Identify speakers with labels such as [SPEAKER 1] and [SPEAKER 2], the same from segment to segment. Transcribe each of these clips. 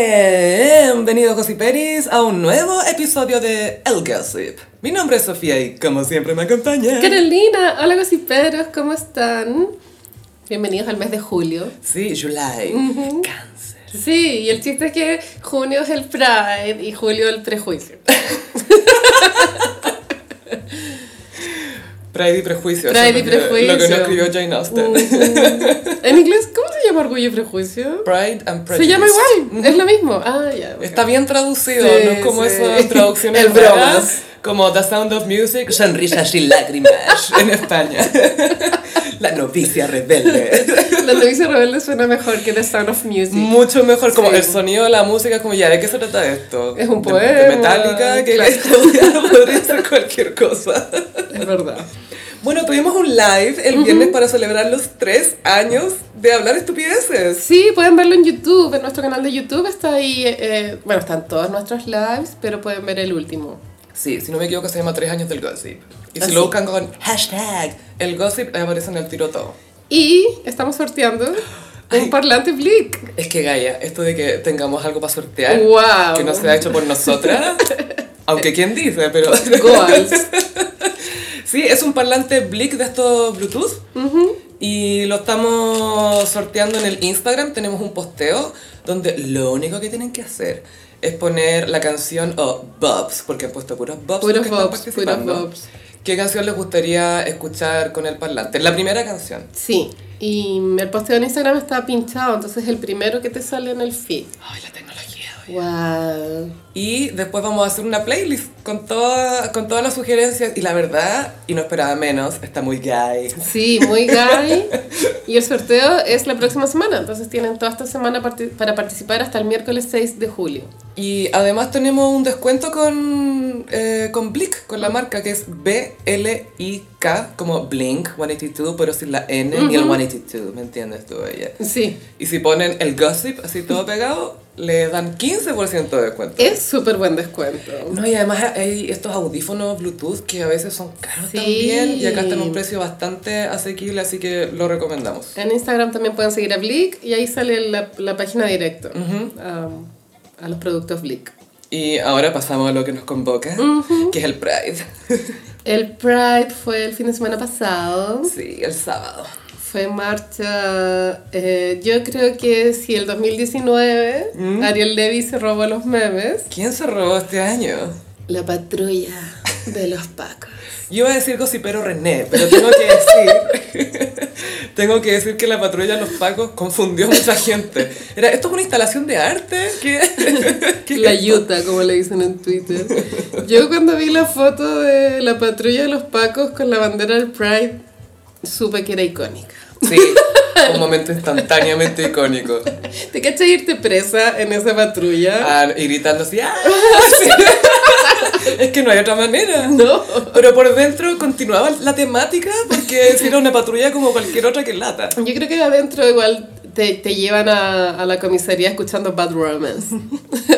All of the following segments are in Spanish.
[SPEAKER 1] Bienvenidos, Gossiperis, a un nuevo episodio de El Gossip. Mi nombre es Sofía y, como siempre, me acompaña.
[SPEAKER 2] Carolina, hola gossiperos, ¿cómo están? Bienvenidos al mes de julio.
[SPEAKER 1] Sí, July.
[SPEAKER 2] Ujú.
[SPEAKER 1] Cáncer.
[SPEAKER 2] Sí, y el chiste es que junio es el Pride y julio el prejuicio.
[SPEAKER 1] Pride y prejuicio. eso
[SPEAKER 2] Pride y
[SPEAKER 1] es lo que-
[SPEAKER 2] prejuicio.
[SPEAKER 1] Lo que no escribió Jane Austen.
[SPEAKER 2] En inglés, ¿cómo se llama orgullo y prejuicio?
[SPEAKER 1] Pride and Prejudice.
[SPEAKER 2] Se llama igual, es lo mismo. Ah, ya. ok.
[SPEAKER 1] Está bien traducido,
[SPEAKER 2] Sí,
[SPEAKER 1] no es como
[SPEAKER 2] sí.
[SPEAKER 1] esas traducciones
[SPEAKER 2] El
[SPEAKER 1] raras,
[SPEAKER 2] bromas.
[SPEAKER 1] Como The Sound of Music, sonrisas y lágrimas en España. La novicia rebelde.
[SPEAKER 2] La noticia rebelde suena mejor que The Sound of Music.
[SPEAKER 1] Mucho mejor, como
[SPEAKER 2] Sí.
[SPEAKER 1] el sonido de la música, es como ya, ¿de qué se trata esto?
[SPEAKER 2] Es un
[SPEAKER 1] De- De,
[SPEAKER 2] poema,
[SPEAKER 1] metálica, que
[SPEAKER 2] claro.
[SPEAKER 1] podría ser cualquier cosa.
[SPEAKER 2] Es verdad.
[SPEAKER 1] Bueno, tuvimos un live el viernes para celebrar los tres años de hablar estupideces.
[SPEAKER 2] Sí, pueden verlo en YouTube, en nuestro canal de YouTube está ahí, eh, eh, bueno, están todos nuestros lives, pero pueden ver el último.
[SPEAKER 1] Sí, si no me equivoco, se llama Tres años del gossip. Y si
[SPEAKER 2] Así.
[SPEAKER 1] lo buscan con hashtag el gossip, ahí aparece en el tiro todo.
[SPEAKER 2] Y estamos sorteando
[SPEAKER 1] Ay.
[SPEAKER 2] un parlante Blick.
[SPEAKER 1] Es que Gaia, esto de que tengamos algo para sortear
[SPEAKER 2] Wow.
[SPEAKER 1] que no sea hecho por nosotras, aunque quién dice, pero
[SPEAKER 2] Goals.
[SPEAKER 1] sí, es un parlante Blick de estos Bluetooth y lo estamos sorteando en el Instagram. Tenemos un posteo donde lo único que tienen que hacer es poner la canción o Bobs, porque han puesto puros Bobs. los
[SPEAKER 2] Puros
[SPEAKER 1] que están
[SPEAKER 2] bobs, puros
[SPEAKER 1] participando.
[SPEAKER 2] bobs.
[SPEAKER 1] ¿Qué canción les gustaría escuchar con el parlante? La primera canción.
[SPEAKER 2] Sí, y el posteo en Instagram está pinchado, entonces es el primero que te sale en el feed.
[SPEAKER 1] Ay, la tecnología.
[SPEAKER 2] Wow.
[SPEAKER 1] Y después vamos a hacer una playlist con, toda- con todas las sugerencias. Y la verdad, y no esperaba menos, está muy gay.
[SPEAKER 2] Sí, muy gay. Y el sorteo es la próxima semana, entonces tienen toda esta semana parti- para participar hasta el miércoles 6 de julio.
[SPEAKER 1] Y además tenemos un descuento con, eh, con Blick, con la marca que es B-L-I-K, como Blink 182, pero sin la N ni el 182, ¿me entiendes tú, ella?
[SPEAKER 2] Sí,
[SPEAKER 1] Y si ponen el gossip así todo pegado, le dan 15% de descuento.
[SPEAKER 2] es súper buen descuento.
[SPEAKER 1] No, y además hay estos audífonos Bluetooth que a veces son caros
[SPEAKER 2] Sí.
[SPEAKER 1] también y acá están a un precio bastante asequible, así que lo recomendamos.
[SPEAKER 2] En Instagram también pueden seguir a Blick y ahí sale la, la página directa a, a los productos Blick.
[SPEAKER 1] Y ahora pasamos a lo que nos convoca, que es el Pride.
[SPEAKER 2] El Pride fue el fin de semana pasado.
[SPEAKER 1] Sí, el sábado.
[SPEAKER 2] Fue marcha. eh, yo creo que si el 2019 Ariel Levy se robó los memes,
[SPEAKER 1] ¿Quién se robó este año?
[SPEAKER 2] la patrulla de los Pacos.
[SPEAKER 1] Yo iba a decir gocipero René, pero tengo que decir... tengo que decir que la patrulla de los pacos confundió a mucha gente. Era, esto es una instalación de arte, que
[SPEAKER 2] La yuta, como le dicen en Twitter. Yo cuando vi la foto de la patrulla de los Pacos con la bandera del Pride, supe que era icónica.
[SPEAKER 1] Sí, un momento instantáneamente icónico.
[SPEAKER 2] ¿Te cachas irte presa en esa patrulla?
[SPEAKER 1] Ah, y gritando así, ¡ah! Sí. es que no hay otra manera.
[SPEAKER 2] No.
[SPEAKER 1] Pero por dentro continuaba la temática porque si era una patrulla como cualquier otra que lata.
[SPEAKER 2] Yo creo que adentro igual te, te llevan a, a la comisaría escuchando Bad Romance.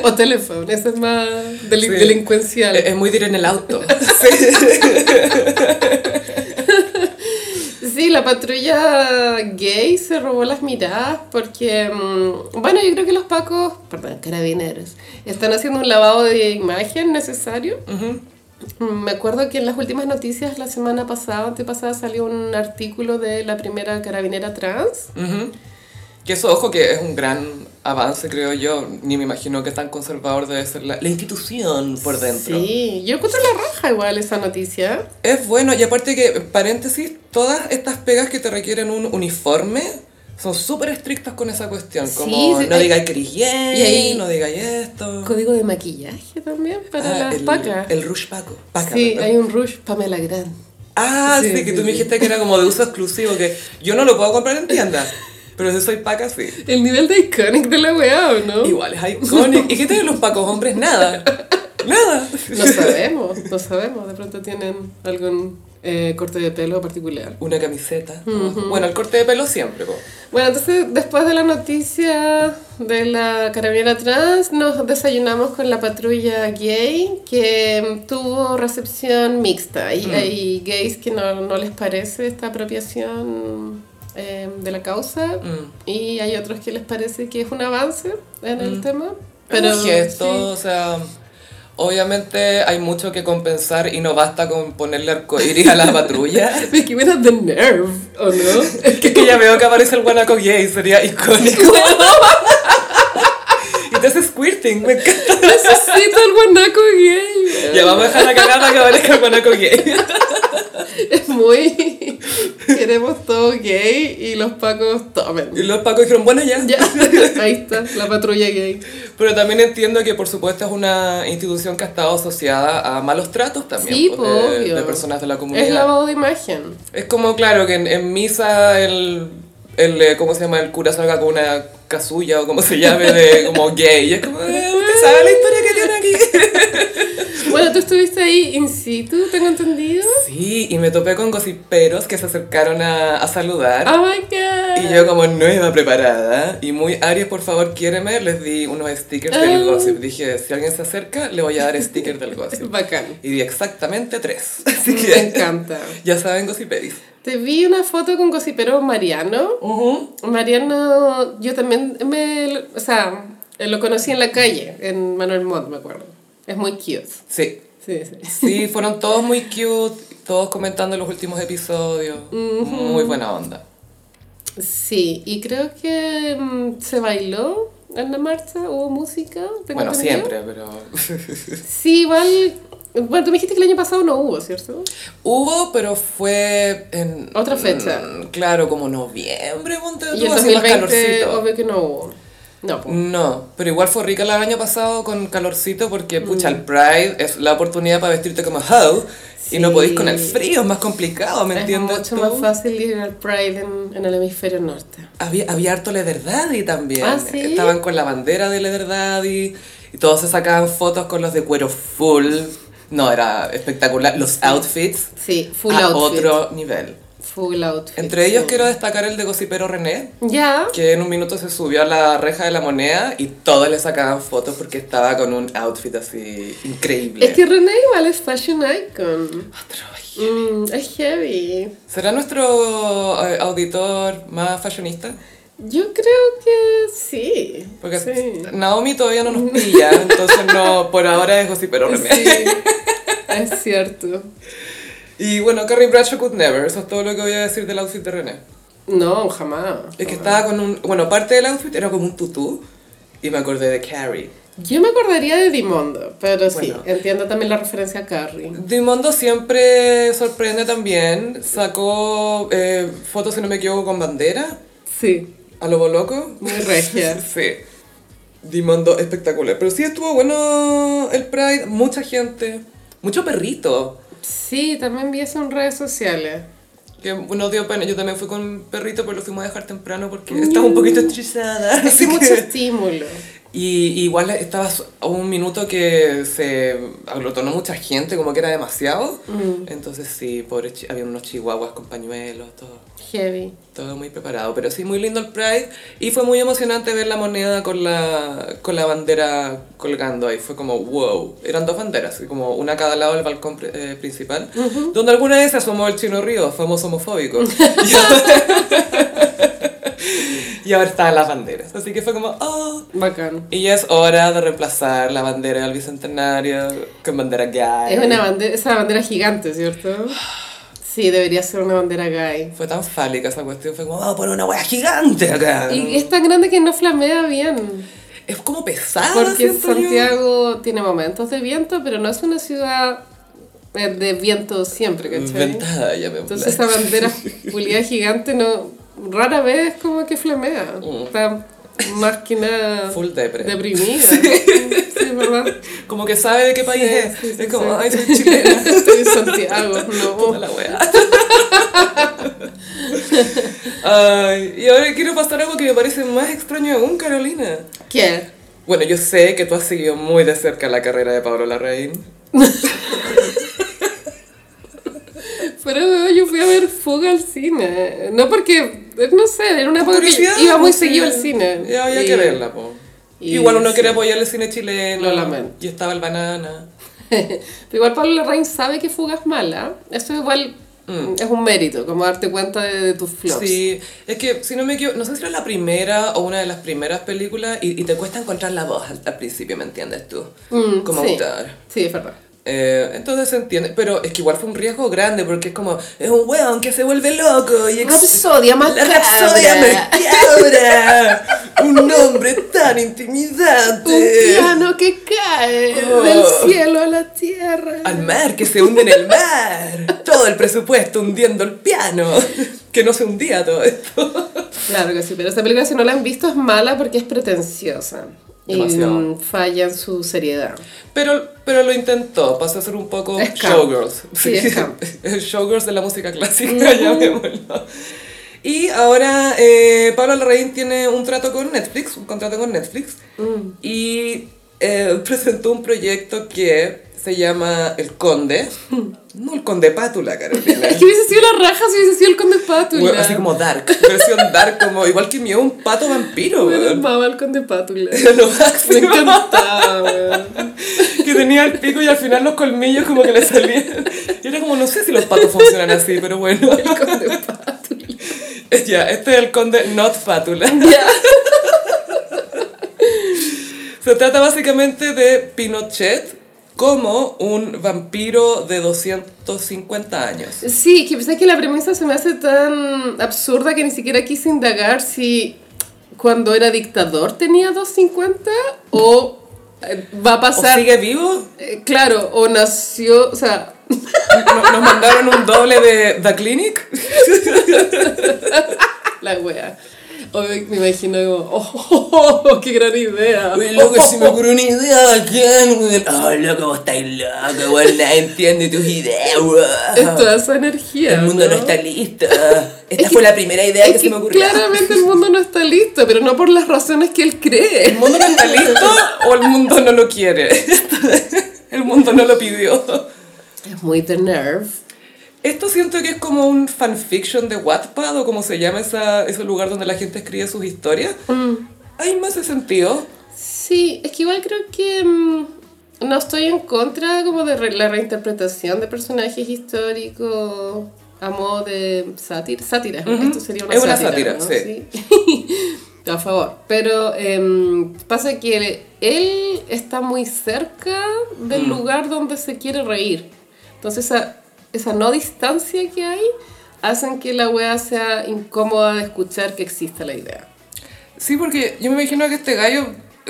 [SPEAKER 2] o teléfono, eso es más deli-
[SPEAKER 1] Sí. Eh.
[SPEAKER 2] delincuencial.
[SPEAKER 1] Es muy dir en el auto.
[SPEAKER 2] Sí, la patrulla gay se robó las miradas porque, mm, bueno, yo creo que los pacos, perdón, carabineros, están haciendo un lavado de imagen necesario. Mm, Me acuerdo que en las últimas noticias, la semana pasada, antepasada, salió un artículo de la primera carabinera trans.
[SPEAKER 1] Ujú. Que eso, ojo, que es un gran avance, creo yo. Ni me imagino que tan conservador debe ser la, la institución por dentro.
[SPEAKER 2] Sí, yo encuentro la raja igual esa noticia.
[SPEAKER 1] Es bueno, y aparte que, en paréntesis, todas estas pegas que te requieren un uniforme son súper estrictas con esa cuestión.
[SPEAKER 2] Sí,
[SPEAKER 1] Como,
[SPEAKER 2] sí,
[SPEAKER 1] no
[SPEAKER 2] hay-
[SPEAKER 1] digáis que eres gay,
[SPEAKER 2] y hay-
[SPEAKER 1] no digáis esto.
[SPEAKER 2] Código de maquillaje también para
[SPEAKER 1] Ah,
[SPEAKER 2] las
[SPEAKER 1] el,
[SPEAKER 2] pacas.
[SPEAKER 1] El rush paco. Paca,
[SPEAKER 2] sí,
[SPEAKER 1] perdón.
[SPEAKER 2] hay un rush Pamela Gran.
[SPEAKER 1] Ah, sí,
[SPEAKER 2] Sí,
[SPEAKER 1] que
[SPEAKER 2] sí,
[SPEAKER 1] tú me
[SPEAKER 2] sí.
[SPEAKER 1] dijiste que era como de uso exclusivo, que yo no lo puedo comprar en tienda, pero si soy paca, sí.
[SPEAKER 2] El nivel de iconic de la weá, ¿o no?
[SPEAKER 1] Igual es icónico. ¿Y qué tienen los pacos hombres? Nada. Nada.
[SPEAKER 2] No sabemos, no sabemos. De pronto tienen algún eh, corte de pelo particular.
[SPEAKER 1] Una camiseta. Bueno, el corte de pelo siempre. po.
[SPEAKER 2] Bueno, entonces después de la noticia de la carabinera trans, nos desayunamos con la patrulla gay que mm, tuvo Mm. recepción mixta. Y hay gays que no, no les parece esta apropiación eh, de la causa
[SPEAKER 1] Mm.
[SPEAKER 2] y hay otros que les parece que es un avance en el tema. Pero
[SPEAKER 1] Mm. Pero gesto,
[SPEAKER 2] sí.
[SPEAKER 1] o sea, obviamente hay mucho que compensar y no basta con ponerle arcoíris a la patrulla.
[SPEAKER 2] Me equivoco the nerve, ¿o no? Es que
[SPEAKER 1] Es que ya veo que aparece el guanaco gay, sería icónico. y te hace squirting, me encanta.
[SPEAKER 2] necesito el guanaco gay.
[SPEAKER 1] Ya vamos a dejar la cagada para que aparezca el guanaco gay.
[SPEAKER 2] Es muy... Queremos todo gay y los pacos tomen.
[SPEAKER 1] Y los pacos dijeron, bueno ya.
[SPEAKER 2] Ya, ahí está, la patrulla gay.
[SPEAKER 1] Pero también entiendo que por supuesto es una institución que ha estado asociada a malos tratos también
[SPEAKER 2] Sí,
[SPEAKER 1] pues,
[SPEAKER 2] po,
[SPEAKER 1] de,
[SPEAKER 2] obvio.
[SPEAKER 1] de personas de la comunidad.
[SPEAKER 2] Es lavado de imagen.
[SPEAKER 1] Es como, claro, que en, en misa el, el, eh, ¿cómo se llama? El cura salga con una casulla o como se llame, de como gay. Y es como, eh, usted sabe la historia que tiene aquí.
[SPEAKER 2] Bueno, tú estuviste ahí in situ, tengo entendido.
[SPEAKER 1] Sí, y me topé con gossiperos que se acercaron a, a saludar.
[SPEAKER 2] Oh my god.
[SPEAKER 1] Y yo como nueva preparada y muy Aries, por favor, quiéreme, les di unos stickers del
[SPEAKER 2] Ah.
[SPEAKER 1] gossip. Dije, si alguien se acerca, le voy a dar stickers del gossip.
[SPEAKER 2] Bacán.
[SPEAKER 1] Y di exactamente tres. Así
[SPEAKER 2] Me
[SPEAKER 1] que
[SPEAKER 2] encanta.
[SPEAKER 1] ya saben, gossiperis.
[SPEAKER 2] Te vi una foto con Cosipero Mariano. Mariano, yo también me. O sea, lo conocí en la calle, en Manuel Montt, me acuerdo. Es muy cute.
[SPEAKER 1] Sí,
[SPEAKER 2] Sí, sí.
[SPEAKER 1] Sí, fueron todos muy cute, todos comentando los últimos episodios. Muy buena onda.
[SPEAKER 2] Sí, y creo que mm, se bailó en la marcha, hubo música. tengo
[SPEAKER 1] Bueno,
[SPEAKER 2] entendido.
[SPEAKER 1] siempre, pero...
[SPEAKER 2] Sí, igual. Bueno, tú me dijiste que el año pasado no hubo, ¿cierto?
[SPEAKER 1] Hubo, pero fue en...
[SPEAKER 2] Otra fecha.
[SPEAKER 1] mm, Claro, como noviembre, ponte
[SPEAKER 2] Y el
[SPEAKER 1] tú, así más
[SPEAKER 2] 2020,
[SPEAKER 1] calorcito.
[SPEAKER 2] obvio que no hubo. No, pues, po.
[SPEAKER 1] No, pero igual fue rica el año pasado con calorcito porque,
[SPEAKER 2] Mm.
[SPEAKER 1] pucha, el Pride es la oportunidad para vestirte como hoe y no
[SPEAKER 2] Sí.
[SPEAKER 1] podéis con el frío, es más complicado, ¿me
[SPEAKER 2] es
[SPEAKER 1] entiendes
[SPEAKER 2] mucho
[SPEAKER 1] tú?
[SPEAKER 2] más fácil ir al Pride en, en el hemisferio norte.
[SPEAKER 1] Había, había harto Leather Daddy también.
[SPEAKER 2] Ah, ¿sí?
[SPEAKER 1] Estaban con la bandera de Leather Daddy y todos se sacaban fotos con los de cuero full. No, era espectacular. Los outfits
[SPEAKER 2] Sí, full
[SPEAKER 1] a
[SPEAKER 2] outfit.
[SPEAKER 1] Ah, otro nivel.
[SPEAKER 2] Full outfit.
[SPEAKER 1] Entre ellos
[SPEAKER 2] sí.
[SPEAKER 1] quiero destacar el de Gossipero René,
[SPEAKER 2] Ya.
[SPEAKER 1] que en un minuto se subió a la reja de la moneda y todos le sacaban fotos porque estaba con un outfit así increíble.
[SPEAKER 2] Es que René igual es fashion icon.
[SPEAKER 1] Otro, ay.
[SPEAKER 2] Mm, es heavy.
[SPEAKER 1] ¿Será nuestro eh, auditor más fashionista?
[SPEAKER 2] Yo creo que sí.
[SPEAKER 1] Porque
[SPEAKER 2] sí.
[SPEAKER 1] Naomi todavía no nos pilla, entonces no, por ahora es Gossipero René.
[SPEAKER 2] Sí, es cierto.
[SPEAKER 1] Y bueno, Carrie Bradshaw could never, eso es todo lo que voy a decir del outfit de René.
[SPEAKER 2] No, jamás.
[SPEAKER 1] Es que
[SPEAKER 2] jamás.
[SPEAKER 1] estaba con un, bueno, parte del outfit era como un tutú y me acordé de Carrie.
[SPEAKER 2] Yo me acordaría de Dimondo, pero sí,
[SPEAKER 1] Bueno.
[SPEAKER 2] entiendo también la referencia a Carrie.
[SPEAKER 1] Dimondo siempre sorprende también, sacó eh, fotos, si no me equivoco, con bandera,
[SPEAKER 2] Sí.
[SPEAKER 1] a lo loco.
[SPEAKER 2] Muy regia.
[SPEAKER 1] sí. Dimondo espectacular. Pero sí estuvo bueno el Pride, mucha gente, mucho perrito.
[SPEAKER 2] Sí, también vi eso en redes sociales.
[SPEAKER 1] Que no dio pena, yo también fui con perrito, pero lo fuimos a dejar temprano porque estaba un poquito estresada.
[SPEAKER 2] Es
[SPEAKER 1] así
[SPEAKER 2] Mm. mucho
[SPEAKER 1] que-
[SPEAKER 2] estímulo.
[SPEAKER 1] Y y igual estaba so- a un minuto que se aglutonó mucha gente, como que era demasiado. Entonces sí, pobre, chi- había unos chihuahuas con pañuelos, todo,
[SPEAKER 2] Heavy.
[SPEAKER 1] todo muy preparado. Pero sí, muy lindo el Pride. Y fue muy emocionante ver la moneda con la, con la bandera colgando ahí. Fue como, wow. Eran dos banderas, así como una a cada lado del balcón pri- eh, principal. Donde alguna vez se asomó el Chino Río, famoso homofóbico. y, ahora, y ahora estaban las banderas. Así que fue como, oh...
[SPEAKER 2] Bacán.
[SPEAKER 1] Y ya es hora de reemplazar la bandera del bicentenario con bandera gay.
[SPEAKER 2] Es una bandera, esa bandera gigante, ¿cierto?
[SPEAKER 1] Ah.
[SPEAKER 2] Sí, debería ser una bandera gay.
[SPEAKER 1] Fue tan fálica esa cuestión, fue como, vamos a poner una wea gigante acá.
[SPEAKER 2] Y es tan grande que no flamea bien.
[SPEAKER 1] Es como pesada.
[SPEAKER 2] Porque
[SPEAKER 1] Ah, siento yo.
[SPEAKER 2] Santiago tiene momentos de viento, pero no es una ciudad eh, de viento siempre, ¿cachai?
[SPEAKER 1] Inventada, ya me
[SPEAKER 2] Entonces esa bandera pulida gigante no rara vez como que flamea.
[SPEAKER 1] Mm.
[SPEAKER 2] Está más que nada
[SPEAKER 1] Full depre.
[SPEAKER 2] deprimida. Sí, es verdad.
[SPEAKER 1] Como que sabe de qué país
[SPEAKER 2] Sí,
[SPEAKER 1] es.
[SPEAKER 2] sí, sí,
[SPEAKER 1] es como,
[SPEAKER 2] sí.
[SPEAKER 1] ay, soy chilena.
[SPEAKER 2] Estoy en Santiago, no.
[SPEAKER 1] Puta la wea. Ay, y ahora quiero pasar a algo que me parece más extraño aún, Carolina.
[SPEAKER 2] ¿Qué?
[SPEAKER 1] Bueno, yo sé que tú has seguido muy de cerca la carrera de Pablo Larraín.
[SPEAKER 2] Pero weón, yo fui a ver Fuga al cine. No porque, no sé, era una época que
[SPEAKER 1] Curiosidad,
[SPEAKER 2] iba muy
[SPEAKER 1] pues,
[SPEAKER 2] seguido al
[SPEAKER 1] sí.
[SPEAKER 2] cine.
[SPEAKER 1] Ya había
[SPEAKER 2] Y-
[SPEAKER 1] que verla, po.
[SPEAKER 2] y
[SPEAKER 1] Igual uno
[SPEAKER 2] sí.
[SPEAKER 1] quiere apoyar el cine chileno.
[SPEAKER 2] Lo lamento.
[SPEAKER 1] Y estaba el banana.
[SPEAKER 2] Pero igual Pablo Larraín sabe que Fuga es mala. Eso igual Es un mérito, como darte cuenta de, de tus flops.
[SPEAKER 1] Mm. Sí, es que si no me equivoco, no sé si era la primera o una de las primeras películas y, y te cuesta encontrar la voz al, al principio, ¿me entiendes tú?
[SPEAKER 2] Mm,
[SPEAKER 1] como
[SPEAKER 2] sí.
[SPEAKER 1] autor.
[SPEAKER 2] Sí, es verdad.
[SPEAKER 1] Eh, entonces se entiende, pero es que igual fue un riesgo grande porque es como, es un weón que se vuelve loco y ex-
[SPEAKER 2] Rapsodia
[SPEAKER 1] la rapsodia macabra, un hombre tan
[SPEAKER 2] Un
[SPEAKER 1] intimidante,
[SPEAKER 2] piano que cae
[SPEAKER 1] Oh. Ah,
[SPEAKER 2] del cielo a la tierra.
[SPEAKER 1] al mar que se hunde en el mar, todo el presupuesto hundiendo el piano, que no se hundía todo esto.
[SPEAKER 2] Claro que sí, pero esta película si no la han visto es mala porque es pretenciosa. Y
[SPEAKER 1] Demasiado.
[SPEAKER 2] mm, falla en su seriedad.
[SPEAKER 1] Pero, pero lo intentó, pasó a ser un poco
[SPEAKER 2] Es camp.
[SPEAKER 1] showgirls.
[SPEAKER 2] Sí, es camp.
[SPEAKER 1] El showgirls de la música clásica, llamémoslo. Y ahora eh, Pablo Larraín tiene un trato con Netflix, un contrato con Netflix,
[SPEAKER 2] Mm.
[SPEAKER 1] y eh, presentó un proyecto que se llama El Conde. No el Conde Pátula, Carolina.
[SPEAKER 2] Es que hubiese sido la raja si hubiese sido el conde Pátula.
[SPEAKER 1] Bueno, así como Dark, versión Dark, como igual que mío, un pato vampiro,
[SPEAKER 2] Me
[SPEAKER 1] weón.
[SPEAKER 2] amaba el conde Pátula.
[SPEAKER 1] Lo
[SPEAKER 2] Me
[SPEAKER 1] máximo.
[SPEAKER 2] encantaba, weón.
[SPEAKER 1] que tenía el pico y al final los colmillos como que le salían. Y era como, no sé si los patos funcionan así, pero bueno.
[SPEAKER 2] El conde Pátula.
[SPEAKER 1] Ya, este es el conde Not Fátula.
[SPEAKER 2] Ya.
[SPEAKER 1] Se trata básicamente de Pinochet como un vampiro de 250 años.
[SPEAKER 2] Sí, que pensé que la premisa se me hace tan absurda que ni siquiera quise indagar si cuando era dictador tenía 250 o eh, va a
[SPEAKER 1] ¿O
[SPEAKER 2] pasar.
[SPEAKER 1] sigue vivo?
[SPEAKER 2] eh, claro, o nació. O sea,
[SPEAKER 1] No- Nos mandaron un doble de The Clinic.
[SPEAKER 2] la wea. O me imagino como, oh, oh, oh, oh, qué gran idea.
[SPEAKER 1] Oye, loco, si me ocurrió una idea bacán, weón. Oh, loco, vos estáis loco, weón. Nadie entiende tus ideas,
[SPEAKER 2] Es
[SPEAKER 1] weón.
[SPEAKER 2] toda esa energía.
[SPEAKER 1] El mundo no está listo. Esta fue la primera idea
[SPEAKER 2] Es
[SPEAKER 1] que se
[SPEAKER 2] que
[SPEAKER 1] me ocurrió.
[SPEAKER 2] Claramente el mundo no está listo, pero no por las razones que él cree.
[SPEAKER 1] ¿El mundo no está listo o el mundo no lo quiere? El mundo no lo pidió.
[SPEAKER 2] Es muy The Nerve.
[SPEAKER 1] Esto siento que es como un fanfiction de Wattpad o como se llama esa, ese lugar donde la gente escribe sus historias. Hay más de sentido.
[SPEAKER 2] Sí, es que igual creo que mm, no estoy en contra como de re- la reinterpretación de personajes históricos a modo de sátira. Sátira, esto sería una
[SPEAKER 1] Es una
[SPEAKER 2] sátira.
[SPEAKER 1] sátira,
[SPEAKER 2] ¿no?
[SPEAKER 1] sí.
[SPEAKER 2] Estoy a favor. Pero em, pasa que él está muy cerca
[SPEAKER 1] Mm.
[SPEAKER 2] del lugar donde se quiere reír. Entonces esa, esa no distancia que hay hacen que la wea sea incómoda de escuchar que exista la idea.
[SPEAKER 1] Sí, porque yo me imagino que este gallo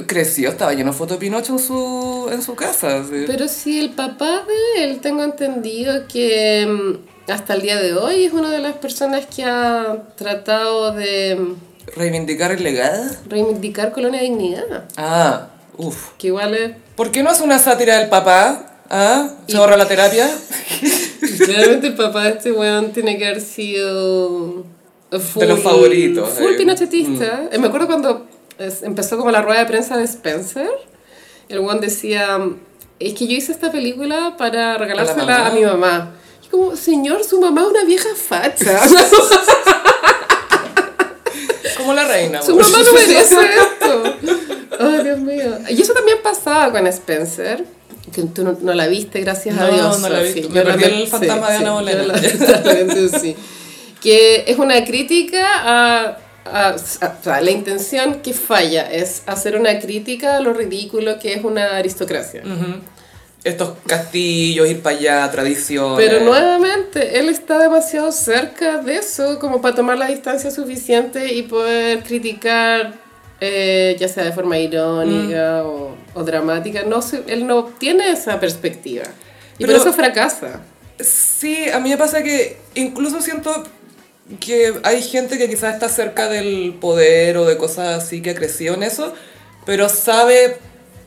[SPEAKER 1] creció, estaba lleno de foto de Pinocho en su, en su casa. sí.
[SPEAKER 2] Pero sí, el papá de él, tengo entendido que mm, hasta el día de hoy es una de las personas que ha tratado de mm,
[SPEAKER 1] Reivindicar el legado.
[SPEAKER 2] reivindicar Colonia Dignidad,
[SPEAKER 1] Ah, uff.
[SPEAKER 2] que igual es
[SPEAKER 1] ¿Por qué no hace una sátira del papá? ¿Ah? ¿Se ahorra la terapia?
[SPEAKER 2] Claramente el papá de este weón tiene que haber sido full,
[SPEAKER 1] De los favoritos,
[SPEAKER 2] Full
[SPEAKER 1] eh.
[SPEAKER 2] pinochetista. Eh, Me acuerdo cuando es- empezó como la rueda de prensa de Spencer, el weón decía, es que yo hice esta película para regalársela
[SPEAKER 1] mamá.
[SPEAKER 2] a mi mamá. Y como, señor, su mamá es una vieja facha.
[SPEAKER 1] Como la reina. pues.
[SPEAKER 2] Su
[SPEAKER 1] amor.
[SPEAKER 2] mamá no merece esto. Ay, Dios mío. Y eso también pasaba con Spencer. Que tú no, no la viste, gracias a
[SPEAKER 1] No,
[SPEAKER 2] Dios.
[SPEAKER 1] no la he
[SPEAKER 2] Sofi.
[SPEAKER 1] visto.
[SPEAKER 2] Yo
[SPEAKER 1] Me
[SPEAKER 2] la
[SPEAKER 1] perdí
[SPEAKER 2] met-
[SPEAKER 1] el fantasma de Ana Bolena.
[SPEAKER 2] yo la- totalmente sí. Que es una crítica a, a- a- o sea, la intención que falla es hacer una crítica a lo ridículo que es una aristocracia.
[SPEAKER 1] Estos castillos, ir para allá, tradiciones.
[SPEAKER 2] Pero nuevamente, él está demasiado cerca de eso como para tomar la distancia suficiente y poder criticar, eh, ya sea de forma irónica o, o dramática. No sé, él no tiene esa perspectiva. Y
[SPEAKER 1] Pero-
[SPEAKER 2] por eso fracasa.
[SPEAKER 1] Sí, a mí me pasa que incluso siento que hay gente que quizás está cerca del poder o de cosas así que ha crecido en eso, pero sabe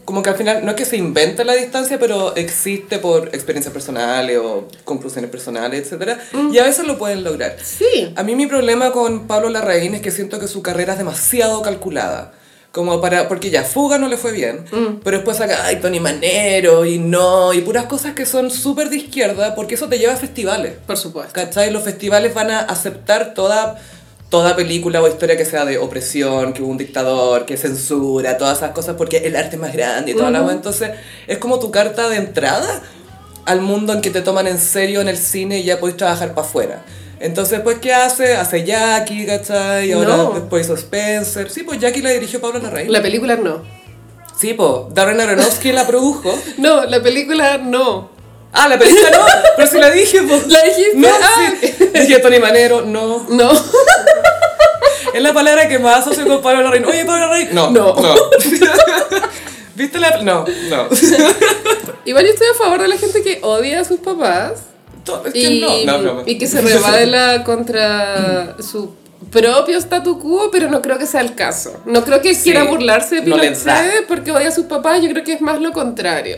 [SPEAKER 1] como que al final no es que se inventa la distancia, pero existe por experiencias personales o conclusiones personales, etc. Y a veces lo pueden lograr.
[SPEAKER 2] Sí.
[SPEAKER 1] A mí mi problema con Pablo Larraín es que siento que su carrera es demasiado calculada. Como para, porque ya Fuga no le fue bien, pero después saca, ay, Tony Manero y no, y puras cosas que son súper de izquierda, porque eso te lleva a festivales.
[SPEAKER 2] Por supuesto.
[SPEAKER 1] ¿Cachai? Los festivales van a aceptar toda, toda película o historia que sea de opresión, que hubo un dictador, que censura, todas esas cosas, porque el arte es más grande y todo la wea. Entonces, es como tu carta de entrada. al mundo en que te toman en serio en el cine y ya podéis trabajar para afuera. Entonces, pues, ¿qué hace? Hace Jackie, ¿cachai? Y ahora
[SPEAKER 2] No.
[SPEAKER 1] después hizo Spencer. Sí, pues Jackie la dirigió Pablo Larraín.
[SPEAKER 2] La película no.
[SPEAKER 1] Sí, pues, Darren Aronofsky la produjo.
[SPEAKER 2] No, la película no.
[SPEAKER 1] Ah, la película no, pero si la dije, pues.
[SPEAKER 2] La dijiste,
[SPEAKER 1] No,
[SPEAKER 2] ah.
[SPEAKER 1] sí. Dije Tony Manero, no.
[SPEAKER 2] No.
[SPEAKER 1] Es la palabra que más asocio con Pablo Larraín. Oye, Pablo Larraín. No,
[SPEAKER 2] No.
[SPEAKER 1] ¿Viste la.? No, no.
[SPEAKER 2] Igual yo estoy a favor de la gente que odia a sus papás
[SPEAKER 1] To- Es que
[SPEAKER 2] y,
[SPEAKER 1] no. No, broma.
[SPEAKER 2] y que se rebala contra su propio statu quo, pero no creo que sea el caso. No creo que quiera burlarse de
[SPEAKER 1] no les da.
[SPEAKER 2] Pinochet porque odia a sus papás, yo creo que es más lo contrario.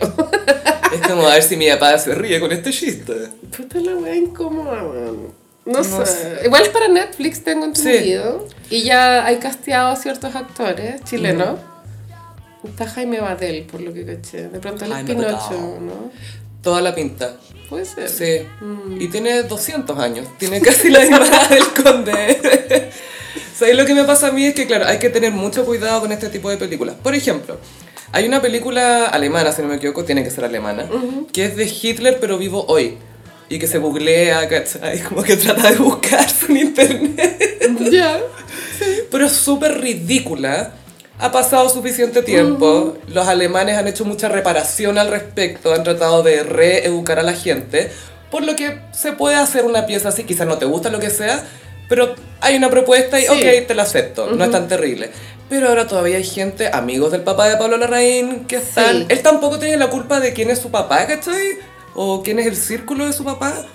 [SPEAKER 1] Es como a ver si mi papá se ríe con este chiste.
[SPEAKER 2] Puta la wea incómoda, weón. No,
[SPEAKER 1] No
[SPEAKER 2] sé.
[SPEAKER 1] sé.
[SPEAKER 2] Igual es para Netflix, tengo entendido. Y ya hay casteado a ciertos actores chilenos. Está Jaime Badel, por lo que caché. De pronto él es
[SPEAKER 1] Jaime
[SPEAKER 2] Pinocho,
[SPEAKER 1] Badel.
[SPEAKER 2] ¿no?
[SPEAKER 1] Toda la pinta.
[SPEAKER 2] Puede ser.
[SPEAKER 1] Sí. Y tiene 200 años. Tiene casi la misma edad del conde. ¿Sabes lo que me pasa a mí? Es que, claro, hay que tener mucho cuidado con este tipo de películas. Por ejemplo, hay una película alemana, si no me equivoco, tiene que ser alemana, que es de Hitler, pero vivo hoy. Y que se googlea, ¿cachai? Como que trata de buscarse en internet.
[SPEAKER 2] Ya.
[SPEAKER 1] Pero es súper ridícula. Ha pasado suficiente tiempo. Los alemanes han hecho mucha reparación al respecto. Han tratado de reeducar a la gente. Por lo que se puede hacer una pieza así. Quizás no te gusta lo que sea. Pero hay una propuesta y,
[SPEAKER 2] Sí.
[SPEAKER 1] ok, te la acepto. No es tan terrible. Pero ahora todavía hay gente, amigos del papá de Pablo Larraín, que están.
[SPEAKER 2] Sí.
[SPEAKER 1] Él tampoco tiene la culpa de quién es su papá, ¿cachai? O quién es el círculo de su papá.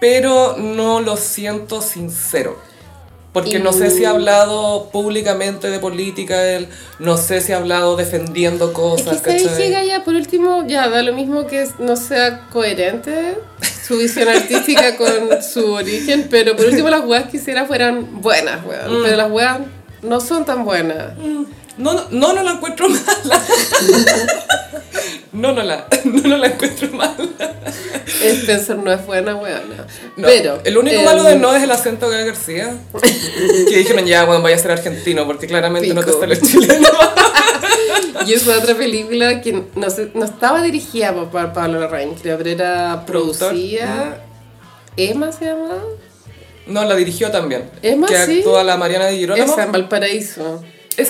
[SPEAKER 1] Pero no lo siento sincero. Porque no sé si ha hablado públicamente de política él, no sé si ha hablado defendiendo
[SPEAKER 2] Es que
[SPEAKER 1] cosas,
[SPEAKER 2] se
[SPEAKER 1] ¿cachai?
[SPEAKER 2] llega ya, por último, ya da lo mismo que no sea coherente su visión artística con su origen, pero por último las weas quisiera fueran buenas,
[SPEAKER 1] Mm.
[SPEAKER 2] weón. Pero las weas no son tan buenas.
[SPEAKER 1] No, no, no, no la encuentro mala. No, no la, no, no la encuentro mala.
[SPEAKER 2] Spencer no es buena weona.
[SPEAKER 1] No,
[SPEAKER 2] pero.
[SPEAKER 1] el único
[SPEAKER 2] em,
[SPEAKER 1] malo de no es el acento de García. Que dijeron, ya, bueno, vaya a ser argentino, porque claramente no te
[SPEAKER 2] Pico.
[SPEAKER 1] sale el chileno.
[SPEAKER 2] Y es otra película que no, sé- no estaba dirigida por Pa- Pablo Larraín, creo, pero era
[SPEAKER 1] Productor.
[SPEAKER 2] producida. ¿Emma se llamaba?
[SPEAKER 1] No, la dirigió también.
[SPEAKER 2] Es más,
[SPEAKER 1] que
[SPEAKER 2] sí.
[SPEAKER 1] actúa la Mariana de Girolamo.
[SPEAKER 2] Esa, en
[SPEAKER 1] Esa.
[SPEAKER 2] Valparaíso.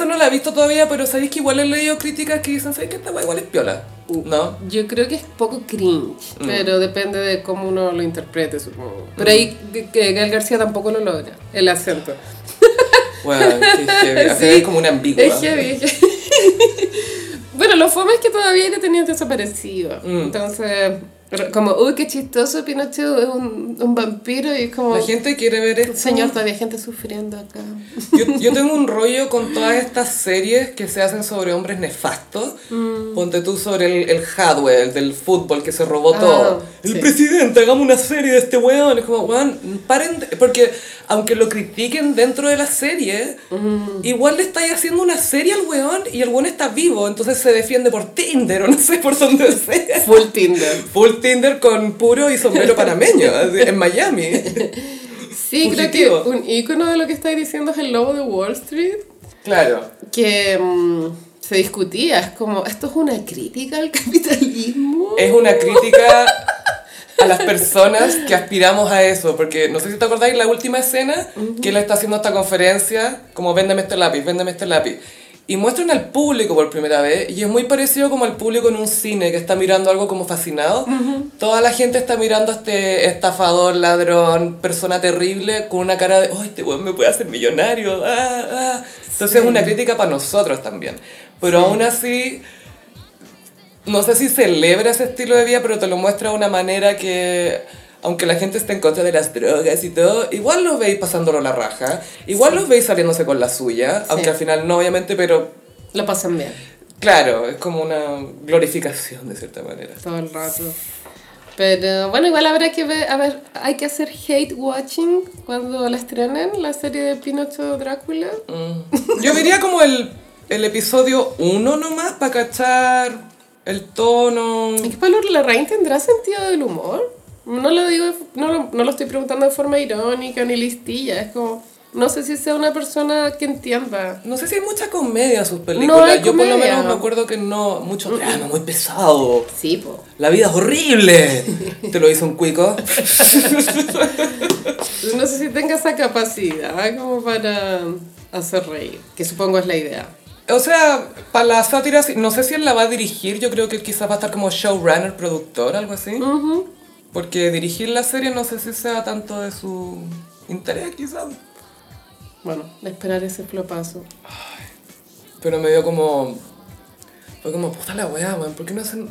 [SPEAKER 1] no la he visto todavía, pero sabéis que igual he leído críticas que dicen, ¿sabéis que esta weá igual es piola?
[SPEAKER 2] Uh.
[SPEAKER 1] ¿No?
[SPEAKER 2] Yo creo que es poco cringe,
[SPEAKER 1] Mm.
[SPEAKER 2] pero depende de cómo uno lo interprete, supongo. Pero ahí que- que Gael García tampoco lo logra, el acento.
[SPEAKER 1] Bueno, qué heavy. Al
[SPEAKER 2] Sí,
[SPEAKER 1] final es como una ambigua.
[SPEAKER 2] Es heavy. es heavy. bueno, lo fome es que todavía hay detenidos desaparecidos.
[SPEAKER 1] Mm.
[SPEAKER 2] Entonces, r- como, uy, qué chistoso, Pinochet es un, un vampiro y es como,
[SPEAKER 1] La gente quiere ver esto.
[SPEAKER 2] señor, todavía hay gente sufriendo acá.
[SPEAKER 1] Yo, yo tengo un rollo con todas estas series que se hacen sobre hombres nefastos.
[SPEAKER 2] Mm.
[SPEAKER 1] Ponte tú sobre el, el Hadwell del fútbol que se robó
[SPEAKER 2] Ah,
[SPEAKER 1] todo.
[SPEAKER 2] sí.
[SPEAKER 1] El presidente, hagamos una serie de este weón. Es como, weón, paren. de- porque aunque lo critiquen dentro de la serie,
[SPEAKER 2] Mm.
[SPEAKER 1] igual le estáis haciendo una serie al weón y el weón está vivo. Entonces se defiende por Tinder o no sé por dónde sea.
[SPEAKER 2] Full Tinder.
[SPEAKER 1] Full Tinder con puro y sombrero panameño así, en Miami.
[SPEAKER 2] Sí, creo
[SPEAKER 1] Fugitivo.
[SPEAKER 2] que un ícono de lo que estáis diciendo es el lobo de Wall Street,
[SPEAKER 1] Claro.
[SPEAKER 2] que mm, se discutía, es como, esto es una crítica al capitalismo.
[SPEAKER 1] es una crítica a las personas que aspiramos a eso, porque no sé si te acordáis la última escena que él está haciendo esta conferencia, como véndeme este lápiz, véndeme este lápiz. Y muestran al público por primera vez, y es muy parecido como al público en un cine que está mirando algo como fascinado. Toda la gente está mirando a este estafador, ladrón, persona terrible, con una cara de, ¡oh, este weón me puede hacer millonario! ah, ah". Entonces es una crítica para nosotros también. Pero aún así, no sé si celebra ese estilo de vida, pero te lo muestra de una manera que, aunque la gente esté en contra de las drogas y todo, igual los veis pasándolo la raja, igual los veis saliéndose con la suya, aunque al final no, obviamente, pero
[SPEAKER 2] Lo pasan bien.
[SPEAKER 1] claro, es como una glorificación de cierta manera.
[SPEAKER 2] todo el rato. Pero bueno, igual habrá que ver, a ver, hay que hacer hate watching cuando la estrenen, la serie de Pinocho Drácula.
[SPEAKER 1] Yo diría como el, el episodio 1 nomás, para cachar el tono.
[SPEAKER 2] ¿Es que Pablo Larraín tendrá sentido del humor? No lo digo, no lo, no lo estoy preguntando de forma irónica ni listilla, es como, No sé si sea una persona que entienda.
[SPEAKER 1] No sé si hay mucha comedia en sus películas.
[SPEAKER 2] No hay
[SPEAKER 1] Yo por lo
[SPEAKER 2] comedia.
[SPEAKER 1] menos me acuerdo que no. Mucho drama, muy pesado.
[SPEAKER 2] Sí, po.
[SPEAKER 1] La vida es horrible. Te lo hizo un cuico.
[SPEAKER 2] No sé si tenga esa capacidad como para hacer reír, que supongo es la idea.
[SPEAKER 1] O sea, para las sátiras, no sé si él la va a dirigir, yo creo que él quizás va a estar como showrunner, productor, algo así. Porque dirigir la serie no sé si sea tanto de su interés, quizás.
[SPEAKER 2] Bueno, de esperar ese flopazo.
[SPEAKER 1] Pero me dio como... Fue como, puta la weá, weón, ¿por qué no hacen...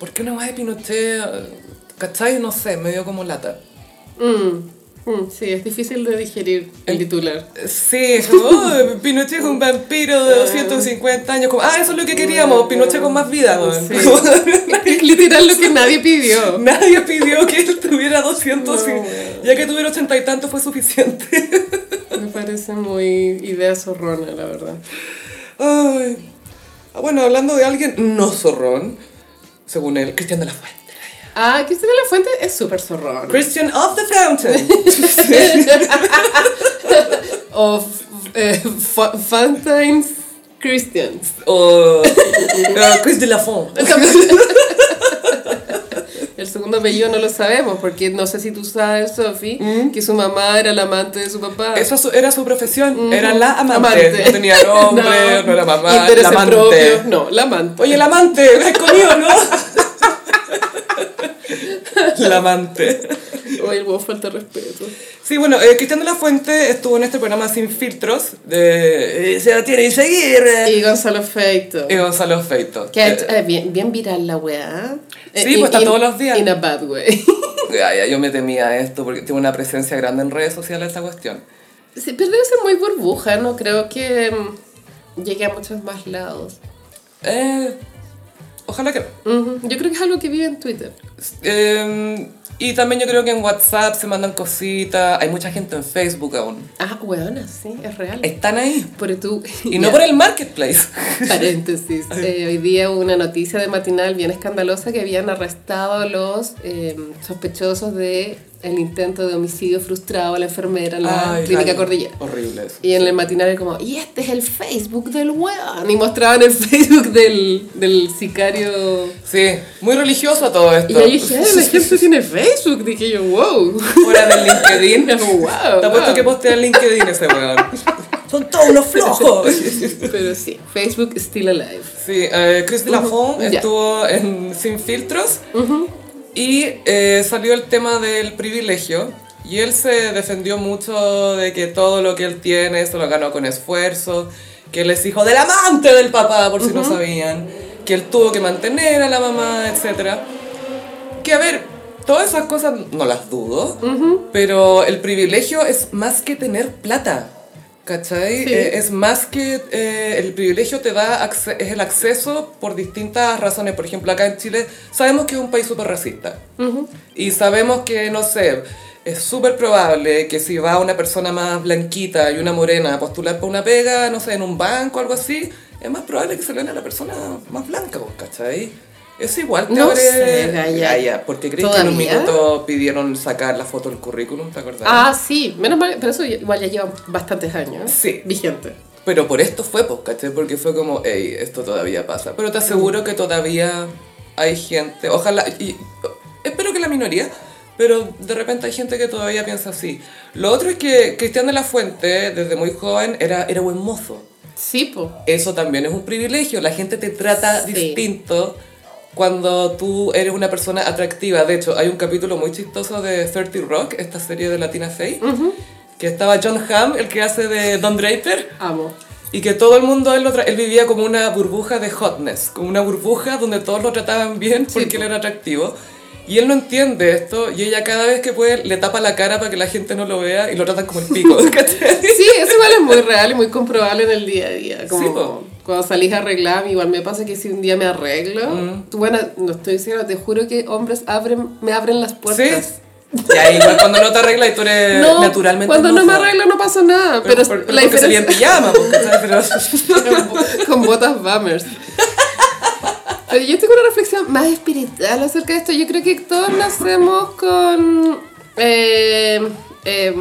[SPEAKER 1] ¿Por qué no va de Pinochet? ¿Cachai? No sé, me dio como lata.
[SPEAKER 2] Mm, mm, sí, es difícil de digerir el titular.
[SPEAKER 1] Sí, como, oh, Pinochet es un vampiro de 250 años. Como, ah, eso es lo que queríamos, Pinochet con más vida, weón.
[SPEAKER 2] Sí. Es literal lo que nadie pidió.
[SPEAKER 1] Nadie pidió que él tuviera 200,
[SPEAKER 2] No,
[SPEAKER 1] y-
[SPEAKER 2] weón.
[SPEAKER 1] ya que tuviera 80 y tanto fue suficiente.
[SPEAKER 2] Me parece muy idea zorrona, la verdad.
[SPEAKER 1] Ay. Ah, Bueno, hablando de alguien no zorrón, según él, Cristian de la Fuente.
[SPEAKER 2] Ah, Cristina La Fuente es súper zorrona.
[SPEAKER 1] Christian of the Fountain.
[SPEAKER 2] O f- eh, fa- Fountains Christians.
[SPEAKER 1] o eh, Chris de la Fuente.
[SPEAKER 2] El segundo apellido no lo sabemos, porque no sé si tú sabes, Sophie,
[SPEAKER 1] Mm.
[SPEAKER 2] que su mamá era la amante de su papá.
[SPEAKER 1] Eso su- era su profesión, era la amante.
[SPEAKER 2] Amante.
[SPEAKER 1] No tenía nombre, no, era mamá,
[SPEAKER 2] Intereses
[SPEAKER 1] la amante.
[SPEAKER 2] propios, no, la amante.
[SPEAKER 1] Oye, el amante, me has comido, ¿no? la amante.
[SPEAKER 2] Oye, vos falta respeto.
[SPEAKER 1] Sí, bueno, eh, Cristian de la Fuente estuvo en este programa Sin Filtros de eh, Se la tiene y seguir. eh,
[SPEAKER 2] Y Gonzalo Feito.
[SPEAKER 1] Y Gonzalo Feito.
[SPEAKER 2] Que ha
[SPEAKER 1] Eh,
[SPEAKER 2] hecho- eh, bien, bien viral la weá. Eh,
[SPEAKER 1] Sí, pues está
[SPEAKER 2] in-
[SPEAKER 1] todos los días.
[SPEAKER 2] In a bad way.
[SPEAKER 1] Ay, ay, yo me temía esto porque tiene una presencia grande en redes sociales esta cuestión.
[SPEAKER 2] Sí, pero debe ser muy burbuja, no creo que mm, llegue a muchos más lados.
[SPEAKER 1] Eh, ojalá que no.
[SPEAKER 2] Ujú, Yo creo que es algo que vive en Twitter.
[SPEAKER 1] Eh, y también yo creo que en WhatsApp se mandan cositas. Hay mucha gente en Facebook aún.
[SPEAKER 2] Ah, weona, sí, es real.
[SPEAKER 1] Están ahí.
[SPEAKER 2] Pero tú...
[SPEAKER 1] Y no por el marketplace.
[SPEAKER 2] Paréntesis. Eh, hoy día hubo una noticia de matinal bien escandalosa que habían arrestado a los eh, sospechosos de el intento de homicidio frustrado a la enfermera en la
[SPEAKER 1] Ay,
[SPEAKER 2] clínica
[SPEAKER 1] ay,
[SPEAKER 2] Cordillera.
[SPEAKER 1] Horrible eso.
[SPEAKER 2] Y en el matinal era como, y este es el Facebook del weón. Y mostraban el Facebook del, del sicario.
[SPEAKER 1] Sí, muy religioso todo esto.
[SPEAKER 2] Y eh, yo dije, "Ay, la gente tiene Facebook. Dije yo, wow.
[SPEAKER 1] Fuera del LinkedIn.
[SPEAKER 2] Era como, wow.
[SPEAKER 1] Te apuesto
[SPEAKER 2] wow".
[SPEAKER 1] que postea en LinkedIn ese weón. Son todos unos flojos.
[SPEAKER 2] Pero sí, Facebook still alive.
[SPEAKER 1] Sí, eh, Chris de la Fon
[SPEAKER 2] Ya.
[SPEAKER 1] estuvo en Sin Filtros y eh, salió el tema del privilegio. Y él se defendió mucho de que todo lo que él tiene se lo ganó con esfuerzo, que él es hijo del amante del papá, por si no sabían, que él tuvo que mantener a la mamá, etc. Que a ver, todas esas cosas no las dudo, pero el privilegio es más que tener plata. ¿Cachai?
[SPEAKER 2] Sí.
[SPEAKER 1] Eh, es más que eh, el privilegio te da acce- es el acceso por distintas razones. Por ejemplo, acá en Chile sabemos que es un país súper racista. Y sabemos que, no sé, es súper probable que si va una persona más blanquita y una morena a postular por una pega, no sé, en un banco o algo así, es más probable que se le den a la persona más blanca, pues, ¿cachai? Es igual, te
[SPEAKER 2] No
[SPEAKER 1] abre-
[SPEAKER 2] sé, Gaya.
[SPEAKER 1] Gaya, porque crees que en un
[SPEAKER 2] ¿Todavía?
[SPEAKER 1] minuto pidieron sacar la foto del currículum, ¿te acordás?
[SPEAKER 2] Ah, sí, menos mal, pero eso igual ya lleva bastantes años.
[SPEAKER 1] Sí.
[SPEAKER 2] Vigente.
[SPEAKER 1] Pero por esto fue, pues, ¿cachai? Porque fue como, hey, esto todavía pasa. Pero te aseguro que todavía hay gente, ojalá, y espero que la minoría, pero de repente hay gente que todavía piensa así. Lo otro es que Cristian de la Fuente, desde muy joven, era, era buen mozo.
[SPEAKER 2] Sí, po.
[SPEAKER 1] Eso también es un privilegio, la gente te trata
[SPEAKER 2] Sí.
[SPEAKER 1] distinto cuando tú eres una persona atractiva. De hecho, hay un capítulo muy chistoso de 30 Rock, esta serie de Latina Faye, que estaba John Hamm, el que hace de Don Draper.
[SPEAKER 2] Amo.
[SPEAKER 1] Y que todo el mundo, él, lo tra- él vivía como una burbuja de hotness, como una burbuja donde todos lo trataban bien porque él era atractivo. Y él no entiende esto y ella cada vez que puede le tapa la cara para que la gente no lo vea y lo tratan como el pico. ¿cachai?
[SPEAKER 2] Sí, eso igual es muy real y muy comprobable en el día a día. Como
[SPEAKER 1] Sí, po.
[SPEAKER 2] cuando salís a arreglar, igual me pasa que si un día me arreglo,
[SPEAKER 1] Mm.
[SPEAKER 2] bueno, no estoy diciendo, te juro que hombres abren, me abren las puertas.
[SPEAKER 1] ¿Sí? Y ahí igual cuando no te arreglas y tú eres
[SPEAKER 2] No,
[SPEAKER 1] naturalmente...
[SPEAKER 2] cuando no me
[SPEAKER 1] hermosa.
[SPEAKER 2] arreglo no pasa nada, pero,
[SPEAKER 1] Pero, por-
[SPEAKER 2] la
[SPEAKER 1] porque salía en
[SPEAKER 2] diferencia
[SPEAKER 1] pijama, pues, ¿cachai? Pero-
[SPEAKER 2] con botas bummers. Pero yo tengo una reflexión más espiritual acerca de esto. Yo creo que todos nacemos con eh, eh,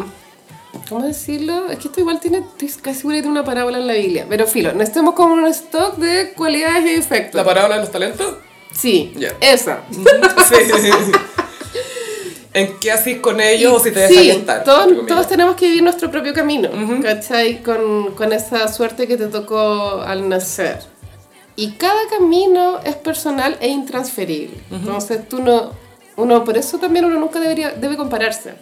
[SPEAKER 2] ¿Cómo decirlo? Es que esto igual tiene, estoy casi segura que tiene una parábola en la Biblia. Pero filo, necesitamos como un stock de cualidades y defectos.
[SPEAKER 1] ¿La parábola de los talentos?
[SPEAKER 2] Sí,
[SPEAKER 1] Ya.
[SPEAKER 2] esa.
[SPEAKER 1] Sí. ¿En qué haces con ellos o si te
[SPEAKER 2] Sí,
[SPEAKER 1] desalientan?
[SPEAKER 2] todos-
[SPEAKER 1] entre comillas?
[SPEAKER 2] todos tenemos que vivir nuestro propio camino, ¿cachai? Con, con esa suerte que te tocó al nacer. Y cada camino es personal e intransferible. Entonces tú no... Uno, por eso también uno nunca debería, debe compararse.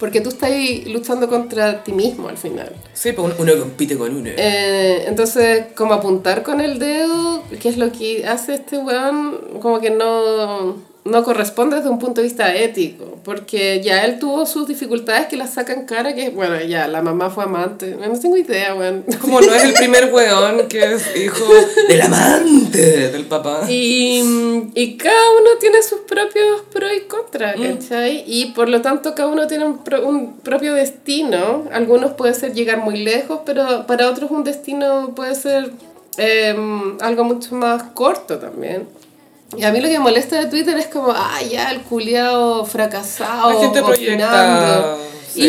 [SPEAKER 2] Porque tú estás ahí luchando contra ti mismo al final.
[SPEAKER 1] Sí, pues uno compite con uno.
[SPEAKER 2] Eh, entonces, como apuntar con el dedo, que es lo que hace este weón, como que no, no corresponde desde un punto de vista ético, porque ya él tuvo sus dificultades que las sacan cara, que bueno, ya la mamá fue amante, no tengo idea, weón.
[SPEAKER 1] Como no es el primer weón que es hijo del amante del papá.
[SPEAKER 2] Y, y cada uno tiene sus propios pros y contras,
[SPEAKER 1] Mm.
[SPEAKER 2] ¿cachai? Y por lo tanto cada uno tiene un, pro- un propio destino. Algunos puede ser llegar muy lejos, pero para otros un destino puede ser eh, algo mucho más corto también. Y a mí lo que me molesta de Twitter es como, ah, ya, el culiao fracasado,
[SPEAKER 1] La gente proyecta,
[SPEAKER 2] opinando. Y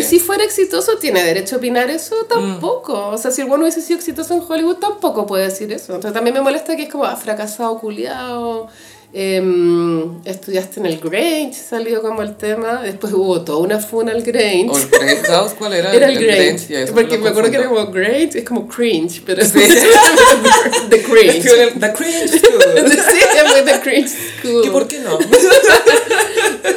[SPEAKER 1] sí. Mm.
[SPEAKER 2] si fuera exitoso, ¿tiene derecho a opinar eso? Tampoco. O sea, si el bueno hubiese sido exitoso en Hollywood, tampoco puede decir eso. Entonces también me molesta que es como, ah, fracasado, culiao, em, estudiaste en el Grange, salió como el tema. Después hubo toda una funa al Grange.
[SPEAKER 1] ¿O el Great House? ¿Cuál era?
[SPEAKER 2] Era el
[SPEAKER 1] Grange, ya,
[SPEAKER 2] Grange.
[SPEAKER 1] eso
[SPEAKER 2] Porque
[SPEAKER 1] lo
[SPEAKER 2] me acuerdo que era
[SPEAKER 1] confundo.
[SPEAKER 2] como Grange, es como cringe, pero es
[SPEAKER 1] Sí.
[SPEAKER 2] The Grange.
[SPEAKER 1] Estuvo en el- The Cringe School.
[SPEAKER 2] Sí, es muy The Cringe School.
[SPEAKER 1] ¿Y por qué no?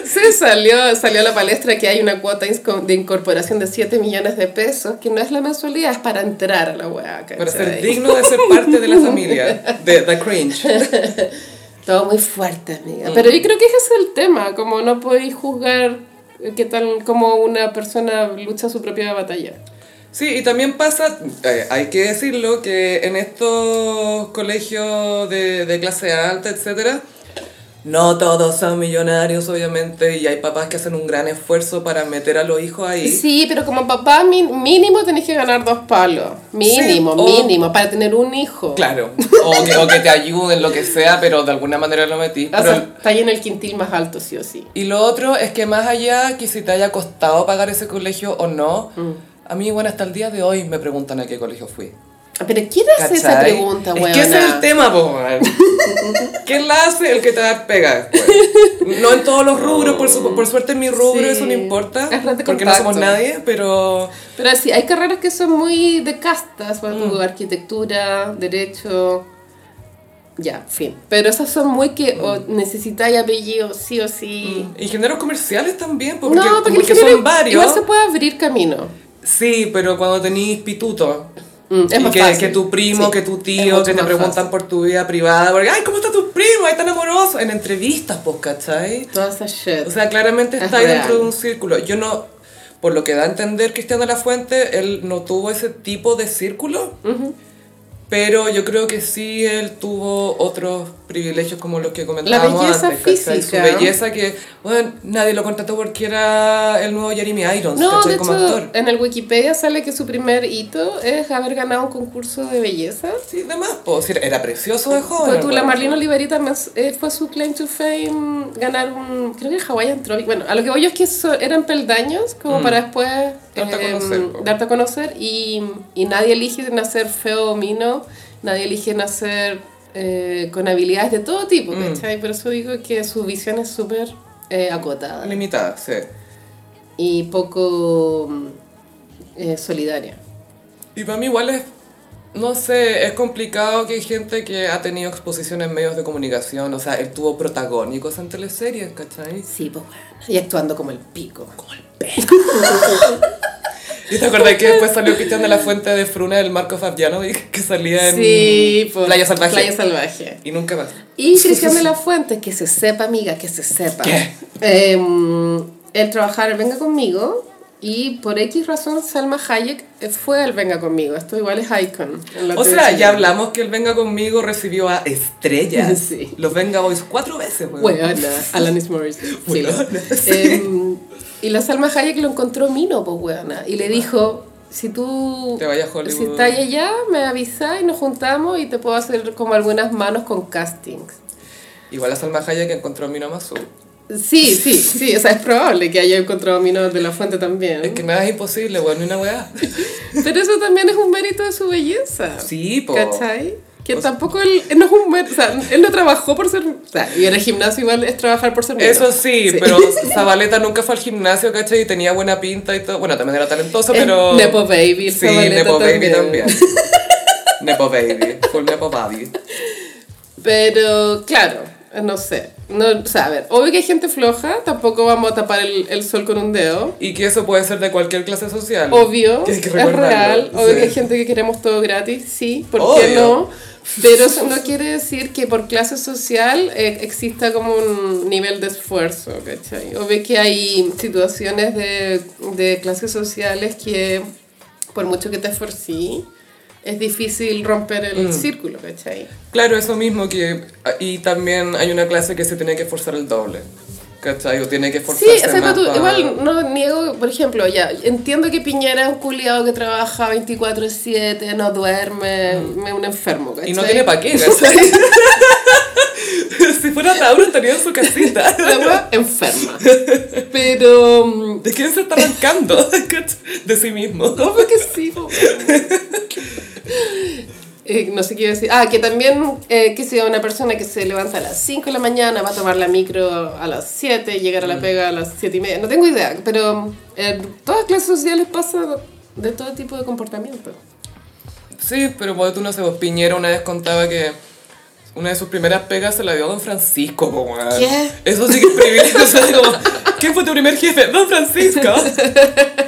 [SPEAKER 2] Sí, salió, salió a la palestra que hay una cuota insco- de incorporación de 7 millones de pesos, que no es la mensualidad, es para entrar a la weá, ¿cachai?
[SPEAKER 1] Para ser digno de ser parte de la familia. De The Cringe.
[SPEAKER 2] Todo muy fuerte, amiga. Pero yo creo que ese es el tema, como no podéis juzgar eh, qué tal como una persona lucha su propia batalla.
[SPEAKER 1] Sí, y también pasa, eh, hay que decirlo, que en estos colegios de, de clase alta, etcétera, no todos son millonarios, obviamente, y hay papás que hacen un gran esfuerzo para meter a los hijos ahí.
[SPEAKER 2] Sí, pero como papá mi- mínimo tenés que ganar dos palos. Mínimo,
[SPEAKER 1] Sí, o-
[SPEAKER 2] mínimo, para tener un hijo.
[SPEAKER 1] Claro, o que, o que te ayuden, lo que sea, pero de alguna manera lo metí.
[SPEAKER 2] O sea, está ahí en el quintil más alto, sí o sí.
[SPEAKER 1] y lo otro es que más allá que si te haya costado pagar ese colegio o no,
[SPEAKER 2] Mm.
[SPEAKER 1] a mí, bueno, hasta el día de hoy me preguntan a qué colegio fui.
[SPEAKER 2] Pero ¿quién hace esa
[SPEAKER 1] ¿Cachai?
[SPEAKER 2] pregunta,
[SPEAKER 1] Es
[SPEAKER 2] weón?
[SPEAKER 1] que ese es el tema, po, weón. ¿Quién la hace? El que te da pega después. pues. No en todos los rubros, por, su- por suerte en mi rubro
[SPEAKER 2] Sí.
[SPEAKER 1] eso no importa.
[SPEAKER 2] Es red de
[SPEAKER 1] Porque no somos
[SPEAKER 2] contacto.
[SPEAKER 1] nadie, pero
[SPEAKER 2] Pero sí, hay carreras que son muy de castas, por
[SPEAKER 1] Mm.
[SPEAKER 2] ejemplo, arquitectura, derecho, ya, fin. Pero esas son muy que o
[SPEAKER 1] Mm.
[SPEAKER 2] necesitáis apellido sí o sí.
[SPEAKER 1] ingenieros comerciales también, porque,
[SPEAKER 2] no, porque,
[SPEAKER 1] porque
[SPEAKER 2] el ingeniero
[SPEAKER 1] son varios.
[SPEAKER 2] igual se puede abrir camino.
[SPEAKER 1] Sí, pero cuando tenís pituto.
[SPEAKER 2] Mm,
[SPEAKER 1] y
[SPEAKER 2] es más
[SPEAKER 1] que,
[SPEAKER 2] fácil.
[SPEAKER 1] que tu primo,
[SPEAKER 2] Sí,
[SPEAKER 1] que tu
[SPEAKER 2] es
[SPEAKER 1] tío,
[SPEAKER 2] mucho
[SPEAKER 1] que te
[SPEAKER 2] más
[SPEAKER 1] preguntan
[SPEAKER 2] fácil.
[SPEAKER 1] por tu vida privada, porque, ay, ¿cómo está tu primo? Ay, tan amoroso. En entrevistas, pues, ¿cachai?
[SPEAKER 2] Toda esa shit.
[SPEAKER 1] O sea, claramente
[SPEAKER 2] Es
[SPEAKER 1] está ahí
[SPEAKER 2] real.
[SPEAKER 1] dentro de un círculo. Yo no, por lo que da a entender Cristian de la Fuente, él no tuvo ese tipo de círculo, pero yo creo que sí él tuvo otros privilegios como los que comentábamos
[SPEAKER 2] belleza
[SPEAKER 1] antes. ¿cachai?
[SPEAKER 2] física.
[SPEAKER 1] Su belleza que, bueno, nadie lo contrató porque era el nuevo Jeremy Irons,
[SPEAKER 2] no,
[SPEAKER 1] ¿cachai?
[SPEAKER 2] de
[SPEAKER 1] como
[SPEAKER 2] hecho, eh,
[SPEAKER 1] actor.
[SPEAKER 2] en el Wikipedia sale que su primer hito es haber ganado un concurso de belleza.
[SPEAKER 1] Sí, demás, puedo decir, era precioso de joven.
[SPEAKER 2] Fue Pues tú,
[SPEAKER 1] el
[SPEAKER 2] la
[SPEAKER 1] weón.
[SPEAKER 2] Marlene Oliverita más, eh, fue su claim to fame ganar un, creo que el Hawaiian Trophy. Bueno, a lo que voy yo es que eso eran peldaños como para después
[SPEAKER 1] Mm. Darte a
[SPEAKER 2] eh,
[SPEAKER 1] conocer, po.
[SPEAKER 2] darte a conocer y, y nadie elige nacer feo o mino, nadie elige nacer eh, con habilidades de todo tipo,
[SPEAKER 1] Mm.
[SPEAKER 2] ¿cachai? Por eso digo que su visión es súper eh, acotada
[SPEAKER 1] Limitada, sí.
[SPEAKER 2] y poco mm, eh, solidaria.
[SPEAKER 1] Y para mí igual es, no sé, es complicado que hay gente que ha tenido exposición en medios de comunicación, o sea, él tuvo protagónicos en teleseries, ¿cachai?
[SPEAKER 2] Sí, pues bueno. Y actuando como el pico. Como el
[SPEAKER 1] ¿Y te acordás que después salió Cristian de la Fuente de Fruna del Marco Fabianovic que salía en
[SPEAKER 2] Sí, pues,
[SPEAKER 1] Playa Salvaje?
[SPEAKER 2] Playa Salvaje.
[SPEAKER 1] Y nunca más.
[SPEAKER 2] Y Cristian de la Fuente, que se sepa, amiga, que se sepa.
[SPEAKER 1] ¿Qué?
[SPEAKER 2] Em, el trabajar, el venga conmigo. Y por X razón, Salma Hayek fue el venga conmigo. Esto igual es icon. en la
[SPEAKER 1] O
[SPEAKER 2] TV
[SPEAKER 1] sea, ya
[SPEAKER 2] chilena.
[SPEAKER 1] hablamos que el Venga Conmigo recibió a estrellas.
[SPEAKER 2] Sí.
[SPEAKER 1] Los Venga Boys cuatro veces, weón.
[SPEAKER 2] Weona, Alanis Morris. Sí,
[SPEAKER 1] Weona,
[SPEAKER 2] lo-
[SPEAKER 1] sí.
[SPEAKER 2] Em, y la Salma Hayek lo encontró Mino, pues weona. Y le dijo, si tú...
[SPEAKER 1] Te vayas a Hollywood.
[SPEAKER 2] Si estás allá, me avisás y nos juntamos y te puedo hacer como algunas manos con castings.
[SPEAKER 1] Igual a Salma Hayek que encontró a Mina Mazú.
[SPEAKER 2] Sí, sí, sí, o sea, es probable que haya encontrado minas de la fuente también.
[SPEAKER 1] Es que nada es imposible, weón, ni una weá.
[SPEAKER 2] Pero eso también es un mérito de su belleza.
[SPEAKER 1] Sí, po.
[SPEAKER 2] ¿Cachai? Que tampoco él, él no es un mérito, o sea, él no trabajó por ser... O sea, y en el gimnasio igual es trabajar por ser negro.
[SPEAKER 1] Eso sí, pero Zabaleta nunca fue al gimnasio, ¿cachai? Y tenía buena pinta y todo. Bueno, también era talentoso,
[SPEAKER 2] Es
[SPEAKER 1] pero...
[SPEAKER 2] Nepo Baby, el
[SPEAKER 1] Sí,
[SPEAKER 2] Zabaleta
[SPEAKER 1] Nepo Baby también.
[SPEAKER 2] también.
[SPEAKER 1] Nepo Baby. Full Nepo Baby.
[SPEAKER 2] Pero, claro, no sé. No, o sea, a ver, obvio que hay gente floja, tampoco vamos a tapar el, el sol con un dedo.
[SPEAKER 1] Y que eso puede ser de cualquier clase social.
[SPEAKER 2] Obvio,
[SPEAKER 1] Que hay que
[SPEAKER 2] es
[SPEAKER 1] recordarlo,
[SPEAKER 2] real. Obvio
[SPEAKER 1] sí.
[SPEAKER 2] que hay gente que queremos todo gratis, sí, ¿por qué
[SPEAKER 1] Obvio.
[SPEAKER 2] no? Pero eso no quiere decir que por clase social eh, exista como un nivel de esfuerzo, ¿cachai? Obvio que hay situaciones de, de clases sociales que, por mucho que te esforcí, es difícil romper
[SPEAKER 1] Mm.
[SPEAKER 2] el círculo, ¿cachai?
[SPEAKER 1] Claro, eso mismo que... Y también hay una clase que se tiene que esforzar el doble. ¿Cachai? O tiene que
[SPEAKER 2] Sí,
[SPEAKER 1] esforzarse
[SPEAKER 2] o sea,
[SPEAKER 1] más
[SPEAKER 2] tú-
[SPEAKER 1] para-
[SPEAKER 2] igual no niego, por ejemplo, ya, entiendo que Piñera es un culiado que trabaja 24-7, no duerme, me un enfermo, ¿cachai?
[SPEAKER 1] Mm. Y no tiene pa' qué, ¿cachai? si fuera Tauro estaría en su casita.
[SPEAKER 2] La wea enferma. Pero. mm,
[SPEAKER 1] ¿De quién se está arrancando? ¿Cachai? De sí mismo.
[SPEAKER 2] No, porque sí, po, weón. Eh, no sé qué iba a decir. Ah, que también, eh, que sea una persona que se levanta a las 5 de la mañana, va a tomar la micro a las 7, llegar
[SPEAKER 1] Mm.
[SPEAKER 2] a la pega a las 7 y media. No tengo idea, pero en todas clases sociales pasa de todo tipo de comportamiento.
[SPEAKER 1] Sí, pero por tú no sé, pues, Piñera una vez contaba que una de sus primeras pegas se la dio a Don Francisco, po, weón.
[SPEAKER 2] ¿Qué?
[SPEAKER 1] Eso sí que es privilegio, o sea, así como, ¿quién fue tu primer jefe? Don Francisco.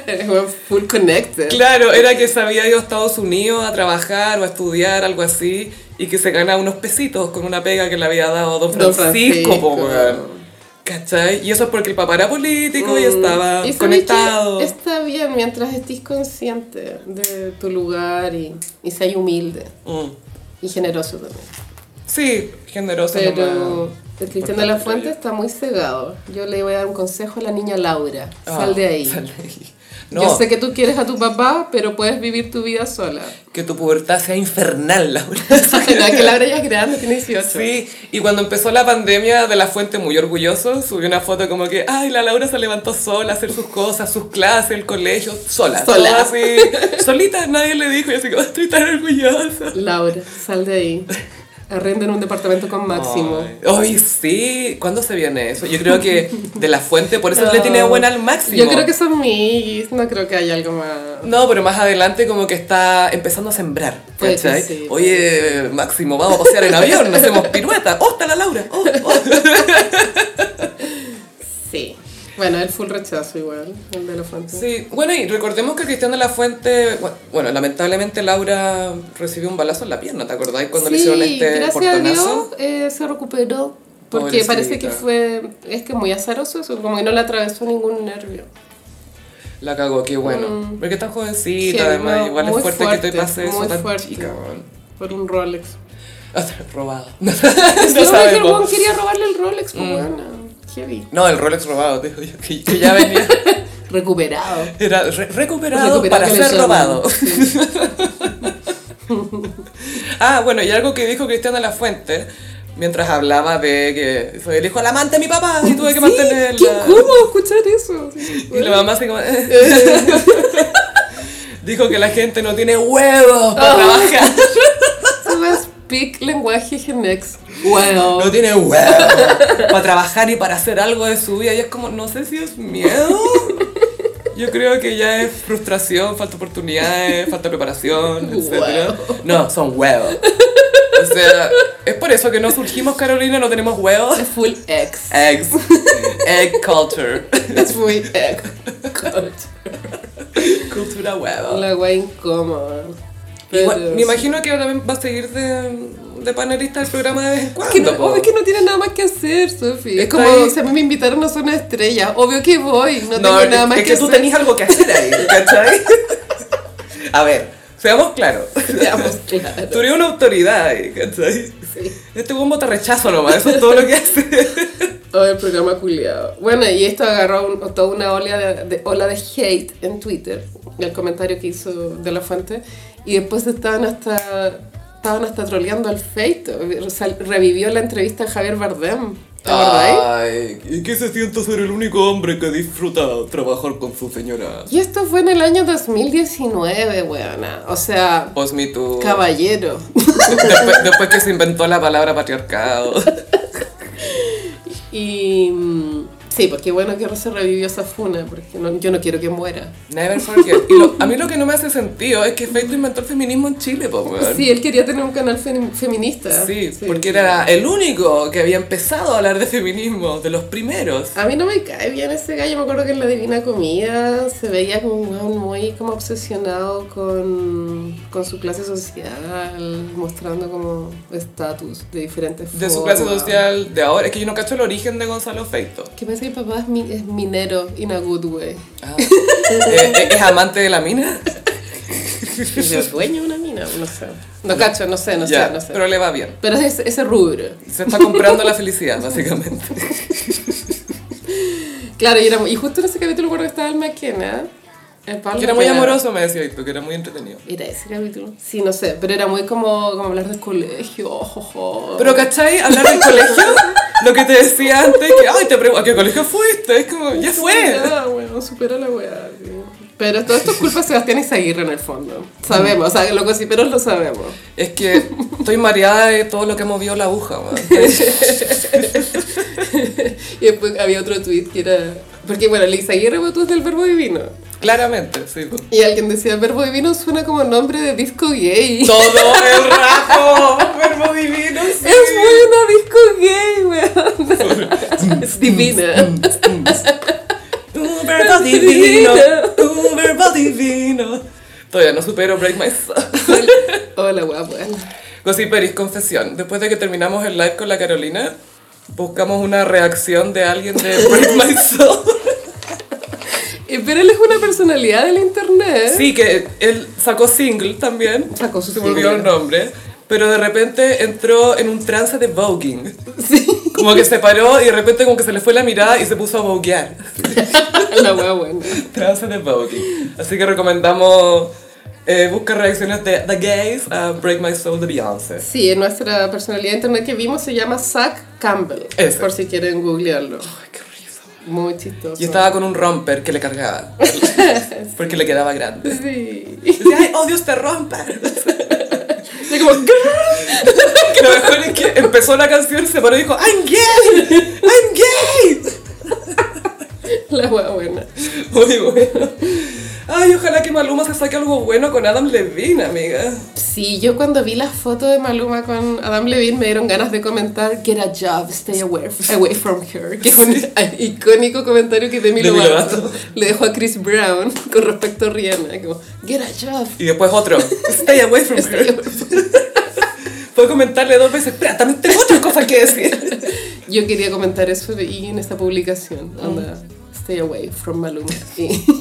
[SPEAKER 2] Es weón full connected.
[SPEAKER 1] Claro, era que se había ido a Estados Unidos a trabajar o a estudiar, algo así, y que se ganaba unos pesitos con una pega que le había dado Don
[SPEAKER 2] Don
[SPEAKER 1] Francisco, po,
[SPEAKER 2] Francisco.
[SPEAKER 1] weón. ¿Cachai? Y eso es porque el papá era político y estaba
[SPEAKER 2] Mm. Y sabes
[SPEAKER 1] conectado.
[SPEAKER 2] que Está bien mientras estés consciente de tu lugar y, y seas humilde
[SPEAKER 1] Mm.
[SPEAKER 2] y generoso también.
[SPEAKER 1] Sí, generoso.
[SPEAKER 2] Pero
[SPEAKER 1] nomás.
[SPEAKER 2] el Cristian de la
[SPEAKER 1] Importante,
[SPEAKER 2] Fuente
[SPEAKER 1] creo
[SPEAKER 2] está muy cegado. Yo le voy a dar un consejo a la niña Laura.
[SPEAKER 1] Ah,
[SPEAKER 2] sal de ahí.
[SPEAKER 1] sal de ahí. No,
[SPEAKER 2] Yo sé que tú quieres a tu papá, pero puedes vivir tu vida sola.
[SPEAKER 1] que tu pubertad sea infernal, Laura.
[SPEAKER 2] No, que Laura ya es grande, tiene 18.
[SPEAKER 1] Sí, y cuando empezó la pandemia de la fuente muy orgulloso, subió una foto como que, ay, la Laura se levantó sola a hacer sus cosas, sus clases, el colegio, sola.
[SPEAKER 2] Sola.
[SPEAKER 1] todo así, solita, nadie le dijo, y así como, estoy tan orgullosa.
[SPEAKER 2] Laura, sal de ahí. Arrenda en un departamento con Máximo.
[SPEAKER 1] Ay, ay, sí, ¿cuándo se viene eso? Yo creo que de la fuente, por eso
[SPEAKER 2] No.
[SPEAKER 1] le tiene buena al máximo.
[SPEAKER 2] Yo creo que son mis, no creo que haya algo más.
[SPEAKER 1] No, pero más adelante como que está empezando a sembrar,
[SPEAKER 2] Puede que
[SPEAKER 1] ¿cachai?
[SPEAKER 2] sí.
[SPEAKER 1] Oye, Máximo, vamos a pasear en avión, hacemos pirueta. ¡Oh, está la Laura! ¡Oh, oh!
[SPEAKER 2] Sí. Bueno, el full rechazo igual, el de la fuente.
[SPEAKER 1] Sí, bueno, y recordemos que Cristian de la Fuente, bu- bueno, lamentablemente Laura recibió un balazo en la pierna, ¿te acordás? Cuando le
[SPEAKER 2] Sí,
[SPEAKER 1] hicieron este
[SPEAKER 2] gracias a Dios
[SPEAKER 1] portonazo.
[SPEAKER 2] eh, se recuperó. Porque
[SPEAKER 1] Pobrecita.
[SPEAKER 2] parece que fue, es que muy azaroso eso, como que no le atravesó ningún nervio.
[SPEAKER 1] La cagó, qué bueno. Porque tan jovencita,
[SPEAKER 2] Mm. Sí,
[SPEAKER 1] además,
[SPEAKER 2] no,
[SPEAKER 1] igual es
[SPEAKER 2] muy
[SPEAKER 1] fuerte, que
[SPEAKER 2] fuerte,
[SPEAKER 1] te pase eso
[SPEAKER 2] muy
[SPEAKER 1] tan
[SPEAKER 2] fuerte.
[SPEAKER 1] chica, weón.
[SPEAKER 2] Por un Rolex.
[SPEAKER 1] O sea, robado. no
[SPEAKER 2] Yo creo que el
[SPEAKER 1] sabemos. Mm.
[SPEAKER 2] weón quería robarle el Rolex, pues bueno, heavy.
[SPEAKER 1] No, el Rolex robado, te digo yo, que, que ya venía.
[SPEAKER 2] Recuperado.
[SPEAKER 1] Era re- recuperado, para
[SPEAKER 2] Recuperado que le
[SPEAKER 1] ser
[SPEAKER 2] llaman.
[SPEAKER 1] robado.
[SPEAKER 2] Sí.
[SPEAKER 1] Ah, bueno, y algo que dijo Cristian de la Fuente mientras hablaba de que fue el hijo al amante de mi papá y tuve que mantenerla.
[SPEAKER 2] Qué incómodo escuchar eso. Sí,
[SPEAKER 1] Y la
[SPEAKER 2] bueno.
[SPEAKER 1] mamá así como...
[SPEAKER 2] eh.
[SPEAKER 1] Dijo que la gente no tiene huevos para
[SPEAKER 2] Ah.
[SPEAKER 1] trabajar.
[SPEAKER 2] Eso es Speak lenguaje Gen X. Wow.
[SPEAKER 1] No tiene huevos para trabajar y para hacer algo de su vida. Y es como, no sé si es miedo. Yo creo que ya es frustración, falta oportunidades, falta preparación, etc. No, son huevos. O sea, es por eso que no surgimos, Carolina, no tenemos huevos.
[SPEAKER 2] Es full X.
[SPEAKER 1] Eggs. Egg culture.
[SPEAKER 2] Es full X. Concha.
[SPEAKER 1] Cultura huevo.
[SPEAKER 2] La wea incómoda.
[SPEAKER 1] Igual,
[SPEAKER 2] Pero
[SPEAKER 1] me imagino que también va a seguir de, de panelista el programa de vez en cuando.
[SPEAKER 2] Que no,
[SPEAKER 1] po.
[SPEAKER 2] obvio que no tiene nada más que hacer, Sofi. Es
[SPEAKER 1] Está
[SPEAKER 2] como
[SPEAKER 1] ahí.
[SPEAKER 2] si a mí me invitaron a ser una estrella. Obvio que voy,
[SPEAKER 1] No,
[SPEAKER 2] no, tengo nada
[SPEAKER 1] es-
[SPEAKER 2] más
[SPEAKER 1] es que,
[SPEAKER 2] que,
[SPEAKER 1] tú
[SPEAKER 2] hacer.
[SPEAKER 1] tenías algo que hacer ahí, ¿cachai? A ver, seamos claros.
[SPEAKER 2] Veamos, pues, claro.
[SPEAKER 1] Tú eres una autoridad ahí, ¿cachai?
[SPEAKER 2] Sí.
[SPEAKER 1] Este bombo te rechazo nomás, eso es todo lo que hace.
[SPEAKER 2] Oh, el programa culiado. Bueno, y esto agarró un- toda una ola de, de- ola de hate en Twitter, el comentario que hizo De La Fuente, y después estaban hasta, estaban hasta troleando al Feito. O sea, revivió la entrevista a Javier Bardem. ¿Te
[SPEAKER 1] Ah,
[SPEAKER 2] acordáis?
[SPEAKER 1] Ay, ¿y qué se siente ser el único hombre que disfruta trabajar con su señora?
[SPEAKER 2] Y esto fue en el año 2019, weona. O sea,
[SPEAKER 1] Pues me too.
[SPEAKER 2] caballero.
[SPEAKER 1] Después, después que se inventó la palabra patriarcado.
[SPEAKER 2] Y mm, sí, porque bueno que se revivió esa funa, porque no- yo no quiero que muera.
[SPEAKER 1] Never forget. Y lo- a mí lo que no me hace sentido es que Facebook inventó el feminismo en Chile, pues, weón.
[SPEAKER 2] Sí, él quería tener un canal fem- feminista.
[SPEAKER 1] Sí, porque era el único que había empezado a hablar de feminismo, de los primeros.
[SPEAKER 2] A mí no me cae bien ese gallo, me acuerdo que en La Divina Comida se veía como un weón muy como obsesionado con, con su clase social, mostrando como estatus de diferentes
[SPEAKER 1] De su
[SPEAKER 2] formas.
[SPEAKER 1] clase social de ahora. Es que yo no cacho el origen de Gonzalo Feito.
[SPEAKER 2] Que parece que el papá es, mi- es minero in a good way.
[SPEAKER 1] Ah. ¿Es, Eh, es- es amante de la mina?
[SPEAKER 2] Es dueño de una mina, no sé. No cacho, no sé, no
[SPEAKER 1] ya,
[SPEAKER 2] sé, no sé. Pero,
[SPEAKER 1] pero le va bien.
[SPEAKER 2] es ese, ese rubro.
[SPEAKER 1] Se está comprando la felicidad, básicamente.
[SPEAKER 2] Claro, y, era, y justo en ese capítulo recuerdo que estaba el McKenna. El Pablo
[SPEAKER 1] Que era muy
[SPEAKER 2] McKenna.
[SPEAKER 1] amoroso, me decía, y tú, que era muy entretenido.
[SPEAKER 2] Era ese capítulo. Sí, no sé, pero era muy como, como hablar del colegio, ojojo.
[SPEAKER 1] Pero, ¿cachai? Hablar del colegio, lo que te decía antes, que, ay, te pregunto, ¿a qué colegio fuiste? Es como, ya fue.
[SPEAKER 2] Supera, weón, supera la weá. tío. Pero todo esto es culpa de Sebastián Izaguirre en el fondo. Sabemos, o sea, los gossiperos lo sabemos.
[SPEAKER 1] Es que estoy mareada de todo lo que movió la aguja, man.
[SPEAKER 2] Y después había otro tweet que era. Porque bueno, la Izaguirre votó del verbo divino.
[SPEAKER 1] Claramente, sí. pues. po.
[SPEAKER 2] Y alguien decía, el verbo divino suena como nombre de disco gay.
[SPEAKER 1] Todo el rato, verbo divino. sí.
[SPEAKER 2] Es muy una disco gay, weón. Es divina.
[SPEAKER 1] Un verbo divino, un verbo divino. Todavía no supero Break My Soul.
[SPEAKER 2] Hola, guapo.
[SPEAKER 1] Gossiperis, confesión. Después de que terminamos el live con la Carolina, buscamos una reacción de alguien de Break My Soul.
[SPEAKER 2] Eh, Pero él es una personalidad del internet.
[SPEAKER 1] Sí, que él sacó single también.
[SPEAKER 2] Sacó su
[SPEAKER 1] Se me olvidó el
[SPEAKER 2] single.
[SPEAKER 1] nombre. Pero de repente entró en un trance de voguing.
[SPEAKER 2] Sí.
[SPEAKER 1] Como que se paró y de repente como que se le fue la mirada y se puso a voguear.
[SPEAKER 2] La wea buena.
[SPEAKER 1] Trance de voguing. Así que recomendamos... eh, busca reacciones de The Gays a Break My Soul de Beyoncé.
[SPEAKER 2] Sí, nuestra personalidad de internet que vimos se llama Zach Campbell.
[SPEAKER 1] Ese.
[SPEAKER 2] Por si quieren googlearlo.
[SPEAKER 1] Ay, qué risa.
[SPEAKER 2] Muy chistoso.
[SPEAKER 1] Y estaba con un romper que le cargaba. Porque le quedaba grande.
[SPEAKER 2] Sí.
[SPEAKER 1] Decía, ay, odio este romper.
[SPEAKER 2] Yo como, "Grrr".
[SPEAKER 1] Que lo mejor es que empezó la canción, se paró y dijo, I'm gay, I'm gay.
[SPEAKER 2] la wea buena.
[SPEAKER 1] Muy bueno. Ay, ojalá que Maluma se saque algo bueno con Adam Levine, amiga.
[SPEAKER 2] Sí, yo cuando vi las fotos de Maluma con Adam Levine me dieron ganas de comentar Get a job, stay away, away from her. Que fue
[SPEAKER 1] Sí.
[SPEAKER 2] el icónico comentario que Demi
[SPEAKER 1] Demi
[SPEAKER 2] Lovato,
[SPEAKER 1] Lovato.
[SPEAKER 2] le dejó a Chris Brown con respecto a Rihanna. Como, Get a job.
[SPEAKER 1] Y después otro, Stay away from
[SPEAKER 2] stay
[SPEAKER 1] her.
[SPEAKER 2] away from
[SPEAKER 1] Puedo comentarle dos veces, pero también tengo otra cosa que decir.
[SPEAKER 2] Yo quería comentar eso y en esta publicación.
[SPEAKER 1] Mm.
[SPEAKER 2] Onda, stay away from Maluma. Y-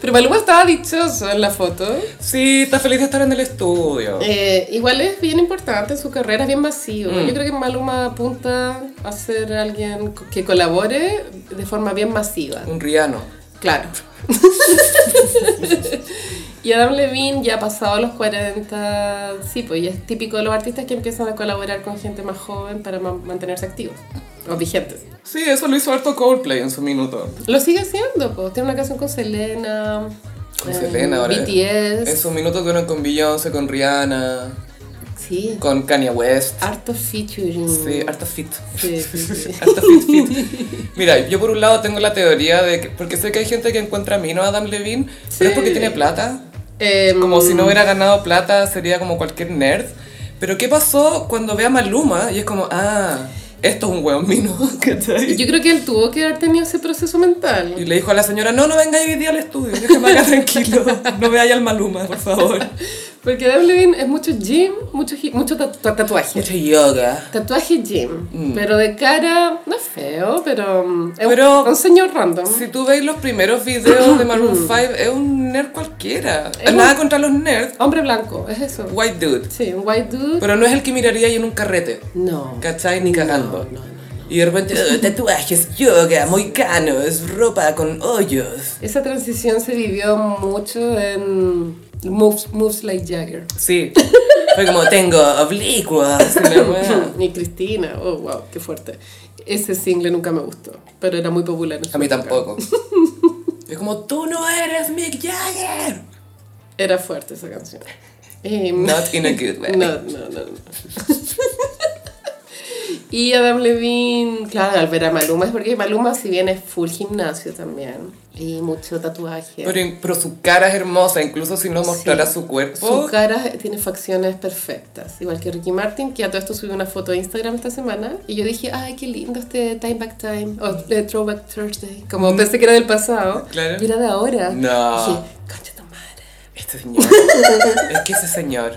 [SPEAKER 2] Pero Maluma estaba dichoso en la foto.
[SPEAKER 1] Sí, está feliz de estar en el estudio.
[SPEAKER 2] Eh, igual es bien importante, su carrera es bien masiva.
[SPEAKER 1] Mm.
[SPEAKER 2] Yo creo que Maluma apunta a ser alguien co- que colabore de forma bien masiva.
[SPEAKER 1] Un Riano.
[SPEAKER 2] Claro. y Adam Levine ya ha pasado los 40, sí, pues ya es típico de los artistas que empiezan a colaborar con gente más joven para ma- mantenerse activos o vigentes.
[SPEAKER 1] Sí, eso lo hizo harto Coldplay en su minuto.
[SPEAKER 2] Lo sigue haciendo, pues. Tiene una canción con Selena. eh,
[SPEAKER 1] Con Selena ahora.
[SPEAKER 2] BTS.
[SPEAKER 1] En sus minutos tuvieron con Beyoncé, con Rihanna,
[SPEAKER 2] Sí.
[SPEAKER 1] con Kanye West.
[SPEAKER 2] Harto featuring.
[SPEAKER 1] Sí, harta fit.
[SPEAKER 2] Mm. Sí, sí, sí.
[SPEAKER 1] Harta fit, fit. Mira, yo por un lado tengo la teoría de que, porque sé que hay gente que encuentra mino a Adam Levine, pero es porque
[SPEAKER 2] Sí.
[SPEAKER 1] tiene plata.
[SPEAKER 2] Em,
[SPEAKER 1] Como si no hubiera ganado plata, sería como cualquier nerd. Pero ¿qué pasó cuando ve a Maluma? Y es como, ah, esto es un hueón mino, ¿cachai?
[SPEAKER 2] Yo creo que él tuvo que haber tenido ese proceso
[SPEAKER 1] Y
[SPEAKER 2] mental.
[SPEAKER 1] le dijo a la señora, no, no venga hoy día al estudio, déjame acá tranquilo, no me al Maluma, por favor.
[SPEAKER 2] Porque Adam Levine es mucho gym, mucho, hi- mucho ta- ta- tatuaje.
[SPEAKER 1] Mucho Mm. yoga.
[SPEAKER 2] Tatuaje gym. Pero de cara, no es feo, pero. mm, Es un-
[SPEAKER 1] Pero-
[SPEAKER 2] un señor random.
[SPEAKER 1] Si tú veis los primeros videos de Maroon 5, es un nerd cualquiera.
[SPEAKER 2] Es
[SPEAKER 1] Nada
[SPEAKER 2] un-
[SPEAKER 1] contra los nerds,
[SPEAKER 2] Hombre blanco, es eso.
[SPEAKER 1] white dude.
[SPEAKER 2] Sí, un white dude.
[SPEAKER 1] Pero no es el que miraría yo en un carrete.
[SPEAKER 2] no.
[SPEAKER 1] ¿Cachai? Ni cagando.
[SPEAKER 2] no, no,
[SPEAKER 1] Y de repente, "Oh, tatuajes, yoga, moicanos, ropa con hoyos.
[SPEAKER 2] Esa transición se vivió mucho en Moves, moves like Jagger.
[SPEAKER 1] Sí. Fue como, tengo oblicuas. y la wea.
[SPEAKER 2] Y Cristina, oh wow, qué fuerte. Ese single nunca me gustó, pero era muy popular. en su
[SPEAKER 1] A mí
[SPEAKER 2] época.
[SPEAKER 1] tampoco. Es como, tú no eres Mick Jagger.
[SPEAKER 2] Era fuerte esa canción. Eh,
[SPEAKER 1] Not in a good way.
[SPEAKER 2] No, no, no. no. y Adam Levine, claro, al ver a Maluma, es porque Maluma si bien es full gimnasio también y mucho tatuaje.
[SPEAKER 1] Pero, pero su cara es hermosa, incluso si no mostrara
[SPEAKER 2] Sí.
[SPEAKER 1] su cuerpo.
[SPEAKER 2] Su cara tiene facciones perfectas, igual que Ricky Martin, que a todo esto subió una foto a Instagram esta semana y yo dije, ay, qué lindo este Time Back Time o eh, Throwback Thursday, como
[SPEAKER 1] Mm.
[SPEAKER 2] pensé que era del pasado,
[SPEAKER 1] Claro.
[SPEAKER 2] y era de ahora.
[SPEAKER 1] No.
[SPEAKER 2] Dije, concha tu madre.
[SPEAKER 1] Este señor. es que ese señor.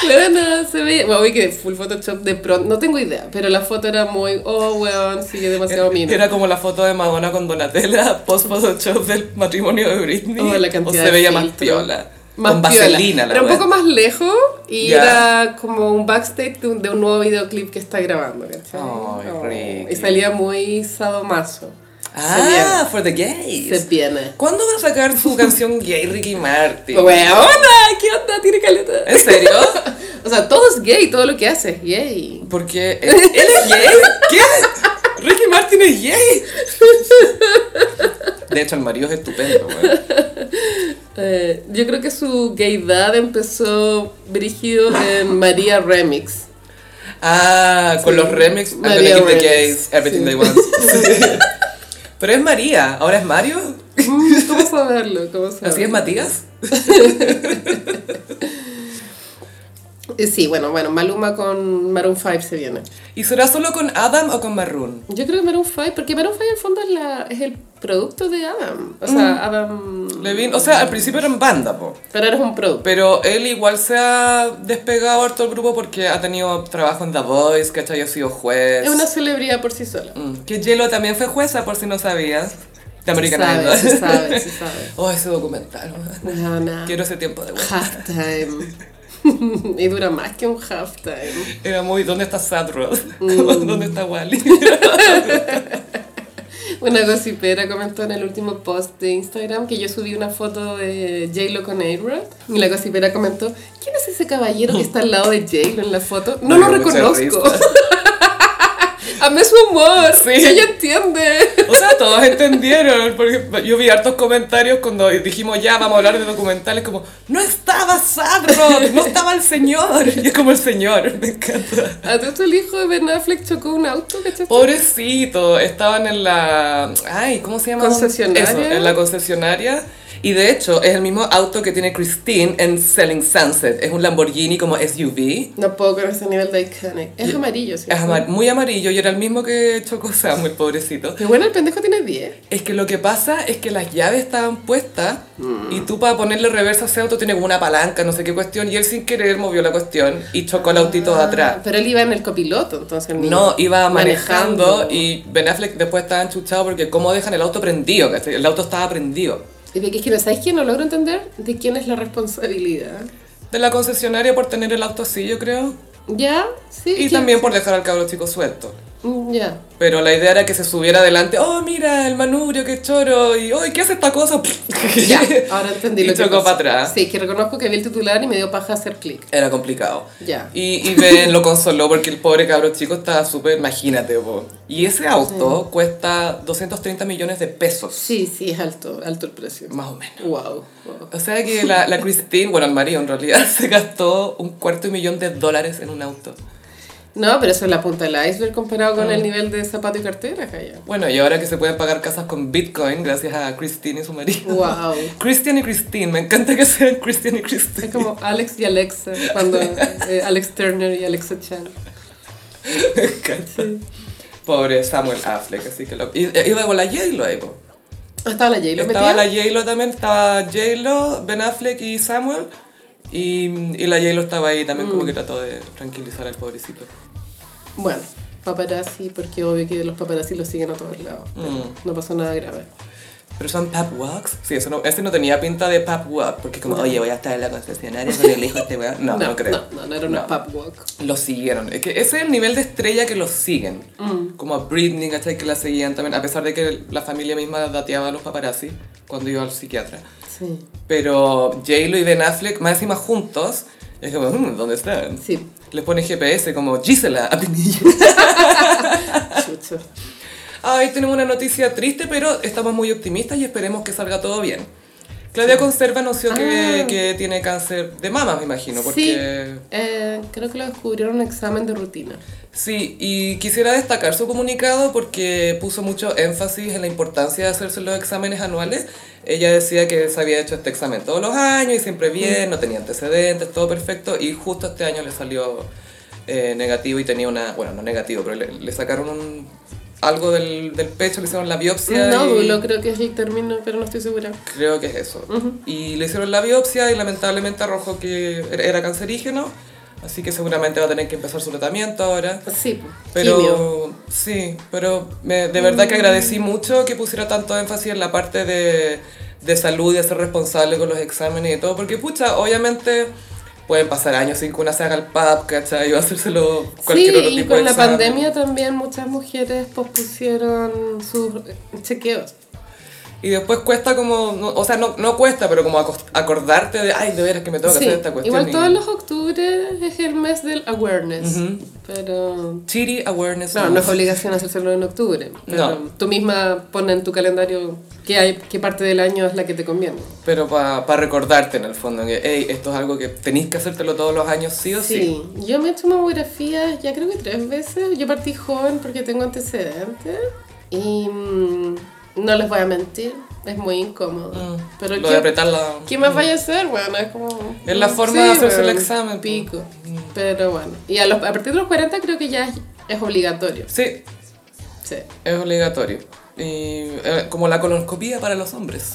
[SPEAKER 2] Claro, no, se ve. Bueno, vi que full Photoshop de pronto. No tengo idea, pero la foto era muy. Oh, weón, sigue demasiado mina.
[SPEAKER 1] Era como la foto de Madonna con Donatella, post Photoshop del matrimonio de Britney.
[SPEAKER 2] Oh, la cantidad
[SPEAKER 1] o se
[SPEAKER 2] de
[SPEAKER 1] veía más
[SPEAKER 2] filtro.
[SPEAKER 1] piola.
[SPEAKER 2] Más
[SPEAKER 1] con
[SPEAKER 2] piola.
[SPEAKER 1] vaselina, la
[SPEAKER 2] Era un
[SPEAKER 1] wea.
[SPEAKER 2] poco más lejos y
[SPEAKER 1] Ya.
[SPEAKER 2] era como un backstage de un, de un nuevo videoclip que está grabando, ¿cachai? Oh,
[SPEAKER 1] Ay, Ricky.
[SPEAKER 2] Y salía muy sadomaso.
[SPEAKER 1] Ah, for the gays.
[SPEAKER 2] Se viene. Se viene.
[SPEAKER 1] ¿Cuándo va a sacar su canción gay Ricky Martin?
[SPEAKER 2] Weona, ¿qué onda? Tiene caleta.
[SPEAKER 1] ¿En serio?
[SPEAKER 2] o sea, todo es gay, todo lo que hace es gay.
[SPEAKER 1] Porque él, él es gay. ¿Qué? Ricky Martin es gay. De hecho, el marido es estupendo, weón.
[SPEAKER 2] Eh, yo creo que su gaydad empezó brígido en María Remix.
[SPEAKER 1] Ah, con
[SPEAKER 2] Sí.
[SPEAKER 1] los remix, I'm
[SPEAKER 2] María
[SPEAKER 1] gonna give the
[SPEAKER 2] remix.
[SPEAKER 1] gays everything
[SPEAKER 2] Sí.
[SPEAKER 1] they want. Sí. Pero es María, ahora es Mario.
[SPEAKER 2] Mm, ¿Cómo saberlo? ¿Cómo saberlo?
[SPEAKER 1] Así es Matías.
[SPEAKER 2] Eh, Sí, bueno, bueno, Maluma con Maroon 5 se viene.
[SPEAKER 1] ¿Y será solo con Adam o con Maroon?
[SPEAKER 2] Yo creo que Maroon 5, porque Maroon 5 en el fondo es, la, es el producto de Adam. O
[SPEAKER 1] Mm.
[SPEAKER 2] sea, Adam...
[SPEAKER 1] Levin, o sea, al principio eran banda, po.
[SPEAKER 2] Pero eres un producto.
[SPEAKER 1] Pero él igual se ha despegado harto del grupo porque ha tenido trabajo en The Voice, ¿cachai? Ha sido juez.
[SPEAKER 2] Es una celebridad por sí sola.
[SPEAKER 1] Mm, Que Yelo también fue jueza, por si no sabías. De
[SPEAKER 2] Se
[SPEAKER 1] American
[SPEAKER 2] sabe,
[SPEAKER 1] Idol.
[SPEAKER 2] se sabe, Ah. se sabe.
[SPEAKER 1] Oh, ese documental, weón.
[SPEAKER 2] No, no.
[SPEAKER 1] Quiero ese tiempo de vuelta.
[SPEAKER 2] Halftime. y dura más que un halftime.
[SPEAKER 1] Era muy, ¿dónde está Sad Ross?
[SPEAKER 2] Mm.
[SPEAKER 1] ¿Dónde está Wally?
[SPEAKER 2] Una gocipera comentó en el último post de Instagram que yo subí una foto de J-Lo con A-Rod y la gocipera comentó, ¿quién es ese caballero que está al lado de J-Lo en la foto? No
[SPEAKER 1] Me
[SPEAKER 2] lo
[SPEAKER 1] dio mucha
[SPEAKER 2] reconozco.
[SPEAKER 1] risa.
[SPEAKER 2] Amé su humor.
[SPEAKER 1] Sí.
[SPEAKER 2] Ella entiende.
[SPEAKER 1] O sea, todos entendieron, porque yo vi hartos comentarios cuando dijimos ya, vamos a hablar de documentales, como, no estaba Sad Ross, no estaba el señor. Y es como el señor, me encanta.
[SPEAKER 2] A todo esto el hijo de Ben Affleck chocó un auto, ¿cachai?
[SPEAKER 1] Oh. Pobrecito, estaban en la. Ay, ¿cómo se llama?
[SPEAKER 2] Concesionaria.
[SPEAKER 1] Eso, en la concesionaria. Y de hecho, es el mismo auto que tiene Christine en Selling Sunset. Es un Lamborghini como SUV.
[SPEAKER 2] No puedo con ese nivel de iconic. Es amarillo, sí.
[SPEAKER 1] Es ama- muy amarillo y era el mismo que chocó Samuel, pobrecito.
[SPEAKER 2] Pero bueno, el pendejo tiene 10.
[SPEAKER 1] Es que lo que pasa es que las llaves estaban puestas
[SPEAKER 2] Mm.
[SPEAKER 1] y tú para ponerle reversa a ese auto tiene como una palanca, no sé qué cuestión, y él sin querer movió la cuestión y chocó el autito de atrás.
[SPEAKER 2] Ah, Pero él iba en el copiloto, entonces el niño.
[SPEAKER 1] No, iba manejando, y Ben Affleck después estaba enchuchado porque cómo dejan el auto prendido, ¿cachai? el auto estaba prendido.
[SPEAKER 2] Y de que es que no, ¿sabes qué? No logro entender de quién es la responsabilidad.
[SPEAKER 1] De la concesionaria por tener el auto así, yo creo.
[SPEAKER 2] ¿Ya? Sí.
[SPEAKER 1] Y
[SPEAKER 2] ¿quién?
[SPEAKER 1] también por dejar al cabro chico suelto.
[SPEAKER 2] Mm, Ya.
[SPEAKER 1] Pero la idea era que se subiera adelante, oh mira, el manubrio, qué choro, y oh, ¿y ¿qué hace esta cosa?
[SPEAKER 2] Ya, ahora entendí
[SPEAKER 1] Y
[SPEAKER 2] lo que
[SPEAKER 1] chocó
[SPEAKER 2] pasó.
[SPEAKER 1] para atrás.
[SPEAKER 2] Sí, que reconozco que vi el titular y me dio paja hacer clic.
[SPEAKER 1] Era complicado.
[SPEAKER 2] Ya.
[SPEAKER 1] Y, y Ben lo consoló porque el pobre cabro chico estaba súper, imagínate vos. Y ese auto cuesta 230 millones de pesos,
[SPEAKER 2] Sí, sí, es alto, alto el precio.
[SPEAKER 1] más o menos.
[SPEAKER 2] Wow. wow.
[SPEAKER 1] O sea que la, la Christine, bueno, el marido en realidad, se gastó un cuarto de millón de dólares en un auto.
[SPEAKER 2] No, pero eso es la punta del iceberg comparado con
[SPEAKER 1] Ah.
[SPEAKER 2] el nivel de zapato y cartera, Jaya.
[SPEAKER 1] Bueno, y ahora que se pueden pagar casas con Bitcoin gracias a Christine y su marido.
[SPEAKER 2] Wow.
[SPEAKER 1] Christian y Christine, me encanta que sean Christian y Christine.
[SPEAKER 2] Es como Alex y Alexa, cuando eh, Alex Turner y Alexa Chan.
[SPEAKER 1] Me encanta. Pobre Samuel Affleck, así que lo... y- Iba con la J-Lo ahí, po.
[SPEAKER 2] Ah, Estaba la J-Lo
[SPEAKER 1] Estaba
[SPEAKER 2] metida.
[SPEAKER 1] la J-Lo también, estaba J-Lo, Ben Affleck y Samuel. Y, y la J-Lo estaba ahí también
[SPEAKER 2] Mm.
[SPEAKER 1] como que trató de tranquilizar al pobrecito.
[SPEAKER 2] Bueno, paparazzi, porque obvio que los paparazzi los siguen a todos lados. pero
[SPEAKER 1] Mm.
[SPEAKER 2] No pasó nada grave.
[SPEAKER 1] Pero son pap walks. Sí, eso no, ese no tenía pinta de pap walk, porque como, oye, voy a estar en la concesionaria con el hijo de este weón. No, no, creo.
[SPEAKER 2] No, no, no era una pap walk.
[SPEAKER 1] Lo siguieron. Es que ese es el nivel de estrella que los siguen.
[SPEAKER 2] Mm.
[SPEAKER 1] Como a Britney, ¿cachai? Que la seguían también, a pesar de que la familia misma dateaba a los paparazzi cuando iba al psiquiatra.
[SPEAKER 2] Sí.
[SPEAKER 1] Pero J-Lo y Ben Affleck, más encima juntos, es como, "Mm, ¿dónde están?
[SPEAKER 2] Sí.
[SPEAKER 1] Les pone GPS como, Gisela, a
[SPEAKER 2] Chucho.
[SPEAKER 1] Ay, tenemos una noticia triste, pero estamos muy optimistas y esperemos que salga todo bien. Claudia Conserva anunció que,
[SPEAKER 2] Ah.
[SPEAKER 1] que tiene cáncer de mama, me imagino,
[SPEAKER 2] Sí,
[SPEAKER 1] porque...
[SPEAKER 2] eh, creo que lo descubrieron en un examen de rutina.
[SPEAKER 1] Sí, y quisiera destacar su comunicado porque puso mucho énfasis en la importancia de hacerse los exámenes anuales. Ella decía que se había hecho este examen todos los años y siempre bien, no tenía antecedentes, todo perfecto, y justo este año le salió eh, negativo y tenía una, bueno, no negativo, pero le, le sacaron un- algo del, del pecho, le hicieron la biopsia.
[SPEAKER 2] No,
[SPEAKER 1] y-
[SPEAKER 2] lo creo que es el término, pero no estoy segura.
[SPEAKER 1] Creo que es eso. Y le hicieron la biopsia y lamentablemente arrojó que era- era cancerígeno, así que seguramente va a tener que empezar su tratamiento ahora.
[SPEAKER 2] Sí,
[SPEAKER 1] Pero
[SPEAKER 2] quimio.
[SPEAKER 1] sí, pero me- de verdad que agradecí mucho que pusiera tanto énfasis en la parte de, de salud, de ser responsable con los exámenes y todo, porque pucha, obviamente pueden pasar años sin que una se haga el PAP, ¿cachai? O hacérselo cualquier
[SPEAKER 2] Sí,
[SPEAKER 1] otro
[SPEAKER 2] y
[SPEAKER 1] tipo de
[SPEAKER 2] con la
[SPEAKER 1] examen.
[SPEAKER 2] pandemia también muchas mujeres pospusieron sus chequeos.
[SPEAKER 1] Y después cuesta como, no- o sea, no, no cuesta, pero como acos- acordarte de, ay, de veras que me tengo que
[SPEAKER 2] Sí,
[SPEAKER 1] hacer esta cuestión.
[SPEAKER 2] igual
[SPEAKER 1] y-
[SPEAKER 2] todos los octubres es el mes del awareness, pero...
[SPEAKER 1] Chiri Awareness
[SPEAKER 2] Claro,
[SPEAKER 1] Month.
[SPEAKER 2] no es obligación hacérselo en octubre, pero
[SPEAKER 1] No.
[SPEAKER 2] tú misma pones en tu calendario qué, hay, qué parte del año es la que te conviene.
[SPEAKER 1] Pero para recordarte en el fondo, que hey, esto es algo que tenéis que hacértelo todos los años sí o sí.
[SPEAKER 2] Sí, yo me he hecho mamografías ya creo que tres veces. Yo partí joven porque tengo antecedentes y mm, no les voy a mentir, es muy incómodo. Pero
[SPEAKER 1] Mm, Lo
[SPEAKER 2] ¿qué-
[SPEAKER 1] de apretar la...
[SPEAKER 2] ¿Qué más vaya a hacer? Bueno, es como...
[SPEAKER 1] Es la forma de hacerse el
[SPEAKER 2] bueno,
[SPEAKER 1] examen, Mm.
[SPEAKER 2] Pico. Pero bueno. Y a, los, a partir de los 40 creo que ya es, es obligatorio.
[SPEAKER 1] Sí,
[SPEAKER 2] Sí.
[SPEAKER 1] es obligatorio. Y eh, como la colonoscopía para los hombres,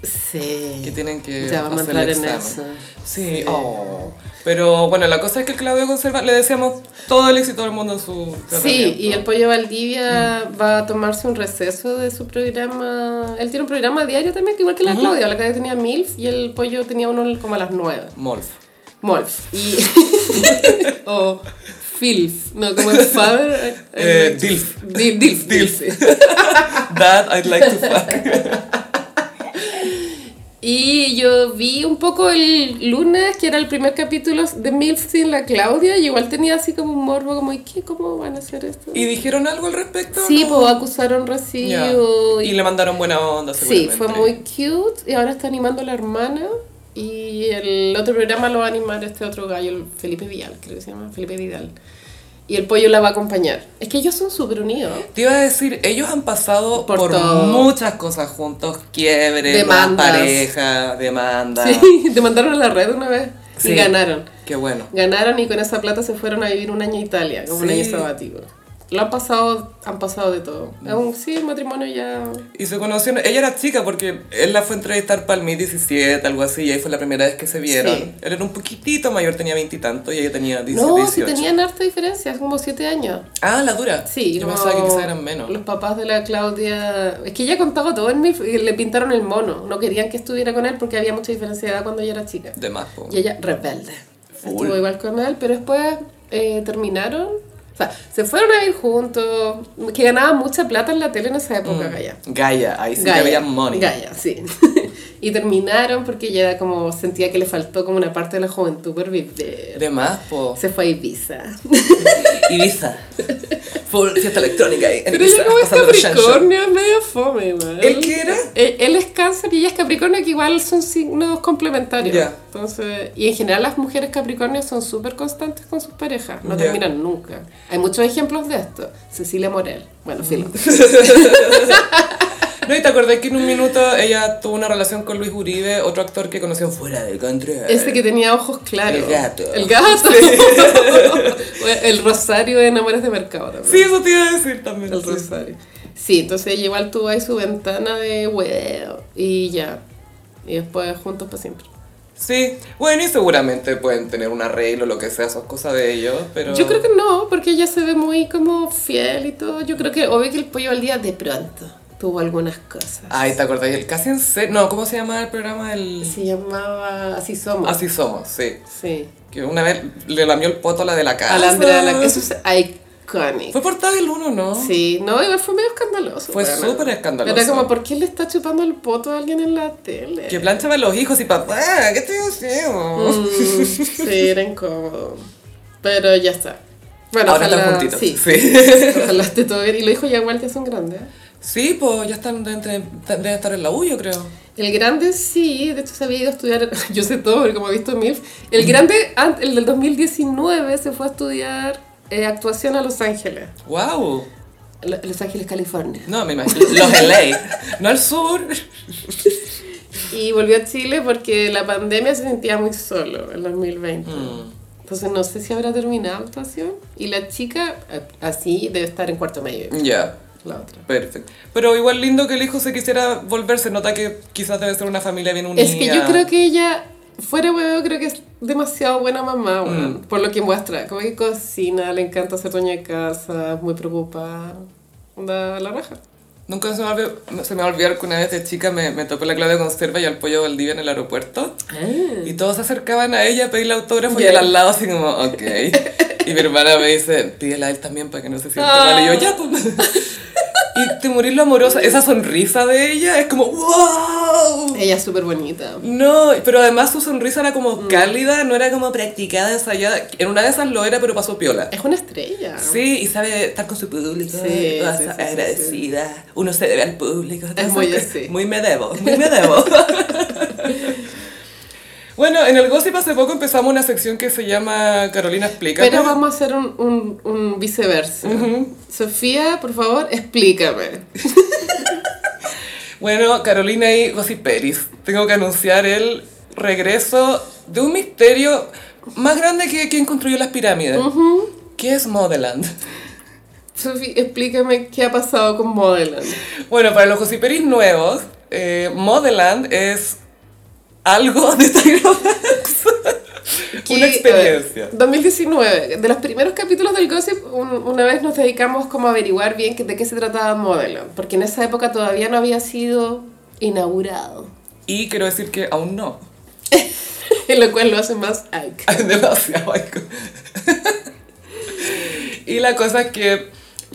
[SPEAKER 2] Sí.
[SPEAKER 1] que tienen que
[SPEAKER 2] Ya vamos a
[SPEAKER 1] hacer el
[SPEAKER 2] entrar en
[SPEAKER 1] examen.
[SPEAKER 2] eso.
[SPEAKER 1] Sí, oh. Pero bueno, la cosa es que Claudio Conserva le deseamos todo el éxito del mundo en su
[SPEAKER 2] Sí, y el
[SPEAKER 1] tratamiento.
[SPEAKER 2] Pollo Valdivia va a tomarse un receso de su programa. Él tiene un programa diario también, que igual que la Claudia. La Claudia tenía MILF y el Pollo tenía uno como a las 9.
[SPEAKER 1] Molf.
[SPEAKER 2] MOLF. Y... o FILF. No, como el Faber.
[SPEAKER 1] Eh, DILF.
[SPEAKER 2] Dil- DILF.
[SPEAKER 1] DILF.
[SPEAKER 2] DILF.
[SPEAKER 1] That I'd like to fuck.
[SPEAKER 2] Y yo vi un poco el lunes, que era el primer capítulo de MILF sin la Claudia, y igual tenía así como un morbo, como, ¿y qué? ¿Cómo van a hacer esto?
[SPEAKER 1] ¿Y dijeron algo al respecto?
[SPEAKER 2] sí,
[SPEAKER 1] No.
[SPEAKER 2] pues acusaron
[SPEAKER 1] Ya.
[SPEAKER 2] recibo.
[SPEAKER 1] Y le mandaron buena onda,
[SPEAKER 2] sí,
[SPEAKER 1] seguramente.
[SPEAKER 2] fue muy cute, y ahora está animando la hermana, y el otro programa lo va a animar este otro gallo, el Felipe Vidal, creo que se llama, Felipe Vidal. Y el pollo la va a acompañar. Es que ellos son súper unidos.
[SPEAKER 1] Te iba a decir, ellos han pasado por,
[SPEAKER 2] Por todo.
[SPEAKER 1] muchas cosas juntos, quiebres,
[SPEAKER 2] Demandas.
[SPEAKER 1] más pareja, demandas.
[SPEAKER 2] Sí, te mandaron a la red una vez
[SPEAKER 1] Ah. Sí.
[SPEAKER 2] y ganaron.
[SPEAKER 1] Qué bueno.
[SPEAKER 2] Ganaron y con esa plata se fueron a vivir un año a Italia, como un
[SPEAKER 1] Sí. Mm.
[SPEAKER 2] año sabático. Lo han pasado, han pasado de todo. Es un- sí, el matrimonio ya...
[SPEAKER 1] Y se conocieron, ella era chica porque él la fue a entrevistar para el 17, algo así, y ahí fue la primera vez que se vieron.
[SPEAKER 2] Sí.
[SPEAKER 1] Él era un poquitito mayor, tenía veintitantos, y, ella tenía 17,
[SPEAKER 2] No,
[SPEAKER 1] 18.
[SPEAKER 2] si tenían harta diferencia, como siete años.
[SPEAKER 1] Ah, la dura.
[SPEAKER 2] Sí,
[SPEAKER 1] Yo
[SPEAKER 2] como
[SPEAKER 1] pensaba que quizás eran menos.
[SPEAKER 2] Los papás de la Claudia... Es que ella contaba todo en mil... y Le pintaron el mono. No querían que estuviera con él porque había mucha diferencia de edad cuando ella era chica.
[SPEAKER 1] De más, po.
[SPEAKER 2] Y ella, rebelde.
[SPEAKER 1] Full.
[SPEAKER 2] Estuvo igual con él, pero después eh, terminaron. O sea, se fueron a vivir juntos. Que ganaban mucha plata en la tele en esa época, Gaya.
[SPEAKER 1] Gaia, ahí Mm. sí que
[SPEAKER 2] Gaia,
[SPEAKER 1] había money.
[SPEAKER 2] Gaia, sí. y terminaron porque ella era como sentía que le faltó como una parte de la juventud por vivir.
[SPEAKER 1] De más, po.
[SPEAKER 2] Se fue a Ibiza.
[SPEAKER 1] Ibiza. Full fiesta electrónica ahí. en
[SPEAKER 2] Pero
[SPEAKER 1] Ibiza,
[SPEAKER 2] ella como es
[SPEAKER 1] pasando los Shenzhen.
[SPEAKER 2] Capricornio, es medio fome, igual.
[SPEAKER 1] ¿El qué era?
[SPEAKER 2] Él, él es cáncer y ella es Capricornio, que igual son signos complementarios.
[SPEAKER 1] Ya.
[SPEAKER 2] Entonces, y en general las mujeres Capricornio son súper constantes con sus parejas, no
[SPEAKER 1] Ya.
[SPEAKER 2] terminan nunca. Hay muchos ejemplos de esto. Cecilia Morel, bueno, filo.
[SPEAKER 1] Mm. No, y te acordás que en un minuto ella tuvo una relación con Luis Uribe, otro actor que conoció fuera del country.
[SPEAKER 2] Ese que tenía ojos claros.
[SPEAKER 1] El gato.
[SPEAKER 2] El gato. el rosario en Amores de Mercado también.
[SPEAKER 1] Sí, eso te iba a decir también. pues.
[SPEAKER 2] El
[SPEAKER 1] sí.
[SPEAKER 2] rosario. Sí, entonces ella igual tuvo ahí su ventana de hueveo y ya. Y después juntos para siempre.
[SPEAKER 1] Sí, bueno, y seguramente pueden tener un arreglo, lo que sea, eso es cosa de ellos, pero...
[SPEAKER 2] Yo creo que no, porque ella se ve muy como fiel y todo. Yo creo que obvio que el pollo al día de pronto. tuvo algunas cosas.
[SPEAKER 1] Ay, ¿te acordás? El casi en serio. No, ¿cómo se llama el programa? El...
[SPEAKER 2] Se llamaba Así Somos.
[SPEAKER 1] Así somos, sí.
[SPEAKER 2] Sí.
[SPEAKER 1] Que una vez le lamió el poto a la de la casa.
[SPEAKER 2] A la Andrea Lac- Eso es icónico.
[SPEAKER 1] Fue portada del 1, ¿no?
[SPEAKER 2] Sí, no, igual fue medio escandaloso.
[SPEAKER 1] Fue
[SPEAKER 2] bueno.
[SPEAKER 1] súper escandaloso.
[SPEAKER 2] Era como, ¿por qué le está chupando el poto a alguien en la tele?
[SPEAKER 1] Que planchaba los hijos y papá, ¿qué estoy haciendo?
[SPEAKER 2] Mm, sí, era incómodo. Pero ya está. Bueno,
[SPEAKER 1] Ahora
[SPEAKER 2] ojalá-
[SPEAKER 1] están juntitos.
[SPEAKER 2] Sí.
[SPEAKER 1] Sí.
[SPEAKER 2] Ojalá esté todo bien. Y lo dijo ya igual que son grandes.
[SPEAKER 1] Sí, pues ya están, deben, tener- deben estar en la U, yo creo.
[SPEAKER 2] El grande sí, de hecho se había ido a estudiar, yo sé todo porque como he visto MILF. El grande, an- el del 2019, se fue a estudiar eh, actuación a Los Ángeles.
[SPEAKER 1] ¡Wow!
[SPEAKER 2] Lo- Los Ángeles, California.
[SPEAKER 1] No, me imagino. Los LA, no al sur.
[SPEAKER 2] Y volvió a Chile porque la pandemia se sentía muy solo en 2020.
[SPEAKER 1] Mm.
[SPEAKER 2] Entonces no sé si habrá terminado actuación. Y la chica, eh, así, debe estar en cuarto medio,
[SPEAKER 1] Ya,
[SPEAKER 2] la otra.
[SPEAKER 1] perfecto. Pero igual lindo que el hijo se quisiera volver, se nota que quizás debe ser una familia bien unida.
[SPEAKER 2] Es que yo creo que ella, fuera huevo, creo que es demasiado buena mamá, weón, por lo que muestra. Como que cocina, le encanta hacer doña de casa, muy preocupada. Onda la raja.
[SPEAKER 1] Nunca se me, olvidó, no se me va a olvidar que una vez de chica me, me topé la Claudia Conserva y al Pollo Valdivia en el aeropuerto. Y todos se acercaban a ella a pedirle autógrafo y él
[SPEAKER 2] Mm. Ya.
[SPEAKER 1] al lado así como, ok. Y mi hermana me dice, pídele a él también para que no se sienta
[SPEAKER 2] Ah.
[SPEAKER 1] mal. Y yo, ya, pues. Y te morís lo amorosa, esa sonrisa de ella es como, wow.
[SPEAKER 2] Ella es súper bonita.
[SPEAKER 1] No, pero además su sonrisa era
[SPEAKER 2] Mm.
[SPEAKER 1] como cálida, no era como practicada, ensayada. En una de esas lo era, pero pasó piola.
[SPEAKER 2] Es una estrella.
[SPEAKER 1] Sí, y sabe estar con su público,
[SPEAKER 2] Sí,
[SPEAKER 1] toda
[SPEAKER 2] sí, sí, sí,
[SPEAKER 1] agradecida. Uno se debe al público. todas
[SPEAKER 2] muy
[SPEAKER 1] esas
[SPEAKER 2] así.
[SPEAKER 1] cosas. Muy me debo, muy me debo. bueno, en el Gossip hace poco empezamos una sección que se llama Carolina Explica.
[SPEAKER 2] Pero vamos a hacer un, un, un viceversa. Sofía, por favor, explícame.
[SPEAKER 1] Bueno, Carolina y Gossip Peris, tengo que anunciar el regreso de un misterio más grande que quien construyó las pirámides. ¿Qué es Modeland?
[SPEAKER 2] Sofía, explícame qué ha pasado con Modeland.
[SPEAKER 1] Bueno, para los gossiperis nuevos, eh, Modeland es algo de Tyrodax.
[SPEAKER 2] Aquí,
[SPEAKER 1] Una
[SPEAKER 2] a
[SPEAKER 1] experiencia.
[SPEAKER 2] ver, 2019, de los primeros capítulos del Gossip, un- una vez nos dedicamos como a averiguar bien que- de qué se trataba Modeland, porque en esa época todavía no había sido inaugurado,
[SPEAKER 1] Y quiero decir que aún no.
[SPEAKER 2] lo cual lo hace más iconic.
[SPEAKER 1] Demasiado algo. y la cosa es que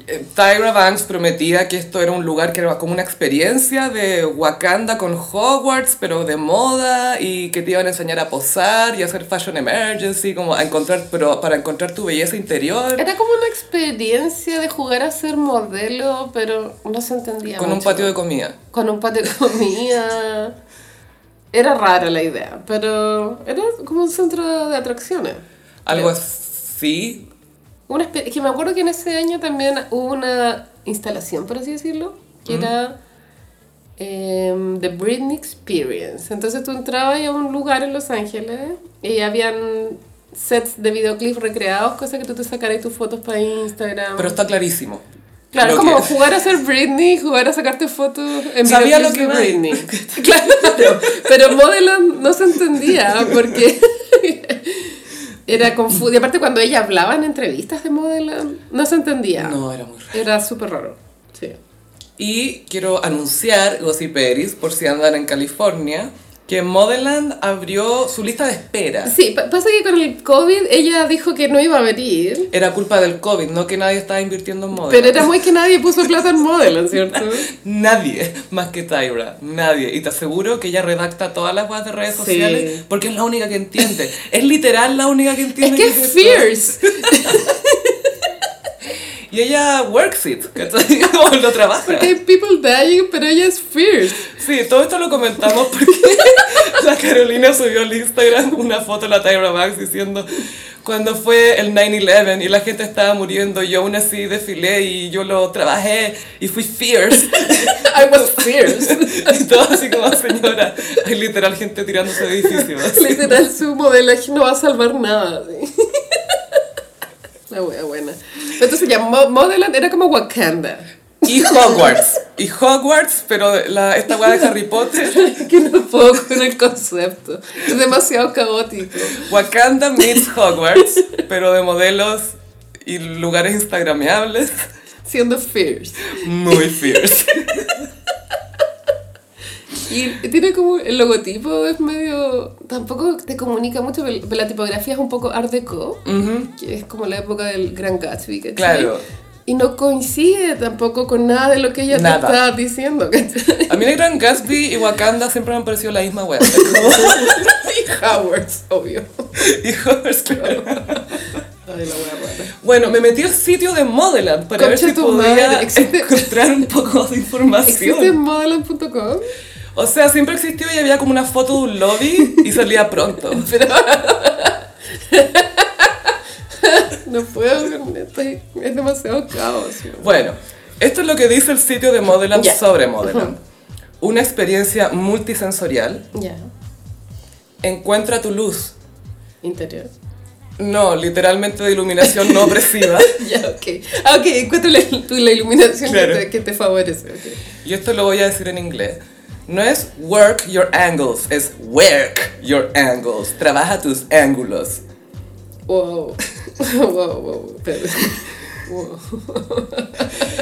[SPEAKER 1] eh, Tyra Banks prometía que esto era un lugar que era como una experiencia de Wakanda con Hogwarts, pero de moda, y que te iban a enseñar a posar y a hacer fashion emergency, como a encontrar, pero para encontrar tu belleza interior.
[SPEAKER 2] Era como una experiencia de jugar a ser modelo, pero no se entendía
[SPEAKER 1] Con un
[SPEAKER 2] mucho.
[SPEAKER 1] patio de comida.
[SPEAKER 2] Con un patio de comida. Era rara la idea, pero era como un centro de atracciones.
[SPEAKER 1] Algo
[SPEAKER 2] Creo.
[SPEAKER 1] así.
[SPEAKER 2] Una espe- que me acuerdo que en ese año también hubo una instalación, por así decirlo, que era em, The Britney Experience. Entonces tú entrabas a un lugar en Los Ángeles y habían sets de videoclips recreados, cosas que tú te sacaras tus fotos para Instagram.
[SPEAKER 1] Pero está clarísimo.
[SPEAKER 2] claro,
[SPEAKER 1] Lo
[SPEAKER 2] como
[SPEAKER 1] que-
[SPEAKER 2] jugar a ser Britney, jugar a sacarte fotos en
[SPEAKER 1] Sabía
[SPEAKER 2] videoclips
[SPEAKER 1] lo que
[SPEAKER 2] de
[SPEAKER 1] iba.
[SPEAKER 2] Britney. claro, pero modelo no se entendía porque... Era confuso. Y aparte cuando ella hablaba en entrevistas de modelo, no se entendía.
[SPEAKER 1] No, era muy raro.
[SPEAKER 2] Era súper raro. Sí.
[SPEAKER 1] Y quiero anunciar, Gossiperis, por si andan en California, que Modeland abrió su lista de espera.
[SPEAKER 2] Sí, pa- pasa que con el COVID ella dijo que no iba a venir,
[SPEAKER 1] Era culpa del COVID, no que nadie estaba invirtiendo en Modeland.
[SPEAKER 2] pero era muy que nadie puso plata en modelo, ¿cierto?
[SPEAKER 1] Nadie, más que Tyra, nadie. Y te aseguro que ella redacta todas las webs de redes
[SPEAKER 2] Sí.
[SPEAKER 1] sociales porque es la única que entiende. es literal la única que
[SPEAKER 2] Es
[SPEAKER 1] entiende.
[SPEAKER 2] que
[SPEAKER 1] qué
[SPEAKER 2] es
[SPEAKER 1] esto.
[SPEAKER 2] fierce.
[SPEAKER 1] Y ella works it, ¿cachai? Como lo trabaja.
[SPEAKER 2] Porque hay people dying, pero ella es fierce.
[SPEAKER 1] Sí, todo esto lo comentamos porque la Carolina subió al Instagram una foto de la Tyra Banks diciendo cuando fue el 9-11 y la gente estaba muriendo, yo aún así desfilé y yo lo trabajé y fui fierce.
[SPEAKER 2] I was fierce.
[SPEAKER 1] Y todo así como señora, hay literal gente tirándose de edificios.
[SPEAKER 2] Literal, su modelaje no va a salvar nada. sí. La wea buena. Entonces ya, Mo- Modeland era como Wakanda.
[SPEAKER 1] Y Hogwarts. Y Hogwarts, pero la, esta weá de Harry Potter,
[SPEAKER 2] que no puedo con el concepto. Es demasiado caótico.
[SPEAKER 1] Wakanda meets Hogwarts, pero de modelos y lugares instagrameables.
[SPEAKER 2] Siendo fierce.
[SPEAKER 1] Muy fierce.
[SPEAKER 2] Y tiene como el logotipo, es medio. Tampoco te comunica mucho, pero la tipografía es un poco art deco, que es como la época del Gran Gatsby, ¿cachai?
[SPEAKER 1] Claro.
[SPEAKER 2] Y no coincide tampoco con nada de lo que ella
[SPEAKER 1] Nada.
[SPEAKER 2] te está diciendo, ¿cachai?
[SPEAKER 1] A mí el Gran Gatsby y Wakanda siempre me han parecido la misma wea.
[SPEAKER 2] y Howard, obvio.
[SPEAKER 1] Hijo, es claro.
[SPEAKER 2] Ay, la wea rara.
[SPEAKER 1] Bueno, me metí al sitio de Modeland para
[SPEAKER 2] Concha
[SPEAKER 1] ver si
[SPEAKER 2] tu
[SPEAKER 1] podía
[SPEAKER 2] madre, existe-
[SPEAKER 1] encontrar un poco de
[SPEAKER 2] ¿Existe en
[SPEAKER 1] información.
[SPEAKER 2] modelan.com?
[SPEAKER 1] O sea, siempre existió y había como una foto de un lobby y salía pronto.
[SPEAKER 2] No puedo, con esto, es demasiado caos.
[SPEAKER 1] Bueno, esto es lo que dice el sitio de Modeland
[SPEAKER 2] Ya.
[SPEAKER 1] sobre Modeland. Una experiencia multisensorial.
[SPEAKER 2] Ya,
[SPEAKER 1] Encuentra tu luz.
[SPEAKER 2] interior.
[SPEAKER 1] No, literalmente de iluminación no opresiva.
[SPEAKER 2] Ya, ok. Ah, ok, encuentra la, tu- la iluminación
[SPEAKER 1] Claro.
[SPEAKER 2] que, te, que te favorece. ok.
[SPEAKER 1] Y esto lo voy a decir en inglés. No es work your angles, es work your angles. Trabaja tus ángulos.
[SPEAKER 2] Wow. wow, wow, pero- wow.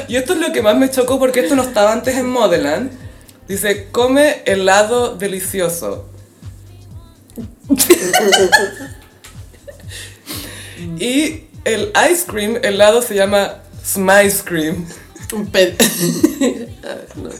[SPEAKER 1] Y esto es lo que más me chocó porque esto no estaba antes en Modeland. Dice, come helado delicioso. y el ice cream, el helado se llama Smice Cream.
[SPEAKER 2] Un pe- Ah, no.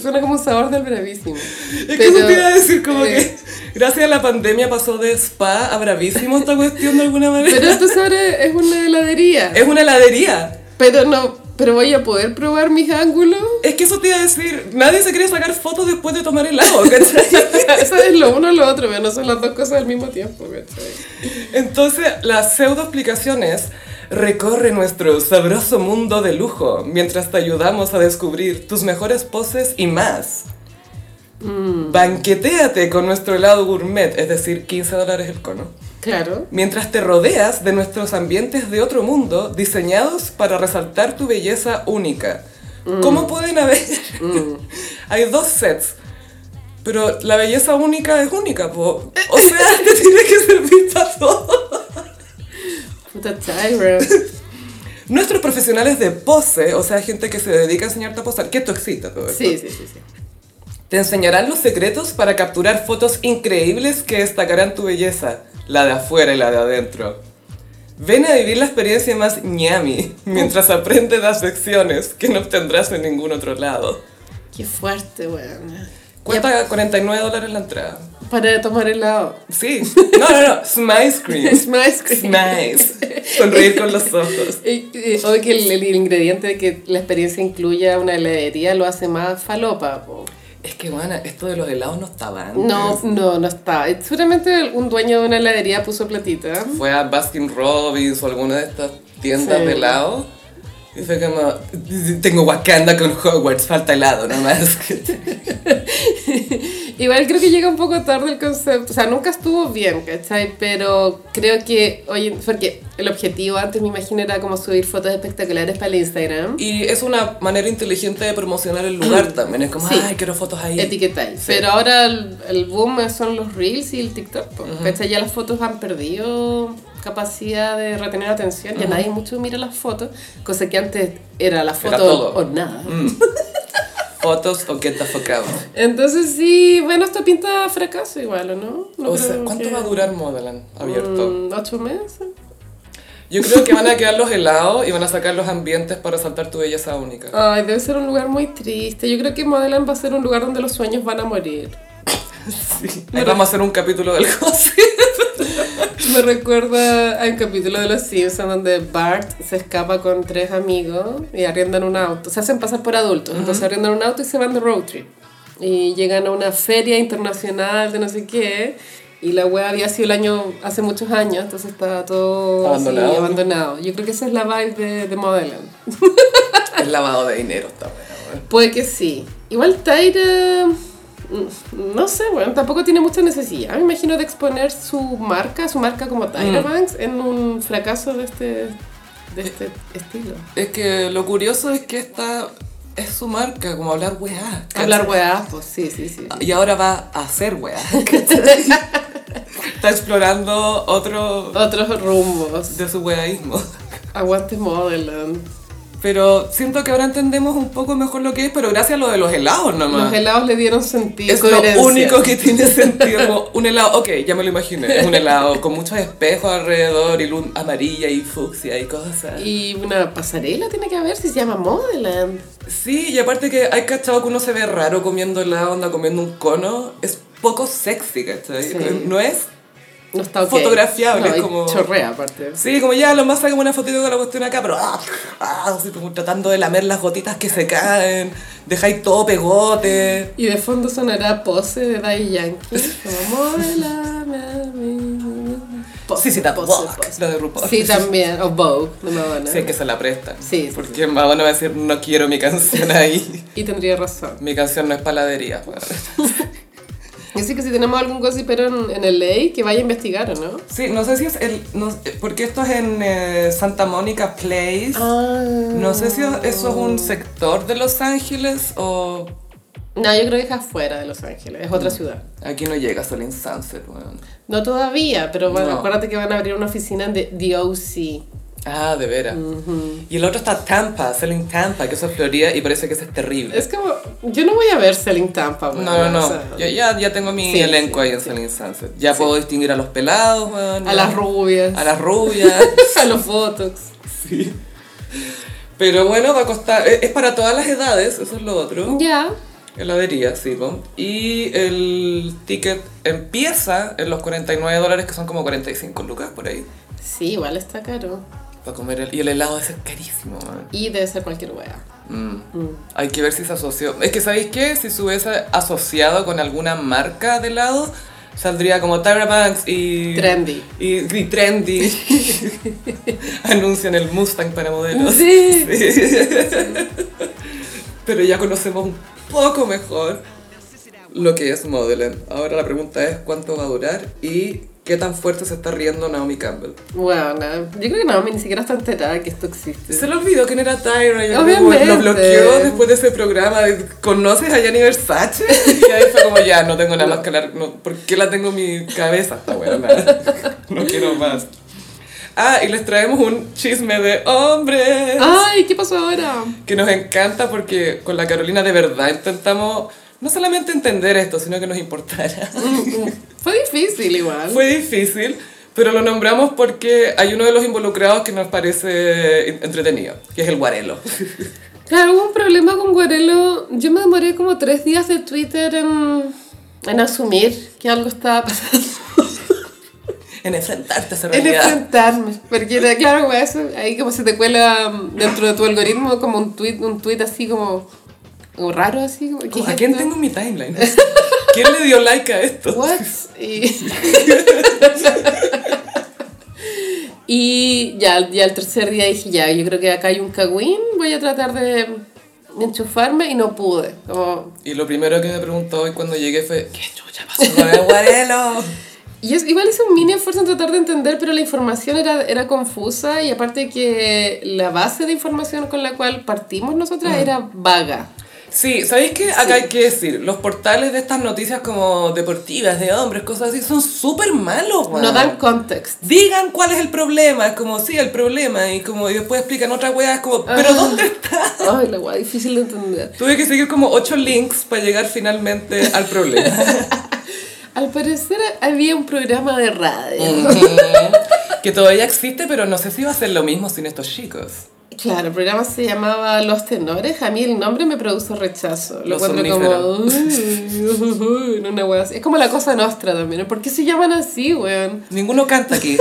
[SPEAKER 2] Suena como un sabor del bravísimo.
[SPEAKER 1] Es que eso te iba a decir como que gracias a la pandemia pasó de spa a bravísimo esta cuestión de alguna manera.
[SPEAKER 2] Pero esto sobre es una heladería.
[SPEAKER 1] es una heladería.
[SPEAKER 2] Pero no, pero voy a poder probar mis ángulos.
[SPEAKER 1] Es que eso te iba a decir, nadie se quiere sacar fotos después de tomar helado, ¿cachai?
[SPEAKER 2] Eso es lo uno o lo otro, pero no son las dos cosas al mismo tiempo, ¿cachai?
[SPEAKER 1] Entonces, las pseudo explicaciones recorre nuestro sabroso mundo de lujo mientras te ayudamos a descubrir tus mejores poses y más. Banquetéate con nuestro helado gourmet, es decir, 15 dólares el cono,
[SPEAKER 2] Claro.
[SPEAKER 1] mientras te rodeas de nuestros ambientes de otro mundo diseñados para resaltar tu belleza única. ¿Cómo pueden haber? Hay dos sets, pero la belleza única es única, po. o sea, te tiene que servir para todo.
[SPEAKER 2] Puta Tyra.
[SPEAKER 1] Nuestros profesionales de pose, o sea, gente que se dedica a enseñarte a posar, que esto excita todo esto,
[SPEAKER 2] Sí, sí, sí, sí.
[SPEAKER 1] te enseñarán los secretos para capturar fotos increíbles que destacarán tu belleza, la de afuera y la de adentro. Ven a vivir la experiencia más ñami mientras aprendes las lecciones que no obtendrás en ningún otro lado.
[SPEAKER 2] Qué fuerte, weón.
[SPEAKER 1] Cuesta 49 dólares la entrada.
[SPEAKER 2] Para tomar helado.
[SPEAKER 1] Sí. No, no, no. Smile Cream.
[SPEAKER 2] Es más creepy.
[SPEAKER 1] Smile. Sonreír con los ojos.
[SPEAKER 2] Eh, eh, Obvio que el, el ingrediente de que la experiencia incluya una heladería lo hace más falopa. po.
[SPEAKER 1] Es que, bueno, esto de los helados no estaba antes.
[SPEAKER 2] No, no, no está. Eh, Seguramente un dueño de una heladería puso platita.
[SPEAKER 1] fue a Baskin Robbins o alguna de estas tiendas
[SPEAKER 2] Sí.
[SPEAKER 1] de helado y fue como tengo Wakanda con Hogwarts falta helado nomás
[SPEAKER 2] Igual creo que llega un poco tarde el concepto. O sea, nunca estuvo bien, ¿cachai? Pero creo que, oye, porque el objetivo antes me imagino era como subir fotos espectaculares para el Instagram.
[SPEAKER 1] y es una manera inteligente de promocionar el lugar también es como
[SPEAKER 2] Sí.
[SPEAKER 1] ay quiero fotos ahí
[SPEAKER 2] Etiquetáis.
[SPEAKER 1] Sí.
[SPEAKER 2] Pero ahora el, el boom son los reels y el TikTok. po, ¿cachai? Ya las fotos han perdido capacidad de retener atención. Ya nadie mucho mira las fotos. Cosa que antes era la foto
[SPEAKER 1] todo.
[SPEAKER 2] o nada.
[SPEAKER 1] fotos o qué está focado
[SPEAKER 2] Entonces sí, bueno, esto pinta fracaso igual, ¿o no? no
[SPEAKER 1] o sea
[SPEAKER 2] creo
[SPEAKER 1] cuánto
[SPEAKER 2] que-
[SPEAKER 1] va a durar Modeland abierto
[SPEAKER 2] Mm, ¿Ocho meses?
[SPEAKER 1] yo creo que van a quedar los helados y van a sacar los ambientes para resaltar tu belleza única
[SPEAKER 2] Ay, debe ser un lugar muy triste. Yo creo que Modeland va a ser un lugar donde los sueños van a morir.
[SPEAKER 1] Ahí vamos a hacer un capítulo del gossip
[SPEAKER 2] Me recuerda a un capítulo de Los Simpsons donde Bart se escapa con tres amigos y arriendan un auto. Se hacen pasar por adultos, entonces arriendan un auto y se van de road trip. Y llegan a una feria internacional de no sé qué. Y la wea había sido el año, hace muchos años, entonces estaba todo así,
[SPEAKER 1] Abandonado.
[SPEAKER 2] abandonado. Yo creo que esa es la vibe de, de Modeland.
[SPEAKER 1] el lavado de dinero está bueno ¿eh?
[SPEAKER 2] Puede que sí. Igual Tyra. mm, No sé, bueno, tampoco tiene mucha necesidad. Me imagino de exponer su marca, su marca como Tyra
[SPEAKER 1] Mm.
[SPEAKER 2] Banks, en un fracaso de este, de este estilo.
[SPEAKER 1] Es que lo curioso es que esta es su marca, como hablar weá. ¿cachai?
[SPEAKER 2] Hablar weá, pues sí, sí, sí.
[SPEAKER 1] Y ahora va a hacer weá. ¿cachai? Está explorando otro
[SPEAKER 2] Otros rumbos.
[SPEAKER 1] de su weaísmo.
[SPEAKER 2] Aguante Modeland.
[SPEAKER 1] Pero siento que ahora entendemos un poco mejor lo que es, pero gracias a lo de los helados nomás.
[SPEAKER 2] Los helados le dieron sentido.
[SPEAKER 1] es
[SPEAKER 2] coherencia.
[SPEAKER 1] lo único que tiene sentido. como un helado, ok, ya me lo imaginé. Es un helado con muchos espejos alrededor y luz amarilla y fucsia y cosas.
[SPEAKER 2] Y una pasarela tiene que haber, si se llama Modeland.
[SPEAKER 1] Sí, y aparte que hay cachado que uno se ve raro comiendo helado, onda comiendo un cono. Es poco sexy, ¿cachai?
[SPEAKER 2] Sí.
[SPEAKER 1] No es
[SPEAKER 2] No está ok.
[SPEAKER 1] Fotografiable,
[SPEAKER 2] No, y
[SPEAKER 1] como-
[SPEAKER 2] Chorrea aparte.
[SPEAKER 1] Sí, como ya lo más sacamos una fotito con la cuestión acá, pero ah, ah, así como tratando de lamer las gotitas que se caen, dejáis todo pegote.
[SPEAKER 2] Y de fondo sonará pose de Daddy Yankee. Como Modeland.
[SPEAKER 1] Sí, sí, tampoco. La de RuPaul.
[SPEAKER 2] Sí, también. O Vogue de Madonna.
[SPEAKER 1] Sí, que se la prestan.
[SPEAKER 2] Sí, sí,
[SPEAKER 1] Porque Madonna va a decir, no quiero mi canción ahí.
[SPEAKER 2] Y tendría razón.
[SPEAKER 1] mi canción no es paladería.
[SPEAKER 2] Así que si tenemos algún gossipero en, en LA, que vaya a investigar, ¿o no?
[SPEAKER 1] Sí, no sé si es el... no- porque esto es en eh, Santa Monica Place.
[SPEAKER 2] Ah.
[SPEAKER 1] Ah. No sé si eso es un sector de Los Ángeles o...
[SPEAKER 2] No, yo creo que es afuera de Los Ángeles, es
[SPEAKER 1] Mm.
[SPEAKER 2] otra ciudad.
[SPEAKER 1] Aquí no llega solo en Sunset, weón.
[SPEAKER 2] No todavía, pero bueno,
[SPEAKER 1] No.
[SPEAKER 2] acuérdate que van a abrir una oficina de DOC.
[SPEAKER 1] Ah, de veras. Y el otro está Tampa, Selling Tampa, que eso es Florida y parece que eso es terrible.
[SPEAKER 2] Es como, yo no voy a ver Selling Tampa,
[SPEAKER 1] No,
[SPEAKER 2] weón,
[SPEAKER 1] no, no.
[SPEAKER 2] o sea,
[SPEAKER 1] Yo ya, ya tengo mi
[SPEAKER 2] Sí,
[SPEAKER 1] elenco
[SPEAKER 2] sí,
[SPEAKER 1] ahí en
[SPEAKER 2] sí.
[SPEAKER 1] Selling Sunset. Ya puedo distinguir a los pelados, weón,
[SPEAKER 2] a las rubias,
[SPEAKER 1] A las rubias.
[SPEAKER 2] a los botox.
[SPEAKER 1] sí. Pero bueno, va a costar. eh, Es es para todas las edades, eso es lo otro.
[SPEAKER 2] Ya.
[SPEAKER 1] Heladería, sí, po. Y el ticket empieza en los 49 dólares, que son como 45 lucas por ahí.
[SPEAKER 2] Sí, igual está caro.
[SPEAKER 1] Para comer el, y el helado ese es carísimo, man.
[SPEAKER 2] Y debe ser cualquier wea.
[SPEAKER 1] Mm. Hay que ver si se asoció. Es que, ¿sabéis qué? Si se hubiese asociado con alguna marca de helado, saldría como Tyra Banks y.
[SPEAKER 2] Trendy.
[SPEAKER 1] Y, y Trendy. Anuncian el Mustang para modelos.
[SPEAKER 2] Sí.
[SPEAKER 1] Pero ya conocemos un poco mejor lo que es modeling. Ahora la pregunta es cuánto va a durar y qué tan fuerte se está riendo Naomi Campbell.
[SPEAKER 2] Bueno, yo creo que Naomi ni siquiera está enterada que esto existe.
[SPEAKER 1] Se le Este, olvidó quién era Tyra y
[SPEAKER 2] Obviamente.
[SPEAKER 1] lo bloqueó después de ese programa. de, ¿Conoces a Gianni Versace? Y ahí fue como, ya, no tengo nada más que hablar. No, ¿Por qué la tengo en mi cabeza esta weona? No quiero más. Ah, y les traemos un chisme de hombres
[SPEAKER 2] Ay, ¿qué pasó ahora?
[SPEAKER 1] que nos encanta porque con la Carolina de verdad intentamos no solamente entender esto, sino que nos importara.
[SPEAKER 2] Mm, Fue difícil igual.
[SPEAKER 1] Fue difícil, pero lo nombramos porque hay uno de los involucrados que nos parece entretenido, que es el Guarelo.
[SPEAKER 2] Claro, hubo un problema con Guarelo. Yo me demoré como tres días de Twitter en, en asumir que algo estaba pasando.
[SPEAKER 1] En enfrentarte a esa
[SPEAKER 2] En
[SPEAKER 1] realidad.
[SPEAKER 2] enfrentarme. Porque era, claro, güey, eso, ahí como se te cuela mm, dentro de tu algoritmo como un tweet, un tweet así como, como raro, así. Como, ¿qué
[SPEAKER 1] Como,
[SPEAKER 2] es
[SPEAKER 1] ¿A quién
[SPEAKER 2] esto?
[SPEAKER 1] tengo en mi timeline? ¿Quién le dio like a esto?
[SPEAKER 2] What? Y... y ya, ya el tercer día dije, ya, yo creo que acá hay un cagüín, voy a tratar de enchufarme y no pude. Como,
[SPEAKER 1] Y lo primero que me preguntó hoy cuando llegué fue, ¿qué chucha pasó con el Guarelo?
[SPEAKER 2] Y es, igual hice un mini esfuerzo en tratar de entender, pero la información era, era confusa y aparte que la base de información con la cual partimos nosotras era vaga.
[SPEAKER 1] Sí, ¿sabéis qué? Acá hay que decir, los portales de estas noticias como deportivas, de hombres, cosas así, son súper malos, weón.
[SPEAKER 2] No dan context.
[SPEAKER 1] Digan cuál es el problema, es como, sí, el problema, y como y después explican otra weá, es como,
[SPEAKER 2] Ah.
[SPEAKER 1] ¿pero dónde está?
[SPEAKER 2] Ay, la guay, difícil de entender.
[SPEAKER 1] Tuve que seguir como ocho links para llegar finalmente al problema.
[SPEAKER 2] Al parecer había un programa de
[SPEAKER 1] Mm.
[SPEAKER 2] radio.
[SPEAKER 1] que todavía existe, pero no sé si va a ser lo mismo sin estos chicos.
[SPEAKER 2] Claro, el programa se llamaba Los Tenores. A mí el nombre me produce rechazo. Lo
[SPEAKER 1] Los
[SPEAKER 2] encuentro como. "Uy, uy, uy", una wea así. Es como la cosa nostra también. ¿Por qué se llaman así, weón?
[SPEAKER 1] Ninguno canta aquí.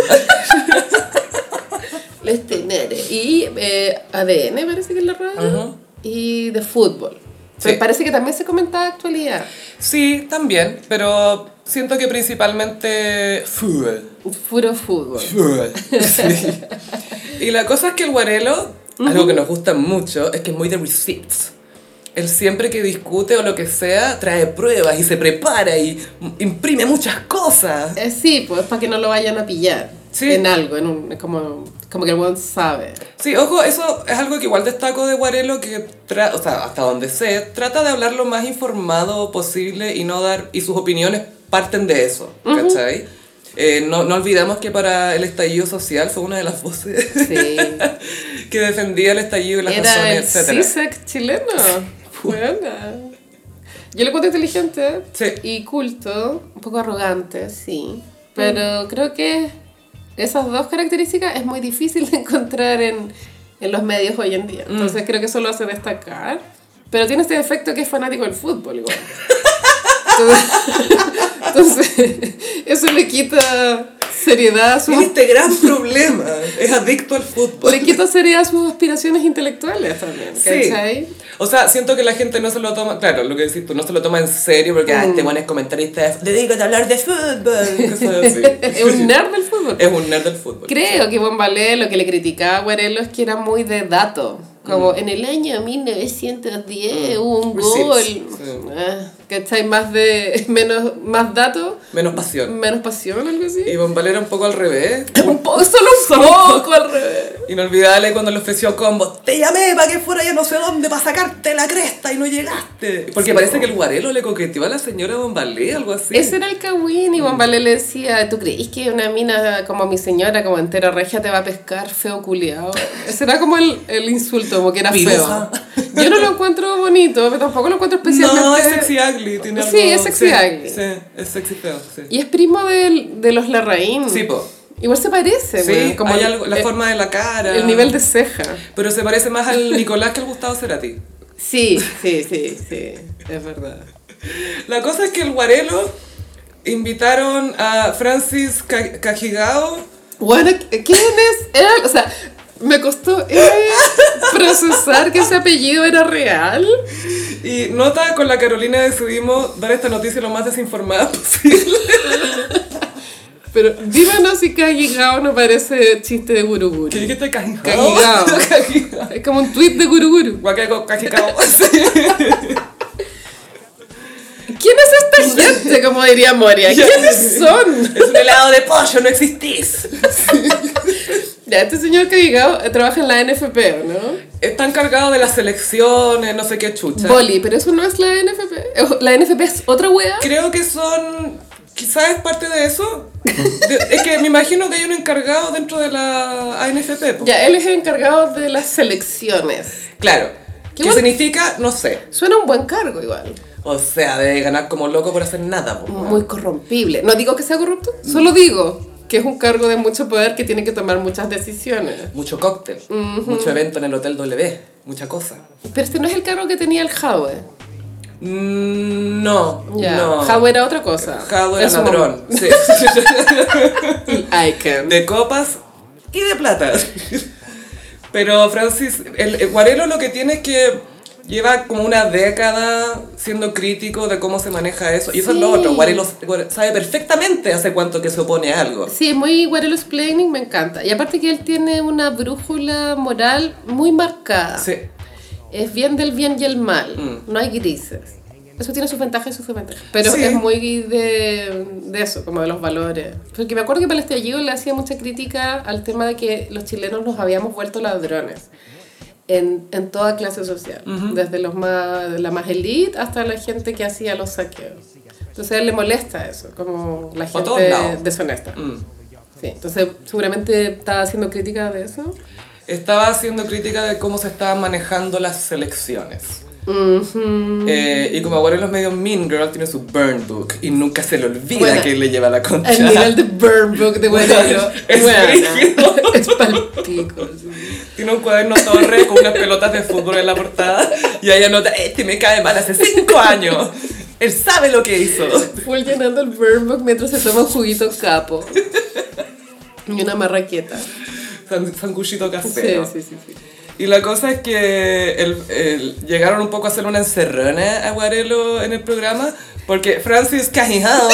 [SPEAKER 2] Los Tenores. Y eh, ADN parece que es la radio.
[SPEAKER 1] Ajá.
[SPEAKER 2] Y de fútbol.
[SPEAKER 1] Sí.
[SPEAKER 2] Me parece que también se comentaba actualidad.
[SPEAKER 1] Sí, también, pero siento que principalmente fútbol.
[SPEAKER 2] Puro fútbol.
[SPEAKER 1] Sí. Y la cosa es que el Guarelo, algo que nos gusta mucho, es que es muy de receipts. Él siempre que discute o lo que sea, trae pruebas y se prepara y imprime muchas cosas.
[SPEAKER 2] Eh, sí, pues para que no lo vayan a pillar.
[SPEAKER 1] Sí.
[SPEAKER 2] En algo, en un, como, como que el weón sabe.
[SPEAKER 1] Sí, ojo, eso es algo que igual destaco de Guarelo, que tra- o sea, hasta donde sé, trata de hablar lo más informado posible y no dar, y sus opiniones parten de eso, ¿cachai? Eh, no, no olvidemos que para el estallido social fue una de las voces
[SPEAKER 2] Sí.
[SPEAKER 1] que defendía el estallido y las
[SPEAKER 2] Era el
[SPEAKER 1] razones, etc.
[SPEAKER 2] CISEC chileno. Buena. Yo lo encuentro inteligente
[SPEAKER 1] Sí. Mm.
[SPEAKER 2] y culto, un poco arrogante, sí. Pero creo que esas dos características es muy difícil de encontrar en, en los medios hoy en
[SPEAKER 1] Mm.
[SPEAKER 2] día. Entonces creo que eso lo hace destacar. Pero tiene este defecto que es fanático del fútbol igual. Entonces, entonces, eso le quita seriedad a sus
[SPEAKER 1] Es este gran problema. Es adicto al fútbol.
[SPEAKER 2] le quita seriedad a sus aspiraciones intelectuales también,
[SPEAKER 1] Sí.
[SPEAKER 2] ¿cachai?
[SPEAKER 1] O sea, siento que la gente no se lo toma, claro, lo que decís tú, no se lo toma en serio porque ah,
[SPEAKER 2] Mm.
[SPEAKER 1] este buen es comentarista, es- dedícate a hablar de fútbol. cosas así.
[SPEAKER 2] Es un nerd del fútbol.
[SPEAKER 1] Es un nerd del fútbol.
[SPEAKER 2] Creo que Bombalé lo que le criticaba a Guarelo es que era muy de dato. Como
[SPEAKER 1] Mm.
[SPEAKER 2] en el año 1910 hubo un gol.
[SPEAKER 1] Receipts, Mm. sí.
[SPEAKER 2] Ah, ¿Cachai? Más de. menos más dato,
[SPEAKER 1] Menos pasión.
[SPEAKER 2] menos pasión, algo así.
[SPEAKER 1] Y Bombal era un poco al revés.
[SPEAKER 2] Un poco, solo un poco al revés.
[SPEAKER 1] Inolvidable cuando le ofreció combo. Te llamé para que fuera ya no sé dónde para sacarte la cresta y no llegaste. Porque
[SPEAKER 2] Sí,
[SPEAKER 1] parece
[SPEAKER 2] po.
[SPEAKER 1] que el guarelo le coqueteó a la señora Bombalé, algo así.
[SPEAKER 2] Ese era el Kawin y
[SPEAKER 1] Mm.
[SPEAKER 2] Bombalé le decía, ¿tú crees que una mina como mi señora, como entera regia, te va a pescar feo culiao? Ese era como el, el insulto, como que era
[SPEAKER 1] Piroja.
[SPEAKER 2] feo. Yo no lo encuentro bonito, pero tampoco lo encuentro especialmente...
[SPEAKER 1] No, es sexy ugly. Tiene
[SPEAKER 2] Sí,
[SPEAKER 1] algo-
[SPEAKER 2] es sexy ugly.
[SPEAKER 1] Sí, es sexy feo, sí.
[SPEAKER 2] Y es primo del- de los Larraín.
[SPEAKER 1] Sí, po.
[SPEAKER 2] Igual se parece,
[SPEAKER 1] Sí,
[SPEAKER 2] weón, como
[SPEAKER 1] hay
[SPEAKER 2] el-
[SPEAKER 1] algo- la
[SPEAKER 2] el-
[SPEAKER 1] forma de la cara.
[SPEAKER 2] El nivel de ceja.
[SPEAKER 1] Pero se parece más al Nicolás que al Gustavo Cerati.
[SPEAKER 2] Sí, sí, sí, sí, es verdad.
[SPEAKER 1] La cosa es que el Guarelo invitaron a Francis Ca- Cajigao.
[SPEAKER 2] Bueno, ¿quién es él? O sea, me costó eh, procesar que ese apellido era real.
[SPEAKER 1] Y nota, con la Carolina decidimos dar esta noticia lo más desinformada posible.
[SPEAKER 2] Pero díganos si Kagigao no parece chiste de Guruguru.
[SPEAKER 1] ¿Qué dijiste Cajigao?
[SPEAKER 2] Cajigao. Es como un tweet de Guruguru.
[SPEAKER 1] Guacaco, Cajigao.
[SPEAKER 2] ¿Quién es esta gente? Como diría Moria. ¿Quiénes son?
[SPEAKER 1] Es un helado de pollo, no existís.
[SPEAKER 2] Ya, este señor Kagigao eh, trabaja en la NFP, ¿o ¿no?
[SPEAKER 1] Están cargados de las elecciones, no sé qué chucha.
[SPEAKER 2] Boli, pero eso no es la NFP. Eh, La NFP es otra wea.
[SPEAKER 1] Creo que son... Quizás es parte de eso. De- es que me imagino que hay un encargado dentro de la ANFP. po.
[SPEAKER 2] Ya, él es el encargado de las selecciones.
[SPEAKER 1] Claro. ¿Qué,
[SPEAKER 2] Qué bueno.
[SPEAKER 1] significa? No sé.
[SPEAKER 2] Suena un buen cargo igual.
[SPEAKER 1] O sea, de ganar como loco por hacer nada. po.
[SPEAKER 2] Muy corrompible. No digo que sea corrupto, solo digo que es un cargo de mucho poder que tiene que tomar muchas decisiones.
[SPEAKER 1] Mucho cóctel,
[SPEAKER 2] Mm-hmm.
[SPEAKER 1] mucho evento en el Hotel W, mucha cosa.
[SPEAKER 2] Pero este no es el cargo que tenía el Jaue.
[SPEAKER 1] Mm, no,
[SPEAKER 2] Ya,
[SPEAKER 1] no.
[SPEAKER 2] Jaue era otra cosa.
[SPEAKER 1] Jado era
[SPEAKER 2] En su
[SPEAKER 1] ladrón. sí.
[SPEAKER 2] momento. El Icon.
[SPEAKER 1] de copas y de plata. Pero Francis, el, el Guarelo lo que tiene es que lleva como una década siendo crítico de cómo se maneja eso. Y eso es lo
[SPEAKER 2] Sí.
[SPEAKER 1] otro. Guarelo sabe perfectamente hace cuánto que se opone a algo.
[SPEAKER 2] Sí, muy Guarelo Explaining, me encanta. Y aparte que él tiene una brújula moral muy marcada.
[SPEAKER 1] Sí.
[SPEAKER 2] Es bien del bien y el mal. No hay grises. Eso tiene sus ventajas y sus desventajas. Pero
[SPEAKER 1] Mm. Sí.
[SPEAKER 2] es muy de, de eso, como de los valores. Porque me acuerdo que para el estallido le hacía mucha crítica al tema de que los chilenos nos habíamos vuelto ladrones. En, en toda clase social. Desde los más, la más elite hasta la gente que hacía los saqueos. Entonces a él le molesta eso, como la
[SPEAKER 1] Por
[SPEAKER 2] gente
[SPEAKER 1] todos lados.
[SPEAKER 2] deshonesta.
[SPEAKER 1] Mm.
[SPEAKER 2] Sí, entonces seguramente está haciendo crítica de eso.
[SPEAKER 1] Estaba haciendo crítica de cómo se estaban manejando las elecciones. Mm.
[SPEAKER 2] Mm.
[SPEAKER 1] Eh, y como ahora en los medios Mean Girl tiene su burn book y nunca se le olvida
[SPEAKER 2] Bueno,
[SPEAKER 1] que le lleva la concha.
[SPEAKER 2] El nivel de burn book de
[SPEAKER 1] Bueno,
[SPEAKER 2] Guerrero.
[SPEAKER 1] es brígido.
[SPEAKER 2] es palpico.
[SPEAKER 1] Tiene un cuaderno torre con unas pelotas de fútbol en la portada y ahí anota, este me cae mal hace cinco años. Él sabe lo que hizo.
[SPEAKER 2] Full llenando el burn book mientras se toma un juguito capo. Y una marraqueta.
[SPEAKER 1] San- Sanguchito
[SPEAKER 2] Sí,
[SPEAKER 1] casero.
[SPEAKER 2] sí, sí, sí.
[SPEAKER 1] Y la cosa es que el- el- llegaron un poco a hacer una encerrona a Guarelo en el programa porque Francis Cajijao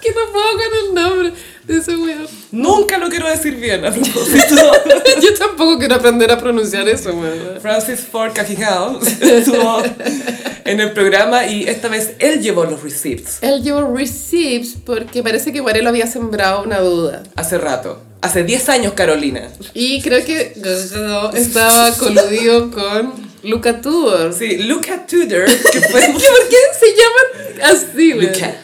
[SPEAKER 2] Que tampoco con el nombre de ese weón.
[SPEAKER 1] Nunca lo quiero decir bien a propósito.
[SPEAKER 2] Yo tampoco quiero aprender a pronunciar eso, weón.
[SPEAKER 1] Francis Ford Cajigao estuvo en el programa y esta vez él llevó los receipts
[SPEAKER 2] Él llevó receipts porque parece que Guarelo había sembrado una duda.
[SPEAKER 1] hace rato. Hace 10 años, Carolina.
[SPEAKER 2] Y creo que Guerrero estaba coludido con Luca Tudor.
[SPEAKER 1] Sí, Luca Tudor, que fue...
[SPEAKER 2] ¿Por qué se llaman así, weón?
[SPEAKER 1] Luca.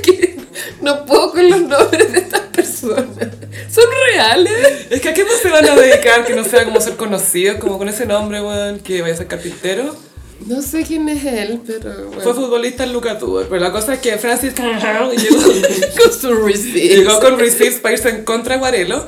[SPEAKER 2] Que- No puedo con los nombres de estas personas. Son reales.
[SPEAKER 1] Es que a qué más se van a dedicar que no sea como ser conocidos, como con ese nombre, weón, que vaya a ser carpintero.
[SPEAKER 2] No sé quién es él, pero bueno.
[SPEAKER 1] Fue futbolista en Luca Tudor, pero la cosa es que Francis llegó,
[SPEAKER 2] con su receipt.
[SPEAKER 1] llegó con receipts para irse en contra de Guarelo.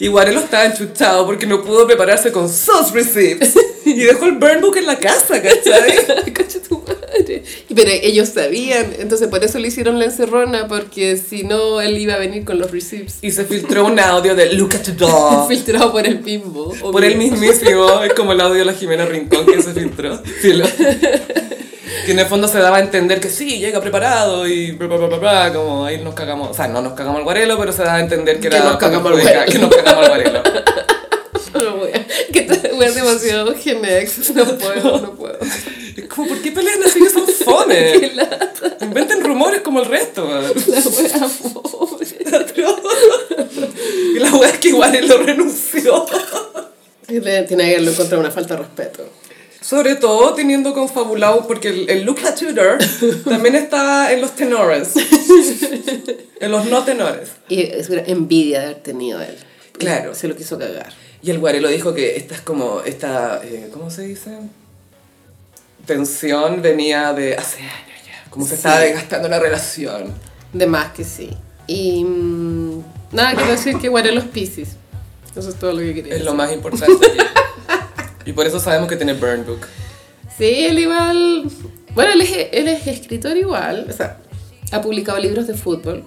[SPEAKER 1] Y Guarelo estaba enchuchado porque no pudo prepararse con sus receipts. Y dejó el burn book en la casa, ¿cachai?
[SPEAKER 2] Concha tu madre. Y Pero ellos sabían, entonces por eso le hicieron la encerrona, porque si no, él iba a venir con los receipts
[SPEAKER 1] Y se filtró un audio de Luca Tudor.
[SPEAKER 2] filtrado por el bimbo. obvio.
[SPEAKER 1] Ah. Por él mismísimo, es como el audio de la Jimena Rincón que se filtró. Sí, lo- que en el fondo se daba a entender que sí, llega preparado y bla, bla, bla, bla, bla, como ahí nos cagamos, o sea, no nos cagamos al guarelo, pero se daba a entender que,
[SPEAKER 2] Que
[SPEAKER 1] era
[SPEAKER 2] nos cagamos al
[SPEAKER 1] que-
[SPEAKER 2] guarelo.
[SPEAKER 1] que nos cagamos al guarelo.
[SPEAKER 2] No, wea. Que esta wea es demasiado genex. No puedo, no puedo.
[SPEAKER 1] Es como, ¿por qué pelean así que son fones? Inventen rumores como el resto. man.
[SPEAKER 2] La wea pobre.
[SPEAKER 1] Y la wea es que guarelo renunció.
[SPEAKER 2] Tiene que haberlo contra una falta de respeto.
[SPEAKER 1] Sobre todo teniendo confabulado, porque el, el Luca Tudor también estaba en los tenores, en los no tenores.
[SPEAKER 2] Y es una envidia de haber tenido a él.
[SPEAKER 1] Claro.
[SPEAKER 2] Se lo quiso cagar.
[SPEAKER 1] Y el guarelo dijo que esta es como, esta, eh, ¿cómo se dice? Tensión venía de hace años ya, como se estaba desgastando la relación.
[SPEAKER 2] De más que sí. Y mm, nada, quiero decir que guardé los piscis. Eso es todo lo que
[SPEAKER 1] Es
[SPEAKER 2] quería. decir.
[SPEAKER 1] lo más importante. aquí. y por eso sabemos que tiene Burn Book.
[SPEAKER 2] Sí, él igual. Bueno, él es, él es escritor igual. O sea, ha publicado libros de fútbol,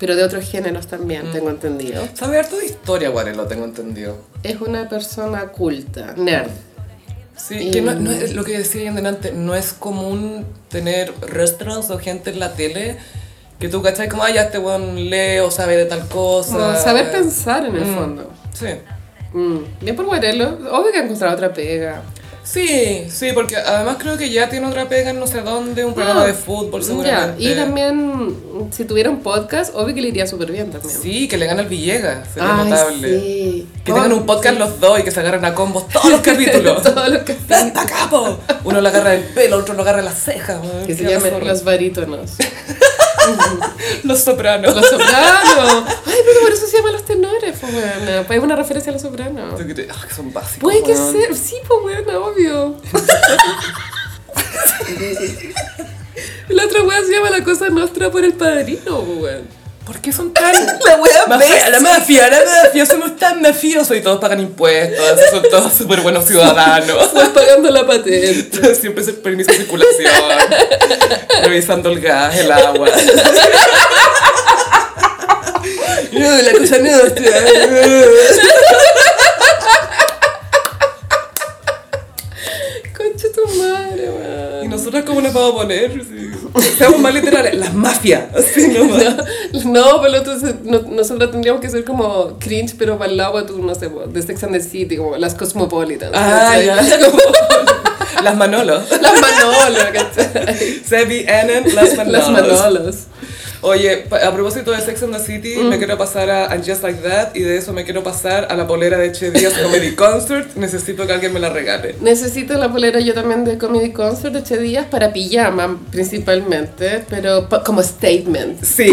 [SPEAKER 2] pero de otros géneros también, tengo entendido.
[SPEAKER 1] Sabe harto de historia, guarelo, tengo entendido.
[SPEAKER 2] Es una persona culta, nerd.
[SPEAKER 1] Sí, que no, no es lo que decía ahí en delante, no es común tener restaurants o gente en la tele que tú cachai como, ah, ya este weón lee o sabe de tal
[SPEAKER 2] Como
[SPEAKER 1] cosa.
[SPEAKER 2] saber pensar en el
[SPEAKER 1] Mm.
[SPEAKER 2] fondo.
[SPEAKER 1] Sí.
[SPEAKER 2] Mm, Bien por Guarelo. Obvio que ha encontrado otra pega.
[SPEAKER 1] Sí, sí, porque además creo que ya tiene otra pega en no sé dónde, un programa
[SPEAKER 2] Ah,
[SPEAKER 1] de fútbol
[SPEAKER 2] Ya,
[SPEAKER 1] seguramente.
[SPEAKER 2] y también, si tuviera un podcast, obvio que le iría súper bien también.
[SPEAKER 1] Sí, que le gana el Villegas, sería
[SPEAKER 2] Ay,
[SPEAKER 1] notable.
[SPEAKER 2] sí.
[SPEAKER 1] Que tengan un podcast los dos y que se agarren a combos todos los capítulos.
[SPEAKER 2] Todos los que,
[SPEAKER 1] ¡Ven pa' acá, po! Uno le agarra el pelo, otro lo agarra las cejas. weón.
[SPEAKER 2] que se
[SPEAKER 1] Qué
[SPEAKER 2] llamen
[SPEAKER 1] zorra.
[SPEAKER 2] los barítonos.
[SPEAKER 1] Los sopranos.
[SPEAKER 2] Los sopranos. Ay, pero por eso se llaman los tenores, pues weona. Pues es una referencia a los sopranos.
[SPEAKER 1] Yo creo- ah, que son básicos.
[SPEAKER 2] Puede que
[SPEAKER 1] weón.
[SPEAKER 2] ser. Sí, pues weona, obvio. La otra wea se llama la cosa nostra por el padrino, pues weón.
[SPEAKER 1] ¿Por qué son tan.?
[SPEAKER 2] La wea
[SPEAKER 1] Mafia, la mafia, la mafia, somos tan mafiosos y todos pagan impuestos, son todos súper buenos ciudadanos.
[SPEAKER 2] Estás pagando la patente.
[SPEAKER 1] Siempre es el permiso de circulación, revisando el gas, el agua. No, la cosa no.
[SPEAKER 2] Concha tu madre, weón.
[SPEAKER 1] ¿Y nosotros cómo nos vamos a poner? Sí. Seamos más literales, las mafias. Así nomás.
[SPEAKER 2] No, pero entonces no- nosotros tendríamos que ser como cringe, pero para el agua tú, no sé, de Sex and the City, como las Cosmopolitans.
[SPEAKER 1] Ah,
[SPEAKER 2] ¿cachai?
[SPEAKER 1] ya. Las Manolo.
[SPEAKER 2] Las Manolas, ¿cachai?
[SPEAKER 1] Sebi Annan, las Manolos.
[SPEAKER 2] Las Manolas.
[SPEAKER 1] Oye, pa- a propósito de Sex and the City, me quiero pasar a And Just Like That y de eso me quiero pasar a la polera de Che Díaz Comedy Concert. Necesito que alguien me la regale.
[SPEAKER 2] Necesito la polera yo también de Comedy Concert de 8 días para pijama principalmente, pero pa- como statement.
[SPEAKER 1] Sí.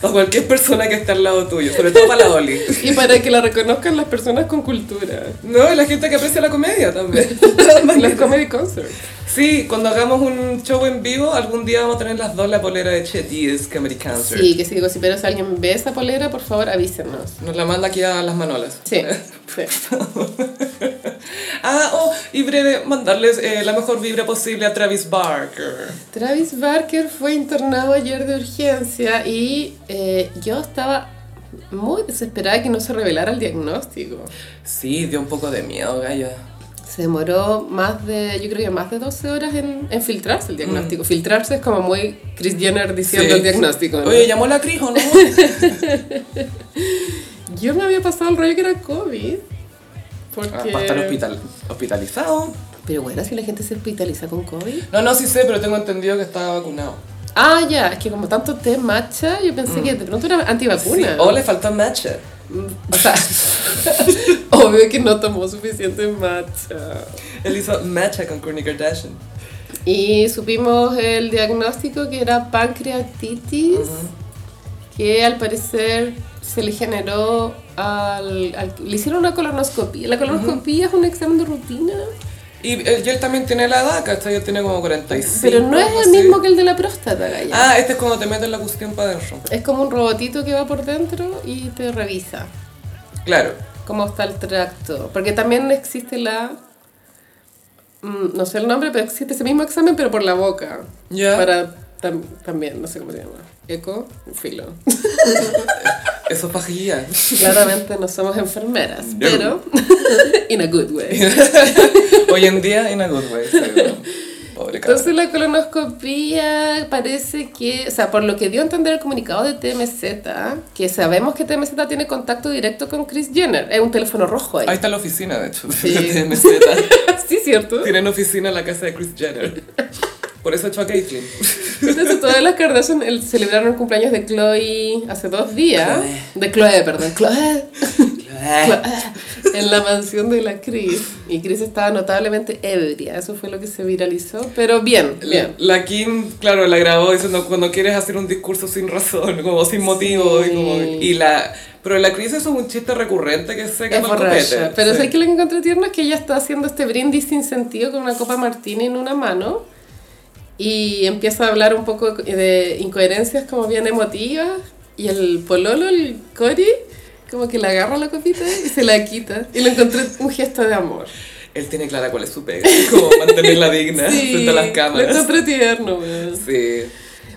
[SPEAKER 1] Para cualquier persona que esté al lado tuyo, sobre todo para la Oli.
[SPEAKER 2] Y para que la reconozcan las personas con cultura.
[SPEAKER 1] No, y la gente que aprecia la comedia también.
[SPEAKER 2] Los Comedy Concert.
[SPEAKER 1] Sí, cuando hagamos un show en vivo, algún día vamos a tener las dos la polera de Che Díaz Comedy Concert.
[SPEAKER 2] Sí, que si digo, si pero si alguien ve esa polera, por favor avísenos.
[SPEAKER 1] Nos la manda aquí a las manolas.
[SPEAKER 2] Sí, sí.
[SPEAKER 1] Ah, oh, y breve, mandarles eh, la mejor vibra posible a Travis Barker.
[SPEAKER 2] Travis Barker fue internado ayer de urgencia y eh, yo estaba muy desesperada que no se revelara el diagnóstico.
[SPEAKER 1] Sí, dio un poco de miedo, gallo.
[SPEAKER 2] Se demoró más de, yo creo que más de 12 horas en, en filtrarse el diagnóstico. Filtrarse es como muy Chris Jenner diciendo
[SPEAKER 1] Mm. Sí.
[SPEAKER 2] el diagnóstico. ¿no?
[SPEAKER 1] Oye, llamó la Cris, ¿o no? Ah,
[SPEAKER 2] Yo me había pasado el rollo que era COVID. Porque...
[SPEAKER 1] Ah, para estar hospital- hospitalizado.
[SPEAKER 2] Pero bueno, si la gente se hospitaliza con COVID.
[SPEAKER 1] No, no, sí sé, pero tengo entendido que estaba vacunado.
[SPEAKER 2] Ah, ya, es que como tanto té matcha, yo pensé que de pronto era
[SPEAKER 1] Mm. Sí,
[SPEAKER 2] antivacuna.
[SPEAKER 1] o le faltó matcha.
[SPEAKER 2] O sea, obvio que no tomó suficiente matcha.
[SPEAKER 1] Él hizo matcha con Kourtney Kardashian.
[SPEAKER 2] Y supimos el diagnóstico que era pancreatitis, que al parecer se le generó al, al- Le hicieron una colonoscopia. La colonoscopia es un examen de rutina,
[SPEAKER 1] Y, él- y él también tiene la edad, ¿cachai? Él tiene como 45.
[SPEAKER 2] pero no es el
[SPEAKER 1] así.
[SPEAKER 2] mismo que el de la próstata, Gaya.
[SPEAKER 1] Ah, este es cuando te meten la cuestión para adentro.
[SPEAKER 2] Es como un robotito que va por dentro y te revisa
[SPEAKER 1] Claro.
[SPEAKER 2] cómo está el tracto. Porque también existe la... mm, No sé el nombre, pero existe ese mismo examen, pero por la boca.
[SPEAKER 1] Ya.
[SPEAKER 2] Para tam- también, no sé cómo se llama. Eco, filo.
[SPEAKER 1] Eso es pajilla.
[SPEAKER 2] Claramente no somos enfermeras,
[SPEAKER 1] No.
[SPEAKER 2] pero in a good way.
[SPEAKER 1] Hoy en día, in a good way. pero- Pobre cabrón.
[SPEAKER 2] Entonces la colonoscopía parece que, o sea, por lo que dio a entender el comunicado de TMZ, que sabemos que TMZ tiene contacto directo con Chris Jenner, es un teléfono rojo ahí.
[SPEAKER 1] Ahí está la oficina, de hecho.
[SPEAKER 2] Sí.
[SPEAKER 1] de TMZ.
[SPEAKER 2] sí, cierto.
[SPEAKER 1] Tienen oficina en la casa de Chris Jenner. Por eso echó a Caitlyn.
[SPEAKER 2] Entonces todas las Kardashian el- celebraron el cumpleaños de Chloe hace dos días.
[SPEAKER 1] Chloe.
[SPEAKER 2] De Chloe, perdón. Chloe. en la mansión de la Chris. Y Chris estaba notablemente ebria. Eso fue lo que se viralizó. Pero bien,
[SPEAKER 1] La,
[SPEAKER 2] bien.
[SPEAKER 1] la Kim, claro, la grabó diciendo cuando quieres hacer un discurso sin razón, como sin motivo.
[SPEAKER 2] Sí.
[SPEAKER 1] Y, como, y la. Pero la Chris es un chiste recurrente que se
[SPEAKER 2] Es
[SPEAKER 1] quema el
[SPEAKER 2] borracha.
[SPEAKER 1] copete.
[SPEAKER 2] Pero
[SPEAKER 1] sí.
[SPEAKER 2] sé que lo que encontré tierno es que ella está haciendo este brindis sin sentido con una copa martini en una mano. Y empieza a hablar un poco de incoherencias como bien emotivas. Y el pololo, el Cory, como que le agarra la copita y se la quita. Y lo encontré un gesto de amor.
[SPEAKER 1] Él tiene clara cuál es su pega. Como mantenerla digna
[SPEAKER 2] Sí,
[SPEAKER 1] frente a las
[SPEAKER 2] Lo
[SPEAKER 1] cámaras.
[SPEAKER 2] encontré tierno, weón.
[SPEAKER 1] Sí.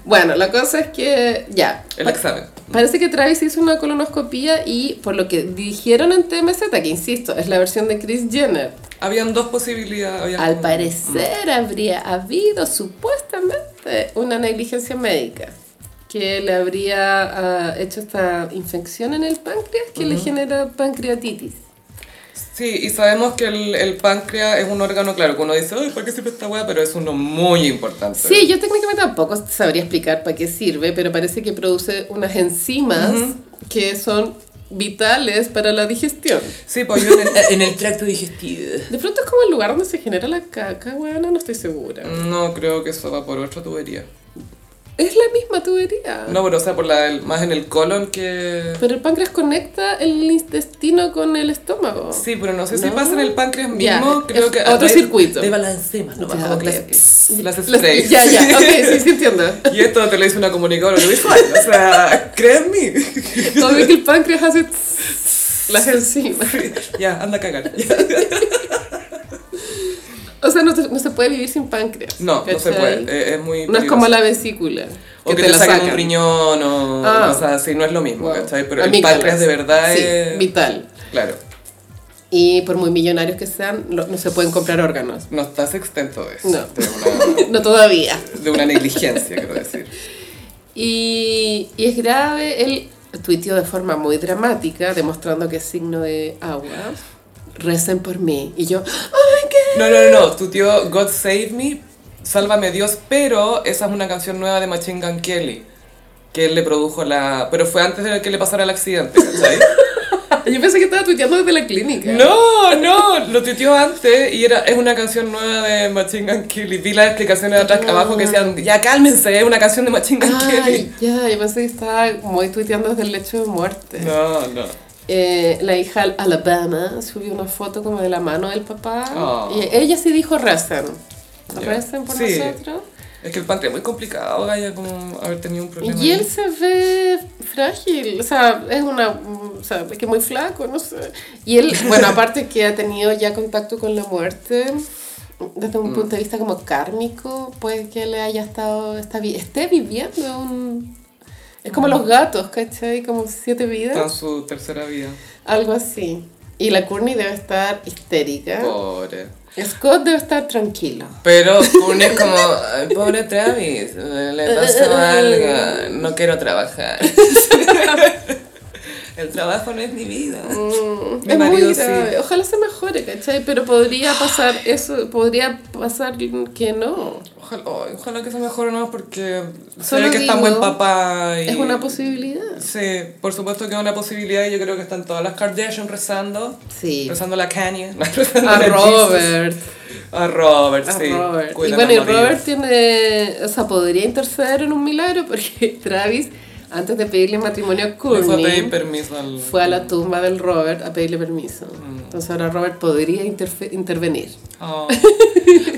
[SPEAKER 2] Bueno, la cosa es que ya.
[SPEAKER 1] El examen.
[SPEAKER 2] Parece que Travis hizo una colonoscopía y por lo que dijeron en TMZ, que insisto, es la versión de Chris Jenner,
[SPEAKER 1] Habían dos posibilidades. habían
[SPEAKER 2] al
[SPEAKER 1] como-
[SPEAKER 2] parecer habría habido supuestamente una negligencia médica que le habría ah, hecho esta infección en el páncreas que le genera pancreatitis.
[SPEAKER 1] Sí, y sabemos que el, el páncreas es un órgano, claro, que uno dice, ay, ¿para qué sirve esta weá? Pero es uno muy importante.
[SPEAKER 2] Sí, yo técnicamente tampoco sabría explicar para qué sirve, pero parece que produce unas enzimas que son vitales para la digestión.
[SPEAKER 1] Sí, pues yo en el, en el tracto digestivo.
[SPEAKER 2] De pronto es como el lugar donde se genera la caca, weona, no estoy segura.
[SPEAKER 1] No, creo que eso va por otra tubería.
[SPEAKER 2] Es la misma tubería.
[SPEAKER 1] No, pero o sea, por la del- más en el colon que...
[SPEAKER 2] Pero el páncreas conecta el intestino con el estómago.
[SPEAKER 1] Sí, pero no sé si
[SPEAKER 2] No.
[SPEAKER 1] pasa en el páncreas mismo,
[SPEAKER 2] Ya,
[SPEAKER 1] creo
[SPEAKER 2] es
[SPEAKER 1] que...
[SPEAKER 2] otro circuito.
[SPEAKER 1] De balancemas, ¿no?
[SPEAKER 2] Ya,
[SPEAKER 1] Como que
[SPEAKER 2] las-
[SPEAKER 1] las
[SPEAKER 2] Las-
[SPEAKER 1] sprays.
[SPEAKER 2] Ya, ya, ok, sí, sí entiendo.
[SPEAKER 1] Y esto te lo hizo una comunicadora visual, o sea, créeme.
[SPEAKER 2] Obvio que el páncreas hace tss, las enzimas.
[SPEAKER 1] ya, anda a cagar.
[SPEAKER 2] O sea, no, te- no se puede vivir sin páncreas.
[SPEAKER 1] No, no se
[SPEAKER 2] ¿cachai?
[SPEAKER 1] puede, eh, es muy
[SPEAKER 2] No es
[SPEAKER 1] peligroso.
[SPEAKER 2] como la vesícula.
[SPEAKER 1] O que, te,
[SPEAKER 2] la
[SPEAKER 1] sacan, un
[SPEAKER 2] sacan.
[SPEAKER 1] riñón o
[SPEAKER 2] Ah.
[SPEAKER 1] cosas así, no es lo mismo,
[SPEAKER 2] Wow.
[SPEAKER 1] ¿cachai? Pero el
[SPEAKER 2] Amígdalas.
[SPEAKER 1] páncreas de verdad
[SPEAKER 2] Sí,
[SPEAKER 1] es...
[SPEAKER 2] vital.
[SPEAKER 1] Claro,
[SPEAKER 2] Y por muy millonarios que sean, lo- no se pueden comprar órganos.
[SPEAKER 1] no estás extento de eso.
[SPEAKER 2] No.
[SPEAKER 1] De una,
[SPEAKER 2] No todavía.
[SPEAKER 1] de una negligencia, quiero decir.
[SPEAKER 2] Y, y es grave, él tuiteó de forma muy dramática, demostrando que es signo de agua. Recen por mí. Y yo, ¡ay, qué!
[SPEAKER 1] No, no, no, no, tu tío God Save Me, Sálvame Dios, pero esa es una canción nueva de Machine Gun Kelly, que él le produjo la... Pero fue antes de que le pasara el accidente, ¿cachai?
[SPEAKER 2] Yo pensé que estaba tuiteando desde la clínica.
[SPEAKER 1] No, no, lo tuiteó antes y era, es una canción nueva de Machine Gun Kelly. Vi las explicaciones atrás abajo que decían, ya cálmense, es una canción de Machine Gun Kelly.
[SPEAKER 2] Ah. Ay, ya, yo pensé que estaba muy tuiteando desde el lecho de muerte.
[SPEAKER 1] No, no.
[SPEAKER 2] Eh, la hija al- Alabama subió una foto como de la mano del papá.
[SPEAKER 1] Oh.
[SPEAKER 2] Y ella sí dijo recen.
[SPEAKER 1] Ya.
[SPEAKER 2] Recen por
[SPEAKER 1] Sí.
[SPEAKER 2] nosotros.
[SPEAKER 1] Es que el páncreas es muy complicado, Gaya, como haber tenido un problema.
[SPEAKER 2] Y él
[SPEAKER 1] ahí.
[SPEAKER 2] se ve frágil, o sea, es una, o sea, es que muy flaco, no sé. Y él, bueno, aparte que ha tenido ya contacto con la muerte, desde un punto de vista como kármico, puede que le haya estado, está, vi- esté viviendo un... Es como los gatos, ¿cachai? Como
[SPEAKER 1] Está
[SPEAKER 2] siete
[SPEAKER 1] en
[SPEAKER 2] vidas,
[SPEAKER 1] su tercera vida.
[SPEAKER 2] algo así. Y la Courtney debe estar histérica.
[SPEAKER 1] Pobre.
[SPEAKER 2] Scott debe estar tranquilo.
[SPEAKER 1] Pero uno es como, "Ay, pobre Travis, le pasó algo, no quiero trabajar. El trabajo no es mi vida. Mi
[SPEAKER 2] es
[SPEAKER 1] marido
[SPEAKER 2] muy
[SPEAKER 1] sí.
[SPEAKER 2] grave. Ojalá se mejore, ¿cachai? Pero podría pasar eso, podría pasar que no.
[SPEAKER 1] Ojalá, ay, ojalá que se mejore no porque se
[SPEAKER 2] Solo
[SPEAKER 1] ve que es tan
[SPEAKER 2] digo,
[SPEAKER 1] buen papá y...
[SPEAKER 2] Es una posibilidad.
[SPEAKER 1] Sí, por supuesto que es una posibilidad y yo creo que están todas las Kardashian rezando,
[SPEAKER 2] Sí.
[SPEAKER 1] rezando a la Kanye,
[SPEAKER 2] A Robert.
[SPEAKER 1] A Robert,
[SPEAKER 2] A
[SPEAKER 1] sí.
[SPEAKER 2] Robert. Y
[SPEAKER 1] Cuidan
[SPEAKER 2] bueno, y
[SPEAKER 1] a morir.
[SPEAKER 2] Robert tiene, o sea, podría interceder en un milagro porque Travis, antes de pedirle matrimonio a
[SPEAKER 1] Le fue a
[SPEAKER 2] Courtney,
[SPEAKER 1] pedir permiso al...
[SPEAKER 2] fue a la tumba del Robert a pedirle permiso.
[SPEAKER 1] Mm.
[SPEAKER 2] Entonces ahora Robert podría interfe- intervenir.
[SPEAKER 1] Oh.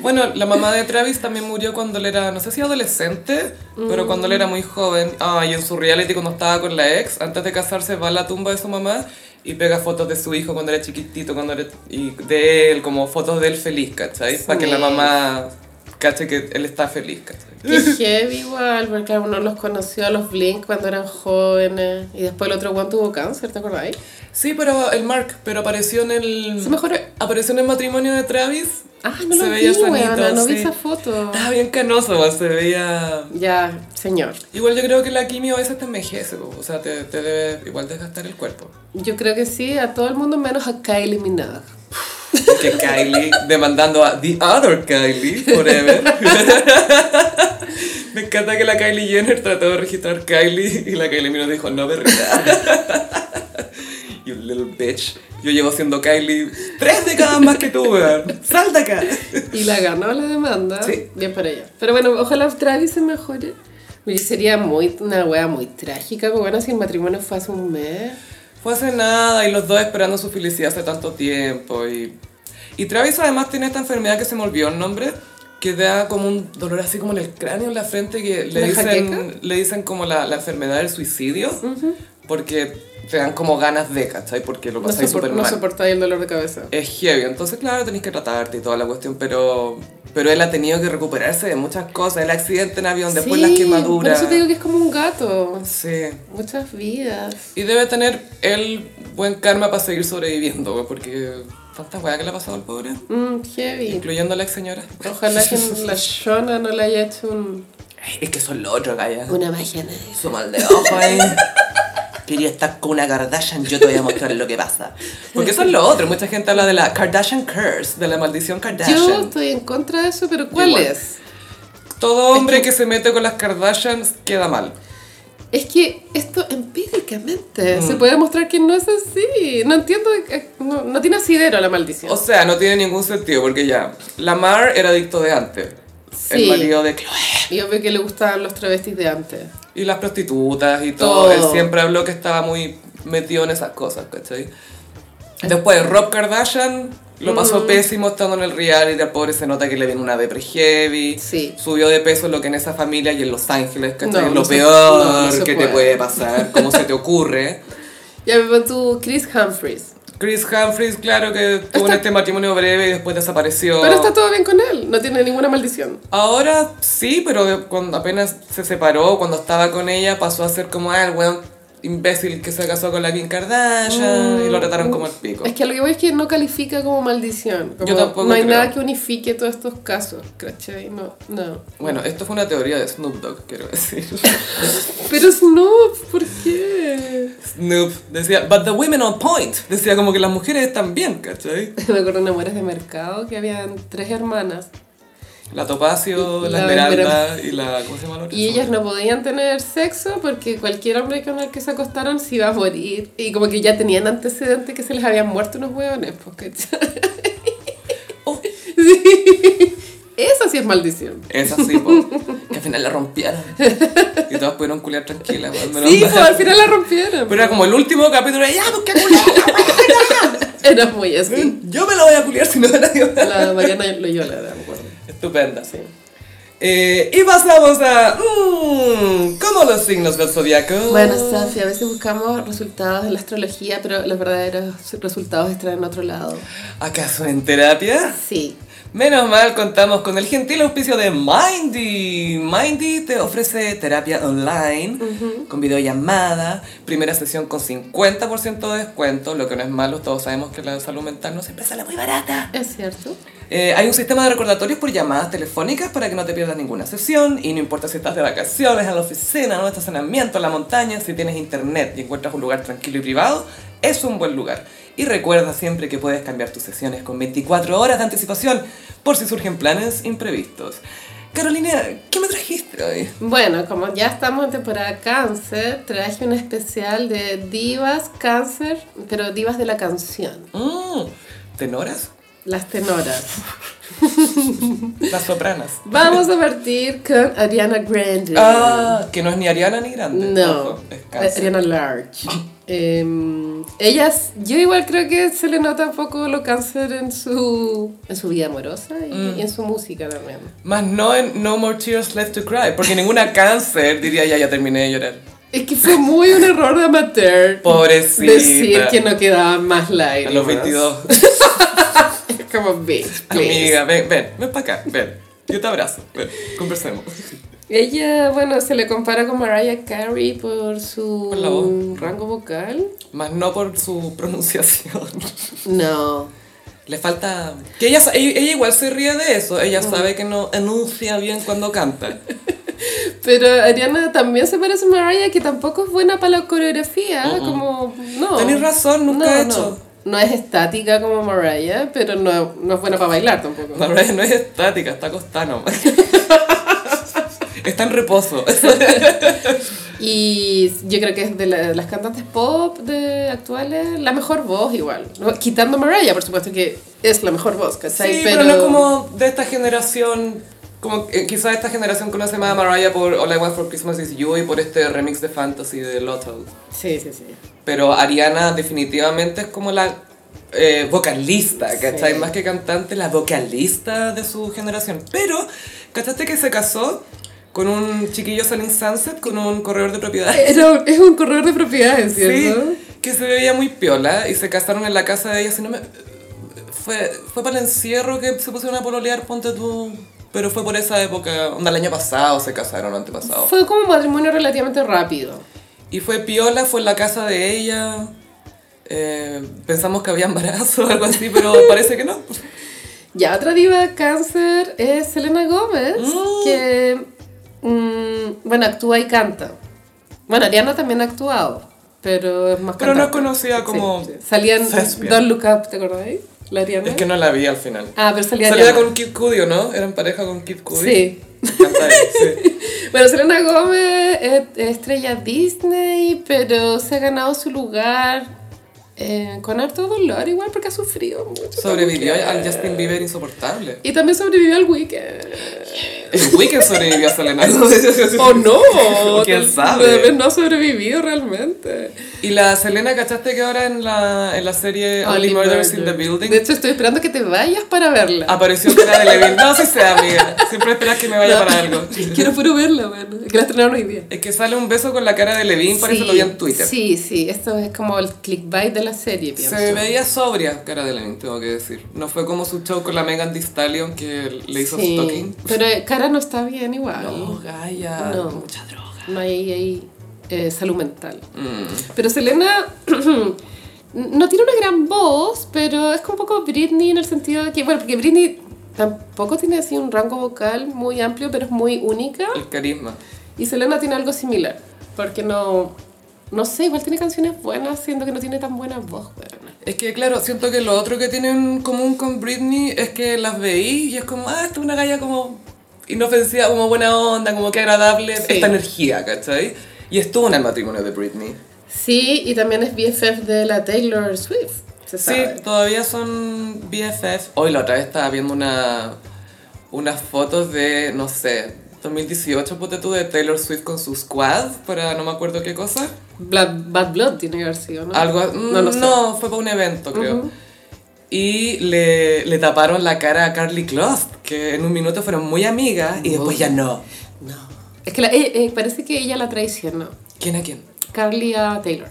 [SPEAKER 1] bueno, la mamá de Travis también murió cuando él era, no sé si adolescente,
[SPEAKER 2] Mm.
[SPEAKER 1] pero cuando él era muy joven. Ah, y en su reality cuando estaba con la ex, antes de casarse va a la tumba de su mamá y pega fotos de su hijo cuando era chiquitito, cuando era, y de él, como fotos de él feliz, ¿cachai? Para que la
[SPEAKER 2] Sí.
[SPEAKER 1] mamá cache que él está feliz, ¿cachai?
[SPEAKER 2] Qué heavy igual, porque claro, uno los conoció a los Blink cuando eran jóvenes y después el otro one tuvo cáncer, ¿te acordáis?
[SPEAKER 1] Sí, pero el Mark, pero apareció en el...
[SPEAKER 2] Se mejoró.
[SPEAKER 1] Apareció en el matrimonio de Travis.
[SPEAKER 2] Ah, no
[SPEAKER 1] Se
[SPEAKER 2] lo
[SPEAKER 1] veía
[SPEAKER 2] vi, weona,
[SPEAKER 1] sanito,
[SPEAKER 2] no vi
[SPEAKER 1] sí. Ah.
[SPEAKER 2] esa foto.
[SPEAKER 1] Estaba bien canoso, se veía...
[SPEAKER 2] Ya, señor.
[SPEAKER 1] Igual yo creo que la quimio a veces te envejece, po. o sea, te, te debe igual desgastar el cuerpo.
[SPEAKER 2] Yo creo que sí, a todo el mundo menos a Kylie Minogue.
[SPEAKER 1] Que Kylie, demandando a The Other Kylie Forever. Me encanta que la Kylie Jenner trató de registrar Kylie y la Kylie Minogue dijo, no, verdad. You little bitch. Yo llevo siendo Kylie tres décadas más que tú, weón. Sal de acá.
[SPEAKER 2] Y la ganó la demanda.
[SPEAKER 1] Sí.
[SPEAKER 2] Bien para ella. Pero bueno, ojalá Travis se mejore. Oye, sería muy, una wea muy trágica, porque bueno, si el matrimonio fue hace un mes.
[SPEAKER 1] Fue hace nada y los dos esperando su felicidad hace tanto tiempo. Y, y Travis además tiene esta enfermedad que se me olvidó el nombre, que da como un dolor así como en el cráneo, en la frente, que le,
[SPEAKER 2] ¿La
[SPEAKER 1] dicen,
[SPEAKER 2] jaqueca?
[SPEAKER 1] le dicen como la, la enfermedad del suicidio, porque te dan como ganas de, ¿cachai? Porque lo
[SPEAKER 2] No,
[SPEAKER 1] pasáis
[SPEAKER 2] sopor-
[SPEAKER 1] súper
[SPEAKER 2] no
[SPEAKER 1] mal.
[SPEAKER 2] soportáis el dolor de cabeza.
[SPEAKER 1] es heavy, entonces claro, tenés que tratarte y toda la cuestión, pero, pero él ha tenido que recuperarse de muchas cosas, el accidente en avión, después las quemaduras.
[SPEAKER 2] Por eso te digo que es como un gato.
[SPEAKER 1] Sí.
[SPEAKER 2] Muchas vidas.
[SPEAKER 1] Y debe tener el buen karma para seguir sobreviviendo, güey, porque tanta weá que le ha pasado al pobre,
[SPEAKER 2] Mm, heavy.
[SPEAKER 1] incluyendo a la ex señora.
[SPEAKER 2] Ojalá que la Shona no le haya hecho un-
[SPEAKER 1] Ay, Es que son los otros, calla.
[SPEAKER 2] una magia negra.
[SPEAKER 1] Su mal de ojo, eh. Quería estar con una Kardashian, yo te voy a mostrar lo que pasa. Porque eso es lo otro, mucha gente habla de la Kardashian curse, de la maldición
[SPEAKER 2] Yo
[SPEAKER 1] Kardashian.
[SPEAKER 2] estoy en contra de eso, pero ¿cuál
[SPEAKER 1] igual.
[SPEAKER 2] es?
[SPEAKER 1] Todo hombre que se mete con las Kardashians queda mal.
[SPEAKER 2] Es que esto empíricamente se puede demostrar que no es así. No entiendo, eh, no, no tiene asidero la maldición.
[SPEAKER 1] O sea, no tiene ningún sentido, porque ya, Lamar era adicto de antes. El
[SPEAKER 2] Sí.
[SPEAKER 1] marido de Chloe.
[SPEAKER 2] Y obvio que le gustaban los travestis de antes.
[SPEAKER 1] Y las prostitutas y todo.
[SPEAKER 2] Todo.
[SPEAKER 1] Él siempre habló que estaba muy metido en esas cosas, ¿cachai? Después, Rob Kardashian lo
[SPEAKER 2] Mm.
[SPEAKER 1] pasó pésimo estando en el reality. Al pobre se nota que le viene una depre heavy.
[SPEAKER 2] Sí.
[SPEAKER 1] Subió de peso lo que en esa familia y en Los Ángeles, ¿cachai?
[SPEAKER 2] No,
[SPEAKER 1] es lo
[SPEAKER 2] no se-
[SPEAKER 1] peor
[SPEAKER 2] no, no se
[SPEAKER 1] que te
[SPEAKER 2] puede.
[SPEAKER 1] puede pasar. ¿Cómo se te ocurre?
[SPEAKER 2] Ya me pon tú Chris Humphries.
[SPEAKER 1] Chris Humphries, claro que tuvo en este matrimonio breve y después desapareció.
[SPEAKER 2] Pero está todo bien con él, no tiene ninguna maldición.
[SPEAKER 1] Ahora sí, pero de- cuando apenas se separó, cuando estaba con ella, pasó a ser como ah, el weón imbécil que se casó con la Kim Kardashian y lo trataron como el pico.
[SPEAKER 2] Mm, Es que a lo que voy es que no califica como maldición. Como
[SPEAKER 1] Yo tampoco
[SPEAKER 2] No hay
[SPEAKER 1] creo.
[SPEAKER 2] nada que unifique todos estos casos, ¿cachai? No, no.
[SPEAKER 1] Bueno, esto fue una teoría de Snoop Dogg, quiero decir.
[SPEAKER 2] Pero Snoop, ¿por qué?
[SPEAKER 1] Snoop decía, but the women on point. Decía como que las mujeres están bien, ¿cachai?
[SPEAKER 2] Me acuerdo en Amores de Mercado que habían tres hermanas
[SPEAKER 1] La Topacio, la,
[SPEAKER 2] Y- la
[SPEAKER 1] Esmeralda y la... ¿Cómo se llama la otra?
[SPEAKER 2] Y ellas no podían tener sexo porque cualquier hombre con el que se acostaran se iba a morir. Y como que ya tenían antecedentes que se les habían muerto unos hueones, pues, ¿cachai?
[SPEAKER 1] Oh.
[SPEAKER 2] Sí. Eso sí es maldición.
[SPEAKER 1] Esa sí, po, que al final la rompieron. Y todas pudieron culiar tranquilas. cuando no-
[SPEAKER 2] Sí, pues al final la rompieron.
[SPEAKER 1] Pero era como el último capítulo, ya, pues qué culiar.
[SPEAKER 2] Era muy así.
[SPEAKER 1] Yo me la voy a culiar si no me la digo.
[SPEAKER 2] La Mariana Loyola, era, me acuerdo.
[SPEAKER 1] Estupenda, sí. Eh, y pasamos a. Mmm, ¿Cómo los signos del zodiaco?
[SPEAKER 2] Bueno, Safi, a veces buscamos resultados en la astrología, pero los verdaderos resultados están en otro lado.
[SPEAKER 1] ¿Acaso en terapia?
[SPEAKER 2] Sí.
[SPEAKER 1] Menos mal contamos con el gentil auspicio de Mindy. Mindy te ofrece terapia online con videollamada, primera sesión con 50% de descuento, lo que no es malo, todos sabemos que la salud mental no siempre sale muy barata.
[SPEAKER 2] Es cierto.
[SPEAKER 1] Eh, hay un sistema de recordatorios por llamadas telefónicas para que no te pierdas ninguna sesión y no importa si estás de vacaciones, en la oficina, en un estacionamiento, en la montaña, si tienes internet y encuentras un lugar tranquilo y privado, es un buen lugar. Y recuerda siempre que puedes cambiar tus sesiones con 24 horas de anticipación por si surgen planes imprevistos. Carolina, ¿qué me trajiste hoy?
[SPEAKER 2] Bueno, como ya estamos en temporada cáncer, traje un especial de divas cáncer, pero divas de la canción,
[SPEAKER 1] Mm, ¿Tenoras?
[SPEAKER 2] las tenoras.
[SPEAKER 1] Las sopranas.
[SPEAKER 2] Vamos a partir con Ariana Grande.
[SPEAKER 1] Ah, que no es ni Ariana ni Grande.
[SPEAKER 2] No, eh,
[SPEAKER 1] ojo, es cáncer.
[SPEAKER 2] Ariana Large. Em, ellas, yo igual creo que se le nota un poco lo cáncer en su, en su vida amorosa y,
[SPEAKER 1] Mm.
[SPEAKER 2] y en su música también.
[SPEAKER 1] Más no en No More Tears Left to Cry, porque ninguna cáncer diría ya, ya terminé de llorar.
[SPEAKER 2] Es que fue muy un error de amateur
[SPEAKER 1] Pobrecita.
[SPEAKER 2] decir que no quedaban más
[SPEAKER 1] A
[SPEAKER 2] lágrimas.
[SPEAKER 1] los 22.
[SPEAKER 2] Es como, bitch, please.
[SPEAKER 1] Amiga, ven, ven, ven para acá, ven. Yo te abrazo, ven, conversemos.
[SPEAKER 2] Ella, bueno, se le compara con Mariah Carey por su
[SPEAKER 1] Por la voz.
[SPEAKER 2] rango vocal.
[SPEAKER 1] Más no por su pronunciación.
[SPEAKER 2] No.
[SPEAKER 1] Le falta... Que ella, sa- ella, ella igual se ríe de eso, ella sabe que no enuncia bien cuando canta.
[SPEAKER 2] Pero Ariana también se parece a Mariah, que tampoco es buena para la coreografía. Como, no.
[SPEAKER 1] Tenés razón, nunca he hecho.
[SPEAKER 2] No. No es estática como Mariah, pero no, no es buena para bailar tampoco.
[SPEAKER 1] La verdad es que no es estática, está acostada nomás. Está en reposo.
[SPEAKER 2] Y yo creo que es de, la- de las cantantes pop de actuales la mejor voz igual. No, Quitando Mariah, por supuesto, que es la mejor voz, ¿cachai?
[SPEAKER 1] Sí, pero, no como de esta generación. Como eh, quizás esta generación conoce más a Mariah por All I Want for Christmas is You y por este remix de Fantasy de Lotto.
[SPEAKER 2] Sí, sí, sí.
[SPEAKER 1] Pero Ariana definitivamente es como la eh, vocalista, ¿cachai?
[SPEAKER 2] Sí.
[SPEAKER 1] Más que cantante, la vocalista de su generación. Pero, ¿cachaste que se casó con un chiquillo Selling Sunset, con un corredor de propiedades?
[SPEAKER 2] Era- es un corredor de propiedades,
[SPEAKER 1] Sí,
[SPEAKER 2] ¿cierto?
[SPEAKER 1] que se veía muy piola y se casaron en la casa de ella, si no me... Fue, fue para el encierro que se pusieron a pololear, ponte tú... Pero fue por esa época, onda, el año pasado se casaron, antepasado.
[SPEAKER 2] Fue como un matrimonio relativamente rápido.
[SPEAKER 1] Y fue piola, fue en la casa de ella. eh, pensamos que había embarazo o algo así, pero parece que no.
[SPEAKER 2] Ya, otra diva cáncer es Selena Gómez, que, mm, bueno, actúa y canta. Bueno, Ariana también ha actuado, pero es más
[SPEAKER 1] Pero no es
[SPEAKER 2] cantante.
[SPEAKER 1] conocida como...
[SPEAKER 2] Sí, sí. Salía en
[SPEAKER 1] Thespian.
[SPEAKER 2] Don't Look Up, ¿te acordáis? La Ariana.
[SPEAKER 1] Es que no la vi al final.
[SPEAKER 2] Ah, pero salía
[SPEAKER 1] Salía
[SPEAKER 2] Ariana.
[SPEAKER 1] con Kid Cudio, ¿no? Eran pareja con Kid Cudio.
[SPEAKER 2] Sí.
[SPEAKER 1] Canta él, sí.
[SPEAKER 2] Bueno, Selena Gómez es es estrella Disney, pero se ha ganado su lugar eh, con harto dolor igual porque ha sufrido mucho.
[SPEAKER 1] Sobrevivió al Justin Bieber insoportable.
[SPEAKER 2] Y también sobrevivió al weekend.
[SPEAKER 1] El Weekend sobrevivió a Selena.
[SPEAKER 2] ¡O no!
[SPEAKER 1] ¿Quién
[SPEAKER 2] Tal vez
[SPEAKER 1] sabe?
[SPEAKER 2] no ha sobrevivido realmente.
[SPEAKER 1] Y la Selena, ¿cachaste que ahora en la, en la serie Only Murders in the Building? Ah.
[SPEAKER 2] De hecho, estoy esperando que te vayas para verla.
[SPEAKER 1] Apareció cara de Levin. No, sí sea, amiga. Siempre esperas que me vaya
[SPEAKER 2] No,
[SPEAKER 1] para algo.
[SPEAKER 2] Quiero puro verla, bueno. Que la estrenaron hoy día.
[SPEAKER 1] Es que sale un beso con la cara de Levin, parece que lo vi en Twitter.
[SPEAKER 2] Sí, sí. Esto es como el clickbait de la serie, pienso.
[SPEAKER 1] Se veía sobria cara de Levin, tengo que decir. No fue como su show con la Megan Thee Stallion que le hizo
[SPEAKER 2] Sí,
[SPEAKER 1] stalking.
[SPEAKER 2] Pero eh, cara no está bien igual.
[SPEAKER 1] No, Oh, Gaia.
[SPEAKER 2] No.
[SPEAKER 1] Mucha droga.
[SPEAKER 2] No hay, hay, eh, salud mental.
[SPEAKER 1] Mm,
[SPEAKER 2] Pero Selena no tiene una gran voz, pero es como un poco Britney en el sentido de que, bueno, porque Britney tampoco tiene así un rango vocal muy amplio, pero es muy única.
[SPEAKER 1] El carisma.
[SPEAKER 2] Y Selena tiene algo similar, porque no, no sé, igual tiene canciones buenas, siendo que no tiene tan buena voz. weona.
[SPEAKER 1] Es que claro, siento que lo otro que tienen en común con Britney es que las veí y es como, ah, esta es una galla como inofensiva, como buena onda, como que agradable,
[SPEAKER 2] Sí.
[SPEAKER 1] esta energía, ¿cachai? Y estuvo en el matrimonio de Britney.
[SPEAKER 2] Sí, y también es BFF de la Taylor Swift. Se
[SPEAKER 1] Sí,
[SPEAKER 2] sabe.
[SPEAKER 1] todavía son BFF. Hoy la otra vez estaba viendo una, unas fotos de, no sé, 2018, ponte tú, de Taylor Swift con su squad, para no me acuerdo qué cosa.
[SPEAKER 2] Bla- Bad Blood tiene que haber sido, ¿no?
[SPEAKER 1] Algo,
[SPEAKER 2] No lo sé.
[SPEAKER 1] no, fue para un evento, creo. Y le, le taparon la cara a Carly Kloss, que en un minuto fueron muy amigas y después ya no.
[SPEAKER 2] No. Es que la- eh, eh, parece que ella la traicionó.
[SPEAKER 1] ¿Quién a quién?
[SPEAKER 2] Carly a Taylor.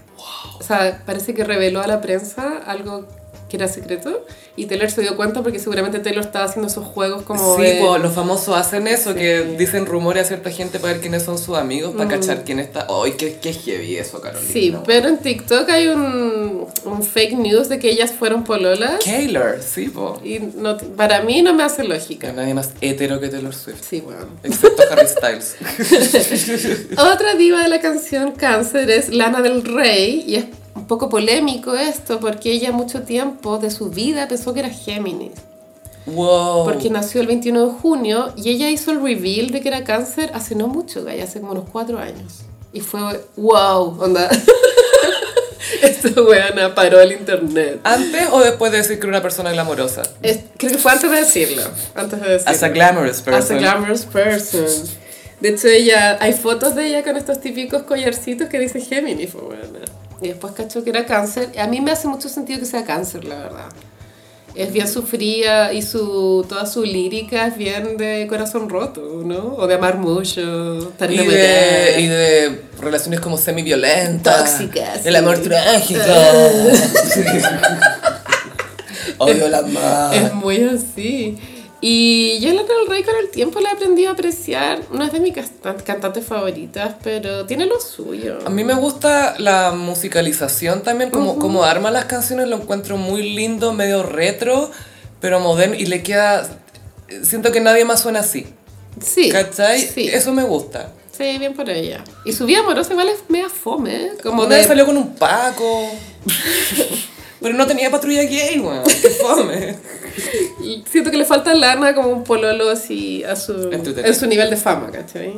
[SPEAKER 2] O sea, parece que reveló a la prensa algo que era secreto y Taylor se dio cuenta porque seguramente Taylor estaba haciendo esos juegos como
[SPEAKER 1] sí,
[SPEAKER 2] de-
[SPEAKER 1] pues, los famosos hacen eso, que dicen rumores a cierta gente para ver quiénes son sus amigos, para cachar quién está. ¡Ay, qué, qué heavy eso, Carolina!
[SPEAKER 2] Sí, pero en TikTok hay un, un fake news de que ellas fueron pololas
[SPEAKER 1] Taylor, sí, po.
[SPEAKER 2] y no, t- para mí no me hace
[SPEAKER 1] Que
[SPEAKER 2] lógica.
[SPEAKER 1] nadie más hetero que Taylor Swift.
[SPEAKER 2] Sí, bueno.
[SPEAKER 1] Excepto Harry Styles.
[SPEAKER 2] Otra diva de la canción Cáncer es Lana del Rey y es un poco polémico esto porque ella mucho tiempo de su vida pensó que era Géminis.
[SPEAKER 1] wow.
[SPEAKER 2] Porque nació el 21 de junio y ella hizo el reveal de que era cáncer hace no mucho, Gaya, hace como unos cuatro años. Y fue, wow, onda. Esta weana paró el internet.
[SPEAKER 1] ¿Antes o después de decir que era una persona glamorosa?
[SPEAKER 2] Es- creo que fue antes de decirlo. Antes de decirlo.
[SPEAKER 1] As a glamorous
[SPEAKER 2] As a
[SPEAKER 1] person.
[SPEAKER 2] glamorous person. De hecho, ella, hay fotos de ella con estos típicos collarcitos que dice Gemini, fue buena. Y después cachó que era cáncer. A mí me hace mucho sentido que sea cáncer, la verdad. Es bien sufría y su, toda su lírica es bien de corazón roto, ¿no? O de amar mucho, estar
[SPEAKER 1] y, de,
[SPEAKER 2] enamorada.
[SPEAKER 1] y de relaciones como semi-violentas.
[SPEAKER 2] Tóxicas,
[SPEAKER 1] El amor
[SPEAKER 2] sí.
[SPEAKER 1] trágico. Odio la madre.
[SPEAKER 2] Es muy así. Y yo Lana del Rey con el tiempo la he aprendido a apreciar. No es de mis casta- cantantes favoritas, pero tiene lo suyo.
[SPEAKER 1] A mí me gusta la musicalización también, como, como arma las canciones, lo encuentro muy lindo, medio retro, pero moderno, y le queda... Siento que nadie más suena así,
[SPEAKER 2] Sí.
[SPEAKER 1] ¿cachai?
[SPEAKER 2] Sí,
[SPEAKER 1] Eso me gusta.
[SPEAKER 2] sí, bien por ella. Y su vida amorosa igual es media fome, ¿eh? Como
[SPEAKER 1] Como una vez
[SPEAKER 2] de...
[SPEAKER 1] salió con un Paco, pero no tenía patrulla gay, weón, qué fome.
[SPEAKER 2] Siento que le falta lana como un pololo así a su,
[SPEAKER 1] Entretenido.
[SPEAKER 2] en su nivel de fama, ¿cachai?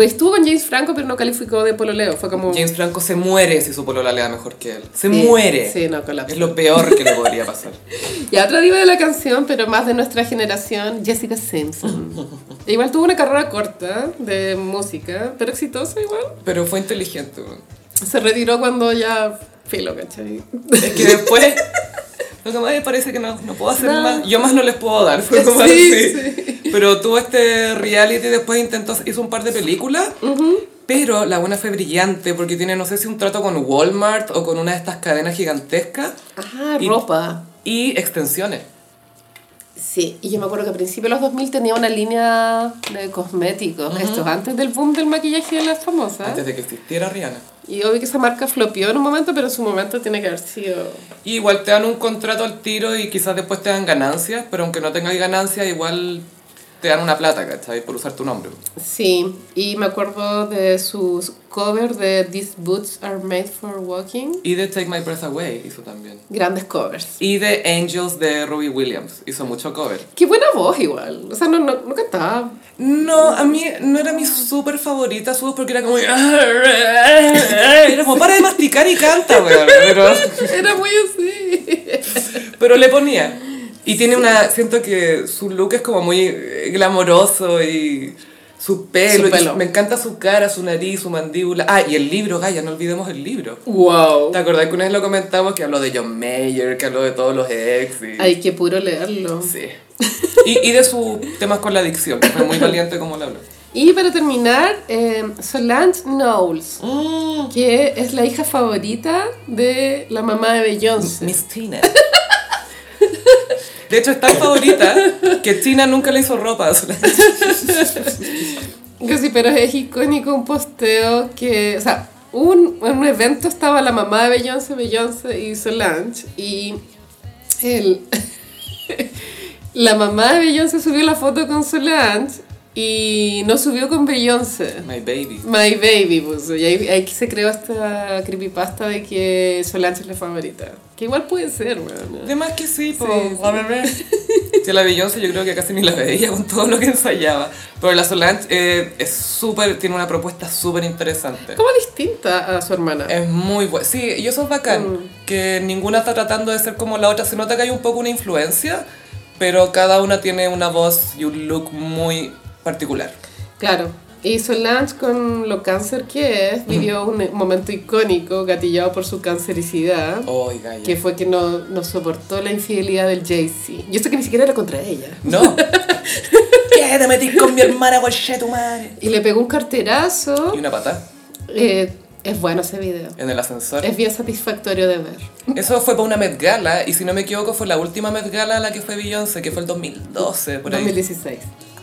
[SPEAKER 2] Estuvo con James Franco, pero no calificó de pololeo. Fue como...
[SPEAKER 1] Mm. James Franco se muere si su polola le da mejor que él. Se
[SPEAKER 2] Oh. Sí,
[SPEAKER 1] muere.
[SPEAKER 2] Sí, no, con la...
[SPEAKER 1] Es lo peor que le podría pasar.
[SPEAKER 2] Y a otra diva de la canción, pero más de nuestra generación, Jessica Simpson. igual tuvo una carrera corta de música, pero exitosa igual.
[SPEAKER 1] Pero fue inteligente, weón.
[SPEAKER 2] Se retiró cuando ya filo, ¿cachai?
[SPEAKER 1] Es que después... Lo que más me parece que no, no puedo hacer
[SPEAKER 2] No.
[SPEAKER 1] más. Yo más no les puedo dar. Fue como
[SPEAKER 2] Sí,
[SPEAKER 1] así. Pero tuvo este reality, después intentó, hizo un par de películas. Pero la buena fue brillante porque tiene, no sé si un trato con Walmart o con una de estas cadenas gigantescas
[SPEAKER 2] Ah,
[SPEAKER 1] Y-
[SPEAKER 2] ropa.
[SPEAKER 1] y extensiones.
[SPEAKER 2] Sí, y yo me acuerdo que a principios de los 2000 tenía una línea de cosméticos, estos antes del boom del maquillaje de las famosas.
[SPEAKER 1] Antes de que existiera Rihanna.
[SPEAKER 2] Y obvio que esa marca flopió en un momento, pero en su momento tiene que haber sido...
[SPEAKER 1] Y igual te dan un contrato al tiro y quizás después te dan ganancias, pero aunque no tengas ganancias, igual te dan una plata, ¿cachai? Por usar tu nombre.
[SPEAKER 2] Sí, y me acuerdo de sus covers de These Boots Are Made for Walking.
[SPEAKER 1] Y de Take My Breath Away hizo también.
[SPEAKER 2] Grandes covers.
[SPEAKER 1] Y de Angels de Robbie Williams. Hizo mucho cover.
[SPEAKER 2] Qué buena voz igual. O sea, no, no, no cantaba.
[SPEAKER 1] No, a mí no era mi súper favorita su voz porque era como... "Ah, eh, Era como, para de masticar y canta, weón. Pero,
[SPEAKER 2] Era muy así.
[SPEAKER 1] pero le ponía. Y tiene una... Siento que su look es como muy eh, glamoroso y... Su pelo,
[SPEAKER 2] Su pelo.
[SPEAKER 1] y me encanta su cara, su nariz, su mandíbula. Ah, y el libro, Gaya, no olvidemos el libro.
[SPEAKER 2] Wow.
[SPEAKER 1] ¿Te acordás que una vez lo comentamos que habló de John Mayer, que habló de todos los ex? Y...
[SPEAKER 2] Ay, qué puro leerlo.
[SPEAKER 1] Sí. Y, y de sus temas con la adicción, que fue muy valiente como lo habló.
[SPEAKER 2] Y para terminar, eh, Solange Knowles, que es la hija favorita de la mamá de Beyoncé.
[SPEAKER 1] Miss Tina. De hecho, es tan favorita que Tina nunca le hizo ropa. a Solange.
[SPEAKER 2] Que sí, pero es icónico un posteo que, o sea, un, en un evento estaba la mamá de Beyoncé, Beyoncé y Solange y el, la mamá de Beyoncé subió la foto con Solange y no subió con Beyoncé.
[SPEAKER 1] My baby.
[SPEAKER 2] My baby, puso. Y ahí, ahí se creó esta creepypasta de que Solange es la favorita. Que igual puede ser, weón.
[SPEAKER 1] Además que sí, pues, po.
[SPEAKER 2] Mm. Sí, sí.
[SPEAKER 1] Sí, la Beyoncé yo creo que casi ni la veía con todo lo que ensayaba. Pero la Solange eh, es súper, tiene una propuesta súper interesante.
[SPEAKER 2] Como distinta a su hermana.
[SPEAKER 1] Es muy bueno. Sí, y eso es bacán. Que ninguna está tratando de ser como la otra. Se nota que hay un poco una influencia, pero cada una tiene una voz y un look muy particular.
[SPEAKER 2] Claro. Y Solange, con lo cáncer que
[SPEAKER 1] Mm.
[SPEAKER 2] es, vivió un eh, momento icónico gatillado por su cancericidad,
[SPEAKER 1] Oiga,
[SPEAKER 2] que fue que no, no soportó la infidelidad del Jay-Z. Yo sé que ni siquiera era contra ella.
[SPEAKER 1] No. ¿Qué te metís con mi hermana, coche tu madre?
[SPEAKER 2] Y le pegó un carterazo.
[SPEAKER 1] Y una pata
[SPEAKER 2] Eh, es bueno ese video.
[SPEAKER 1] en el ascensor.
[SPEAKER 2] Es bien satisfactorio de ver.
[SPEAKER 1] Eso fue para una Met Gala, y si no me equivoco, fue la última Met Gala a la que fue Beyoncé, que fue el 2012, por ahí.
[SPEAKER 2] 2016.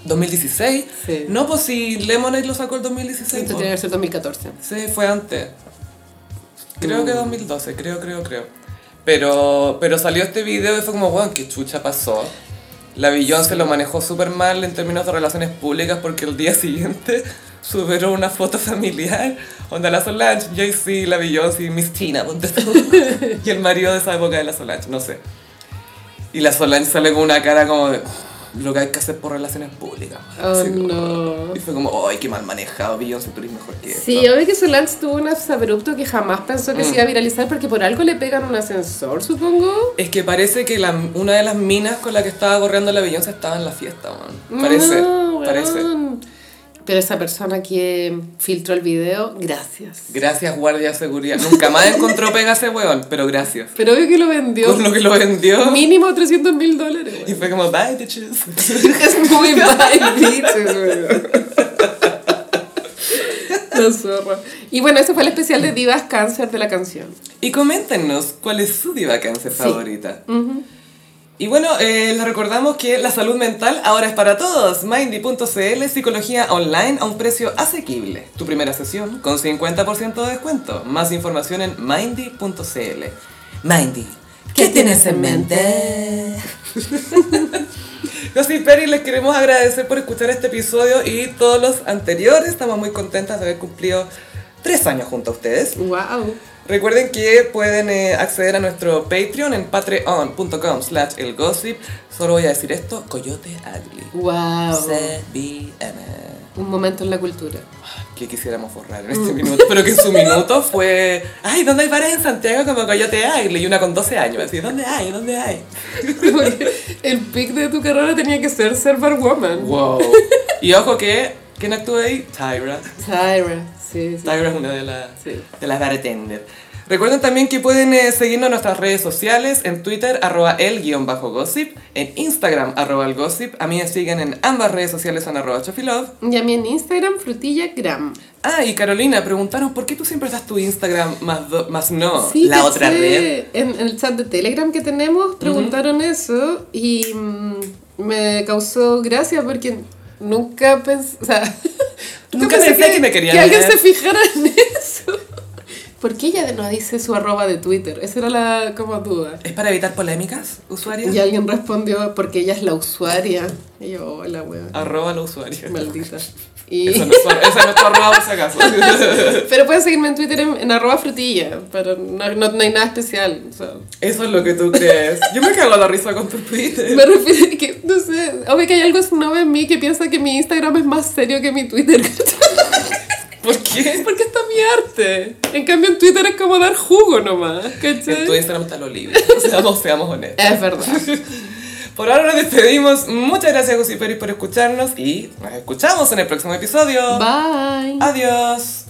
[SPEAKER 1] 2016.
[SPEAKER 2] Sí.
[SPEAKER 1] No, pues si Lemonade lo sacó el 2016.
[SPEAKER 2] Esto
[SPEAKER 1] po.
[SPEAKER 2] tiene que ser 2014.
[SPEAKER 1] oh. Sí, fue antes. Creo
[SPEAKER 2] Mm.
[SPEAKER 1] que 2012, creo, creo, creo. Pero, pero salió este video y fue como, wow, qué chucha pasó. La Beyoncé lo manejó súper mal en términos de relaciones públicas porque el día siguiente subieron una foto familiar donde la Solange, Jay-Z, la Beyoncé y Miss Tina, ponte tú. y el marido de esa época de la Solange, no sé. Y la Solange sale con una cara como de... lo que hay que hacer por relaciones públicas.
[SPEAKER 2] Oh,
[SPEAKER 1] Así como-
[SPEAKER 2] no.
[SPEAKER 1] Y fue como, ay, qué mal manejado, Beyoncé, tú eres mejor que esto".
[SPEAKER 2] Sí, obvio que Solange tuvo un abrupto que jamás pensó que se
[SPEAKER 1] Mm.
[SPEAKER 2] iba a viralizar porque por algo le pegan un ascensor, supongo.
[SPEAKER 1] Es que parece que la- una de las minas con la que estaba corriendo la Beyoncé estaba en la fiesta, man. Parece,
[SPEAKER 2] No,
[SPEAKER 1] parece.
[SPEAKER 2] Ah, weón. Pero esa persona que filtró el video, gracias.
[SPEAKER 1] Gracias, guardia de seguridad. Nunca más encontró pega a ese weón, pero gracias.
[SPEAKER 2] Pero obvio que lo vendió.
[SPEAKER 1] Por lo que lo vendió.
[SPEAKER 2] Mínimo 300 mil dólares.
[SPEAKER 1] Y fue como, bye, bitches.
[SPEAKER 2] Es muy bad bitches, weón. La zorra. Y bueno, ese fue el especial de Divas Cáncer de la canción.
[SPEAKER 1] Y coméntenos cuál es su diva cáncer favorita. Y bueno, eh, les recordamos que la salud mental ahora es para todos. Mindy.cl, psicología online a un precio asequible. Tu primera sesión con 50% de descuento. Más información en mindy.cl. Mindy, ¿qué tienes en mente? Gossip Perry, les queremos agradecer por escuchar este episodio y todos los anteriores. Estamos muy contentas de haber cumplido tres años junto a ustedes.
[SPEAKER 2] Wow.
[SPEAKER 1] Recuerden que pueden eh, acceder a nuestro Patreon en patreon.com slash elgossip. Solo voy a decir esto, Coyote Ugly.
[SPEAKER 2] Wow.
[SPEAKER 1] CBM.
[SPEAKER 2] Un momento en la cultura.
[SPEAKER 1] Que quisiéramos borrar en este minuto, pero que en su minuto fue... Ay, ¿dónde hay bares en Santiago como Coyote Ugly? Y una con 12 años, así, ¿dónde hay? ¿Dónde hay?
[SPEAKER 2] Porque el pic de tu carrera tenía que ser ser barwoman.
[SPEAKER 1] Wow. Y ojo que, ¿quién actúa ahí? Tyra.
[SPEAKER 2] Tyra, sí, sí.
[SPEAKER 1] Tyra es una de las
[SPEAKER 2] Sí.
[SPEAKER 1] de las bartenders. Recuerden también que pueden eh, seguirnos en nuestras redes sociales, en Twitter, arroba el-gossip, en Instagram, arroba el gossip. A mí me siguen en ambas redes sociales, en arroba chofilove.
[SPEAKER 2] Y a mí en Instagram, frutillagram.
[SPEAKER 1] Ah, y Carolina, preguntaron, ¿por qué tú siempre das tu Instagram más, do- más no,
[SPEAKER 2] Sí,
[SPEAKER 1] la
[SPEAKER 2] caché.
[SPEAKER 1] otra red?
[SPEAKER 2] En, en el chat de Telegram que tenemos preguntaron eso y mm, me causó gracia porque nunca pensé, o sea,
[SPEAKER 1] Nunca pensé que me querían
[SPEAKER 2] que alguien
[SPEAKER 1] leer.
[SPEAKER 2] se fijara en eso. ¿Por qué ella no dice su arroba de Twitter? Esa era la como duda.
[SPEAKER 1] ¿Es para evitar polémicas, usuarios?
[SPEAKER 2] Y alguien respondió porque ella es la usuaria. Y yo, hola, weón.
[SPEAKER 1] Arroba los usuarios.
[SPEAKER 2] Maldita. Y...
[SPEAKER 1] Esa Ah, no es tu- esa no es tu arroba, por si acaso.
[SPEAKER 2] Pero pueden seguirme en Twitter en, en arroba frutilla, pero no, no- no hay nada especial. o sea.
[SPEAKER 1] Eso es lo que tú crees. Yo me cago la risa con tu Twitter.
[SPEAKER 2] Me refiero a que, no sé, obvio que hay algo snob en mí que piensa que mi Instagram es más serio que mi Twitter.
[SPEAKER 1] ¿Por qué?
[SPEAKER 2] Porque está mi arte. En cambio en Twitter es como dar jugo nomás,
[SPEAKER 1] En tu
[SPEAKER 2] ¿cachai?
[SPEAKER 1] Instagram está lo libre. Seamos, seamos honestos.
[SPEAKER 2] Es verdad.
[SPEAKER 1] Por ahora nos despedimos. Muchas gracias, Gossiperis, por escucharnos y nos escuchamos en el próximo episodio.
[SPEAKER 2] Bye.
[SPEAKER 1] Adiós.